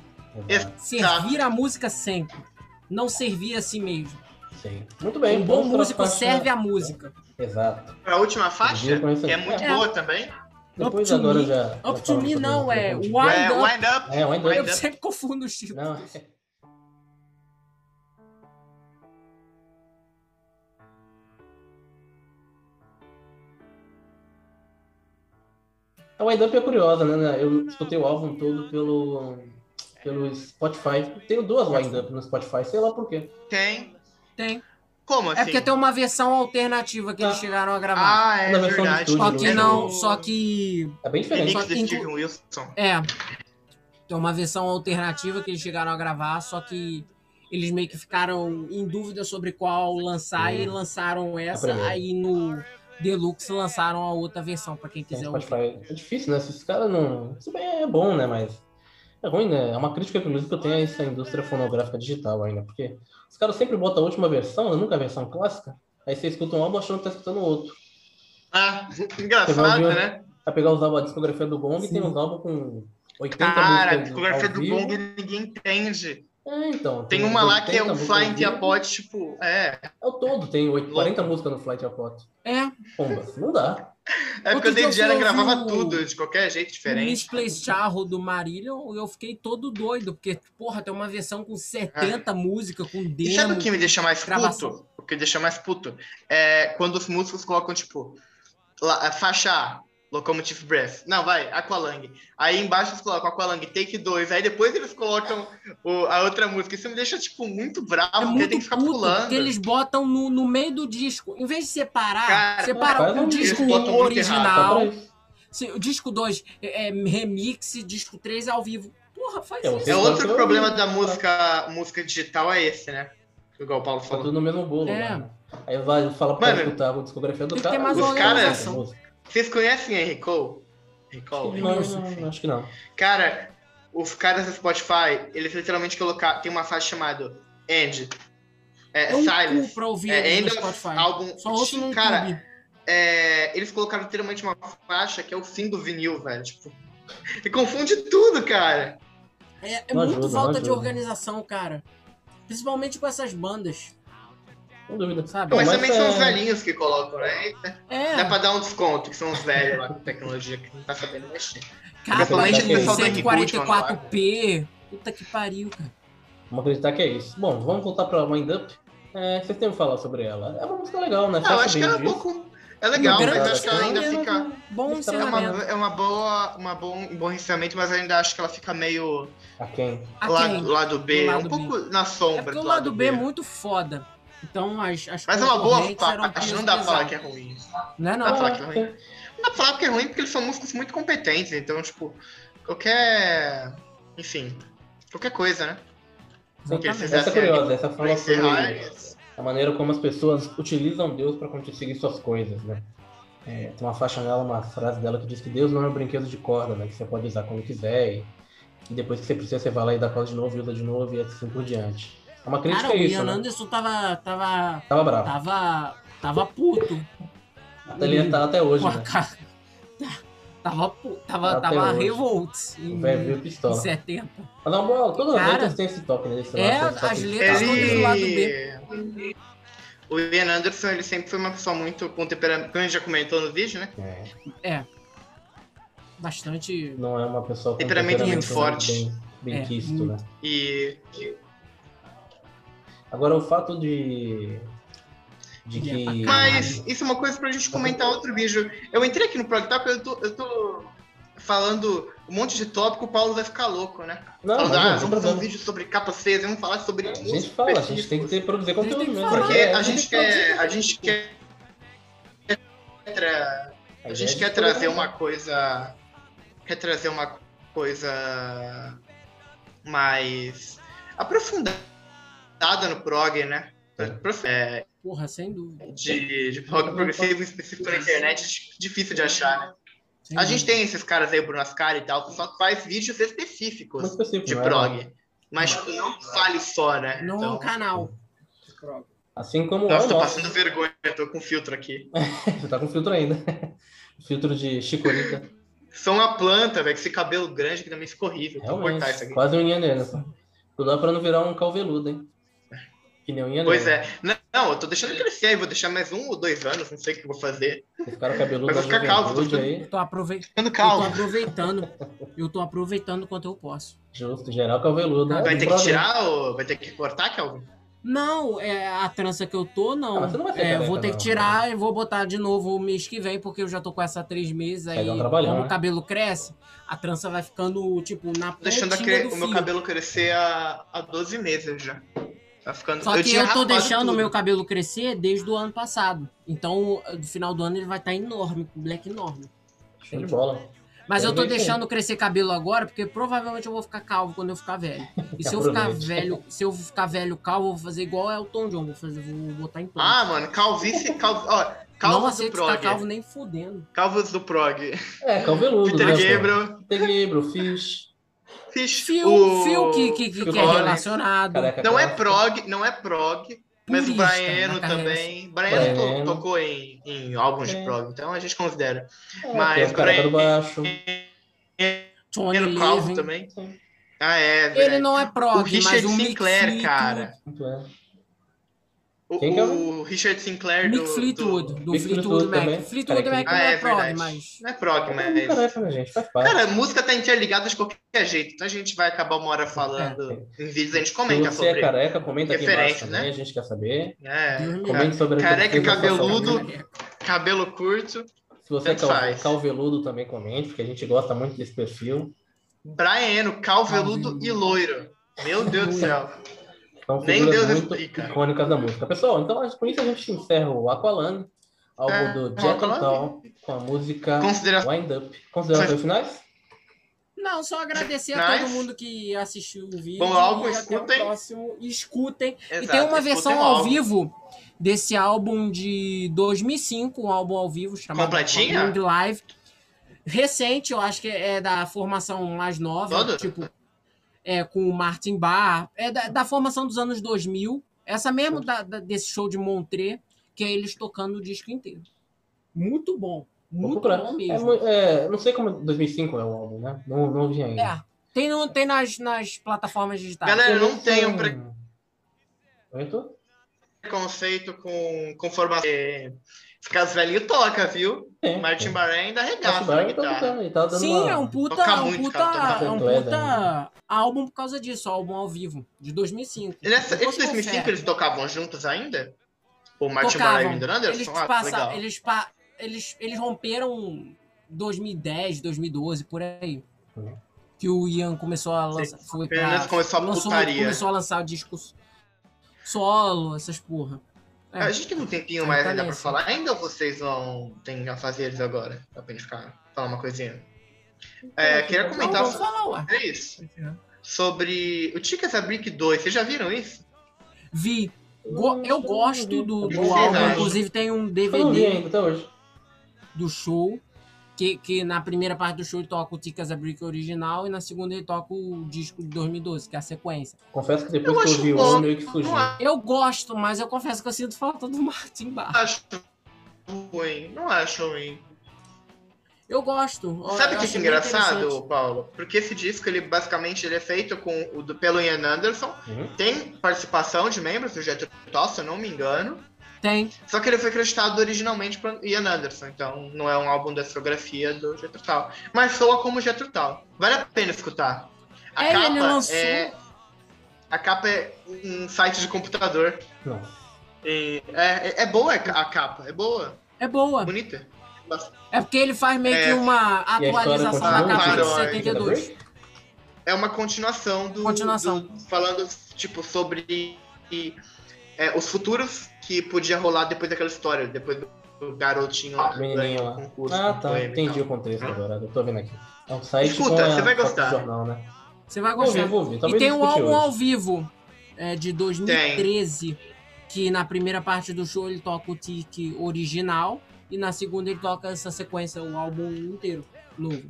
Exato. Servir a música sempre. Não servir a si mesmo. Sim. Muito bem. um bom vamos pra músico faixa- serve a música. Exato. A última faixa, Eu conheço- que é muito É. boa também, Depois to agora me. já. já Up to falamos me sobre não, isso, é depois. wind é up. Wind Up. É, Wind Wind Eu Up. Up. sempre confundo os tipos. Não. A Wind Up é curiosa, né? Eu escutei o álbum todo pelo pelo Spotify. Tenho duas lineup no Spotify, sei lá por quê. Tem. Tem. Como assim? É porque tem uma versão alternativa que eles Ah. chegaram a gravar. Ah, é Na versão do verdade. estúdio, só não que é não, no- só que. É bem É diferente. Remix só que do inclu- Steven Wilson. É. Tem uma versão alternativa que eles chegaram a gravar, só que eles meio que ficaram em dúvida sobre qual lançar e Hum. lançaram essa. primeira. Aí no Deluxe lançaram a outra versão, pra quem Tem quiser ouvir. Spotify. É difícil, né? Esses caras não. Se bem é bom, né? Mas. É ruim, né? É uma crítica inclusive, que eu tenho a essa indústria fonográfica digital ainda. Porque os caras sempre botam a última versão, né? nunca a versão clássica. Aí você escuta um álbum achando que tá escutando outro. Ah, Você vai engraçado, ouvir- né? Vai pegar os álbuns, a discografia do Gong e Sim. tem uns álbuns com 80 Cara, a músicas discografia ao do vivo. Gong ninguém entende. É, então. Tem uma lá que é 80 o músicas ao Flying vivo. Teapot, tipo, é. É o todo, tem oito- 40 músicas no Flight of Lot. É, Pombas, não dá. É porque Outro o dia eu David Jara fui ouvir gravava o- tudo de qualquer jeito O diferente. Misplay Charro do Marillion, eu fiquei todo doido, porque, porra, tem uma versão com 70 músicas, com É. E sabe o demo. que é? me deixa mais gravação. puto? O que me deixa mais puto é quando os músicos colocam, tipo, lá, a faixa A, Locomotive Breath. Não, vai, Aqualung. Aí embaixo eles colocam Aqualung Take 2. Aí depois eles colocam o- a outra música. Isso me deixa, tipo, muito bravo, É porque tem que muito ficar puto, pulando. porque eles botam no, no meio do disco. Em vez de separar, Cara, separa faz o um disco disco, botam muito Só pra original, isso. se- o disco 2 é, é remix, disco 3 ao vivo. Porra, faz É, isso. É eu- outro Então, problema eu- da música, música digital é esse, né? Igual o Paulo Tá tudo falou. no mesmo bolo. É. mano. Aí vai, fala pra Mano, escutar a discografia do tem que cara. ter mais os uma caras- organização. Música. Vocês conhecem Henry Cole? Henry Não, Cole? não, Henry Cole? não, acho que não. Cara, os caras do Spotify, eles literalmente colocaram. Tem uma faixa chamada End. É, É um Silence. cu pra ouvir É, eles End no of Spotify. Album. Só ouço no cara, YouTube. é, eles colocaram literalmente uma faixa que é o fim do vinil, velho. Tipo, e confunde tudo, cara. É, é Não muito ajuda, não falta de ajuda. organização, cara. Principalmente com essas bandas, Sem dúvida. sabe? Não, mas, mas também são é- os velhinhos que colocam, né? É. Dá pra dar um desconto, que são os velhos lá com tecnologia que não tá sabendo mexer. Capa um Principalmente de o pessoal da Recruit, mano, lá. 144p. Puta que pariu, cara. Vamos acreditar que é isso. Bom, vamos voltar pra Wind Up. É, vocês têm que falar sobre ela. É uma música legal, né? Ah, eu Fecha acho que bem ela é o um disco. pouco. É legal, Uma mas grande acho que ela ainda história, fica. Bom Isso É uma, encerramento. é uma boa, uma bom, um bom encerramento, mas ainda acho que ela fica meio A quem? A lá, quem? lado B, Do lado um pouco na É sombra porque do o lado B é muito foda. Então as, as Mas é uma boa concorrentes eram parte, peso não dá pra falar pesado. que é ruim. Não é Dá pra não. falar que é ruim. Não dá pra falar que é ruim porque eles são músicos muito competentes, então, tipo, qualquer. Enfim, qualquer coisa, né? que eles Essa é fizeram curiosa, essa Pra fala sobre encerrar. é isso. a maneira como as pessoas utilizam Deus para conseguir suas coisas, né? É, tem uma faixa nela, uma frase dela que diz que Deus não é um brinquedo de corda, né? Que você pode usar quando quiser e, e depois que você precisa, você vai lá e dá corda de novo, e usa de novo e assim por diante. É uma crítica Cara, o a isso, Ian né? Anderson tava. tava. Tava bravo. tava. tava puto. Ele tá até hoje, com a né? Tá cara. tá, Tava, pu- tava, Até tava hoje. revolt O em, velho veio em pistola. 70. Mas não, boa, todas as Cara, letras têm esse toque, né? Esse é, lado, esse toque as de letras guitarra. todas do lado Ele. O Ian Anderson, ele sempre foi uma pessoa muito contemporânea, como a gente já comentou no vídeo, né? É, Bastante. não é uma pessoa com Temperamento muito forte. Bem, bem É, quisto, né? E Agora, o fato de... De Ele é que... Mas isso é uma coisa pra gente comentar outro vídeo. Eu entrei aqui no Prog Talk, eu tô, eu tô falando um monte de tópico, o Paulo vai ficar louco, né? Não, Falando, mas ah, não tem vamos fazer um problema. vídeo sobre capa 6, vamos falar sobre A gente fala, a gente tem que ter, produzir tem que conteúdo mesmo. falar. Porque É, a é, gente quer. A gente quer. tra- a A ideia gente é quer explorar. trazer uma coisa. Quer trazer uma coisa mais aprofundada no prog, né? É, Porra, sem dúvida. de, de rock progressivo específico na internet é difícil de achar, né? sem A dúvida. gente tem esses caras aí, Bruno Ascari e tal, que só faz vídeos Muito específicos específico, de né? prog. Mas tipo, não fale só, né? Não é um Então, canal. Assim como é nossa, o tô nosso. passando vergonha, tô com filtro aqui. Você tá com filtro ainda. filtro de chicorita. Sou uma planta, velho, com esse cabelo grande que também ficou horrível. Vou cortar isso Realmente. aqui. Quase um Ian só. Cuidado pra não virar um calveludo, hein? Que nem o Ian Pois é. Não, não, eu tô deixando crescer aí, vou deixar mais um ou dois anos, não sei o que eu vou fazer. Esse cara cabeludo é. Mas da vai ficar calvo, juventude tô- aí. Tô aproveitando. Ficando Eu tô calmo. aproveitando. Eu tô aproveitando quanto eu posso. Justo, geral calveludo. Vai né? Não Vai tem ter que problema. tirar ou vai ter que cortar, Kelvin? Não, é a trança que eu tô, não. Ah, mas você não vai ser É, careca, vou ter que não, tirar e vou botar de novo o mês que vem, porque eu já tô com essa há três meses. Aí, Pega um trabalhão, como né? o cabelo cresce, a trança vai ficando, tipo, na deixando a pontinha cre- do o meu fio. cabelo crescer há, há 12 meses já. Tá ficando. Só que tinha eu tô rapado deixando tudo. o meu cabelo crescer desde o ano passado. Então, no final do ano ele vai estar enorme, com black enorme. Show de bola. Mas eu tô Aproveita aí. deixando crescer cabelo agora, porque provavelmente eu vou ficar calvo quando eu ficar velho. E se eu ficar Aproveita. velho, se eu ficar velho calvo, eu vou fazer igual é o Tom John, vou fazer, vou botar em plano. Ah, mano, calvície. Calv... Ó, não calvos do aceito prog. ficar tá calvo nem fudendo. Calvos do prog. É, calveludo, Peter né? pô? Gabriel. Peter Gabriel, Fish. Fish. Fio, o- fio que, que, que, Phil que é Collins. relacionado. Careca Não é clássica. prog, não é prog. Mas o Purista, Braiano na carreira, assim. É. também. Braiano to- Braiano. tocou em, em álbuns de prog, então a gente considera. É, Mas tem o careca do pra- baixo. Tony Braiano é calvo Levin. também. Ah, é. Ele verdade. não é prog, O Richard mas um Mick Sinclair, Fleetwood- cara. Muito é. O, Quem que é o- o Richard Sinclair do. Mick Fleetwood, do- do Mick Fleetwood Fleetwood também. Mac. Fleetwood Careca. Mac não Ah, é é prog, verdade. mas... Não é prog, É mas. careca, né, gente? Faz parte. Cara, a música tá interligada de qualquer jeito, então a gente vai acabar uma É. hora falando em vídeos, a gente Se comenta É. você é sobre. careca, comenta aqui embaixo Referência, também, né? a gente quer saber. É, Deus me cara, Comente sobre a careca, questão da sua É cabeludo, saúde. cabelo curto. Se você é tanto faz. cal- calveludo, também comente, porque a gente gosta muito desse perfil. Braiano, calveludo e loiro. Meu Deus do céu. Então, Nem figuras Deus é muito explica. icônicas da música. Pessoal, então acho que com isso a gente encerra o Aqualane, álbum É, do Jack Aqualane. Antal, com a música Considerações Wind Up. Considerações finais? Não, só agradecer a Nice. todo mundo que assistiu o vídeo. Bom álbum, e até escutem. o próximo. E Escutem. e Exato, tem uma escutem o versão ao um álbum. vivo desse álbum de 2005, um álbum ao vivo chamado Completinha? Ring Live. Recente, eu acho que é da formação mais nova, Todo? tipo, é, com o Martin Barr. É da, da formação dos anos 2000. Essa mesmo da- da- desse show de Montreux, que é eles tocando o disco inteiro. Muito bom. Vou Muito procurar. bom É mesmo. mu- é, não sei como 2005 é o álbum, né? Não, não vi ainda. É. Tem, no, tem nas, nas plataformas digitais. Galera, eu não tenho tenho pre- um- Oi, Arthur? preconceito com, com formação. É, Esse caso velhinho toca, viu? Hum. Tem. Martin Baré ainda Martin arregaça na Barra tá guitarra. tocando, ele tá dando Sim, uma- é um puta, Toca né? é um muito, puta, cara, toca é um muito. puta álbum por causa disso, álbum ao vivo, de 2005. E nessa- Depois Esse 2005 confere. eles tocavam juntos ainda? O Martin Tocavam. Baré e o Window Anderson? Eles, ah, passa- legal. eles, pa- eles, eles romperam 2010, 2012, por aí. Uhum. Que o Ian começou a lançar. Foi Pelo menos pra, começou a lançou- um putaria. começou a lançar discos solo, essas porra. É. A gente tem um tempinho mais Tá ainda pra nessa. falar. Ainda ou vocês vão. Tem afazeres agora? Dá pra gente ficar. Falar uma coisinha. É, queria Não, comentar vamos sobre falar, um ué. é isso. Sobre o Tickets a Brick 2. Vocês já viram isso? Vi. Go- eu gosto do, do Vocês álbum, acham? inclusive tem um Eu não vi DVD ainda até hoje. do show. Que, que na primeira parte do show ele toca o Ticas a Brick original e na segunda ele toca o disco de 2012, que é a sequência. Confesso que Eu depois que acho eu vi o bom. álbum, meio que fugiu. Não acho Eu gosto, mas eu confesso que eu sinto falta do Martin Barr. ruim. Não acho ruim. Eu gosto. eu- Sabe eu o que acho que é bem engraçado, interessante. Paulo? Porque esse disco, ele basicamente ele é feito com o do, pelo Ian Anderson. Uhum. Tem participação de membros do Jethro Tull, se eu não me engano. Tem. Só que ele foi acreditado originalmente por Ian Anderson, então não é um álbum da discografia do Jethro Tull. Mas soa como Jethro Tull. Vale a pena escutar. A É, capa ele lançou. é a capa é um site de computador. Não. E é, é, é boa a capa, é boa, É boa. bonita. É porque ele faz meio É. que uma E a história atualização continua. da capa de Claro, é. 72. É uma continuação do Continuação. do- falando tipo sobre é, os futuros que podia rolar depois daquela história, depois do, do garotinho lá, Ah, Menininho lá. do concurso. Ah, do tá. poema então. e Entendi tal. o contexto agora. Eu tô vendo aqui. É um site Escuta, com a você vai foto do gostar. jornal, né? Você vai Vou gostar. ver, vou ver. E Talvez tem um discutir álbum hoje. ao vivo é, de 2013, que na primeira parte do show ele toca o tique original e na segunda ele toca essa sequência, o álbum inteiro novo. Show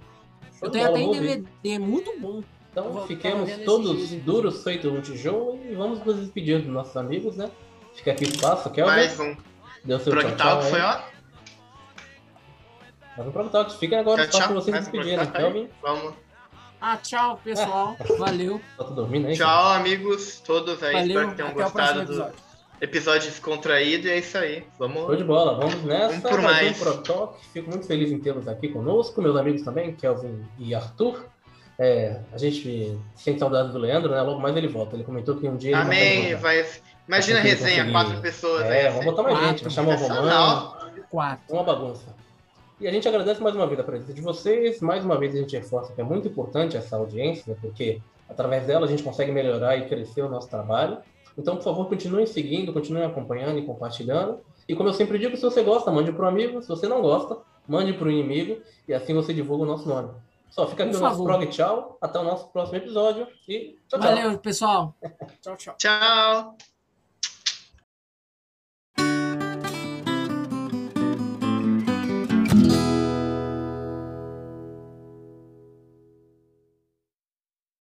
Eu de tenho bola, até em vou ver. DVD, muito bom. Então Vou- tava fiquemos vendo esses todos dias, duros feitos um tijolo e vamos nos despedir dos nossos amigos, né? Fica aqui o espaço, Kelvin. Mais um Deu seu tchau, Prog tchau Talk aí. foi ó. Mas um Prog Talk. Fica agora o Tchau, espaço tchau. pra vocês Mais um despedirem. né, Prog Talk aí. Kelvin, Vamos. Ah, tchau, pessoal. Valeu. tá tudo dormindo aí? Tchau, amigos todos aí. Valeu. Espero que tenham Até o próximo gostado do episódio. episódio descontraído. E é isso aí. Vamos. Show de bola, vamos nessa. Vamos por mais um mais. Protoc. Fico muito feliz em tê-los aqui conosco, meus amigos também, Kelvin e Arthur. É, a gente sente saudade do Leandro, né? Logo mais ele volta. Ele comentou que um dia. ele não Amém. voltar. Vai... Imagina a Acho que ele resenha, conseguiu. quatro pessoas. É, aí, vamos assim. botar mais Quatro. gente. Vamos chamar o Romano. Sensacional. Quatro. Uma bagunça. E a gente agradece mais uma vez a presença de vocês. Mais uma vez a gente reforça que é muito importante essa audiência, né? porque através dela a gente consegue melhorar e crescer o nosso trabalho. Então, por favor, continuem seguindo, continuem acompanhando e compartilhando. E como eu sempre digo, se você gosta, mande para o amigo. Se você não gosta, mande para o inimigo. E assim você divulga o nosso nome. Só fica aqui Por o nosso favor. prog tchau. Até o nosso próximo episódio. E tchau, tchau. Valeu, pessoal. Tchau, tchau. Tchau.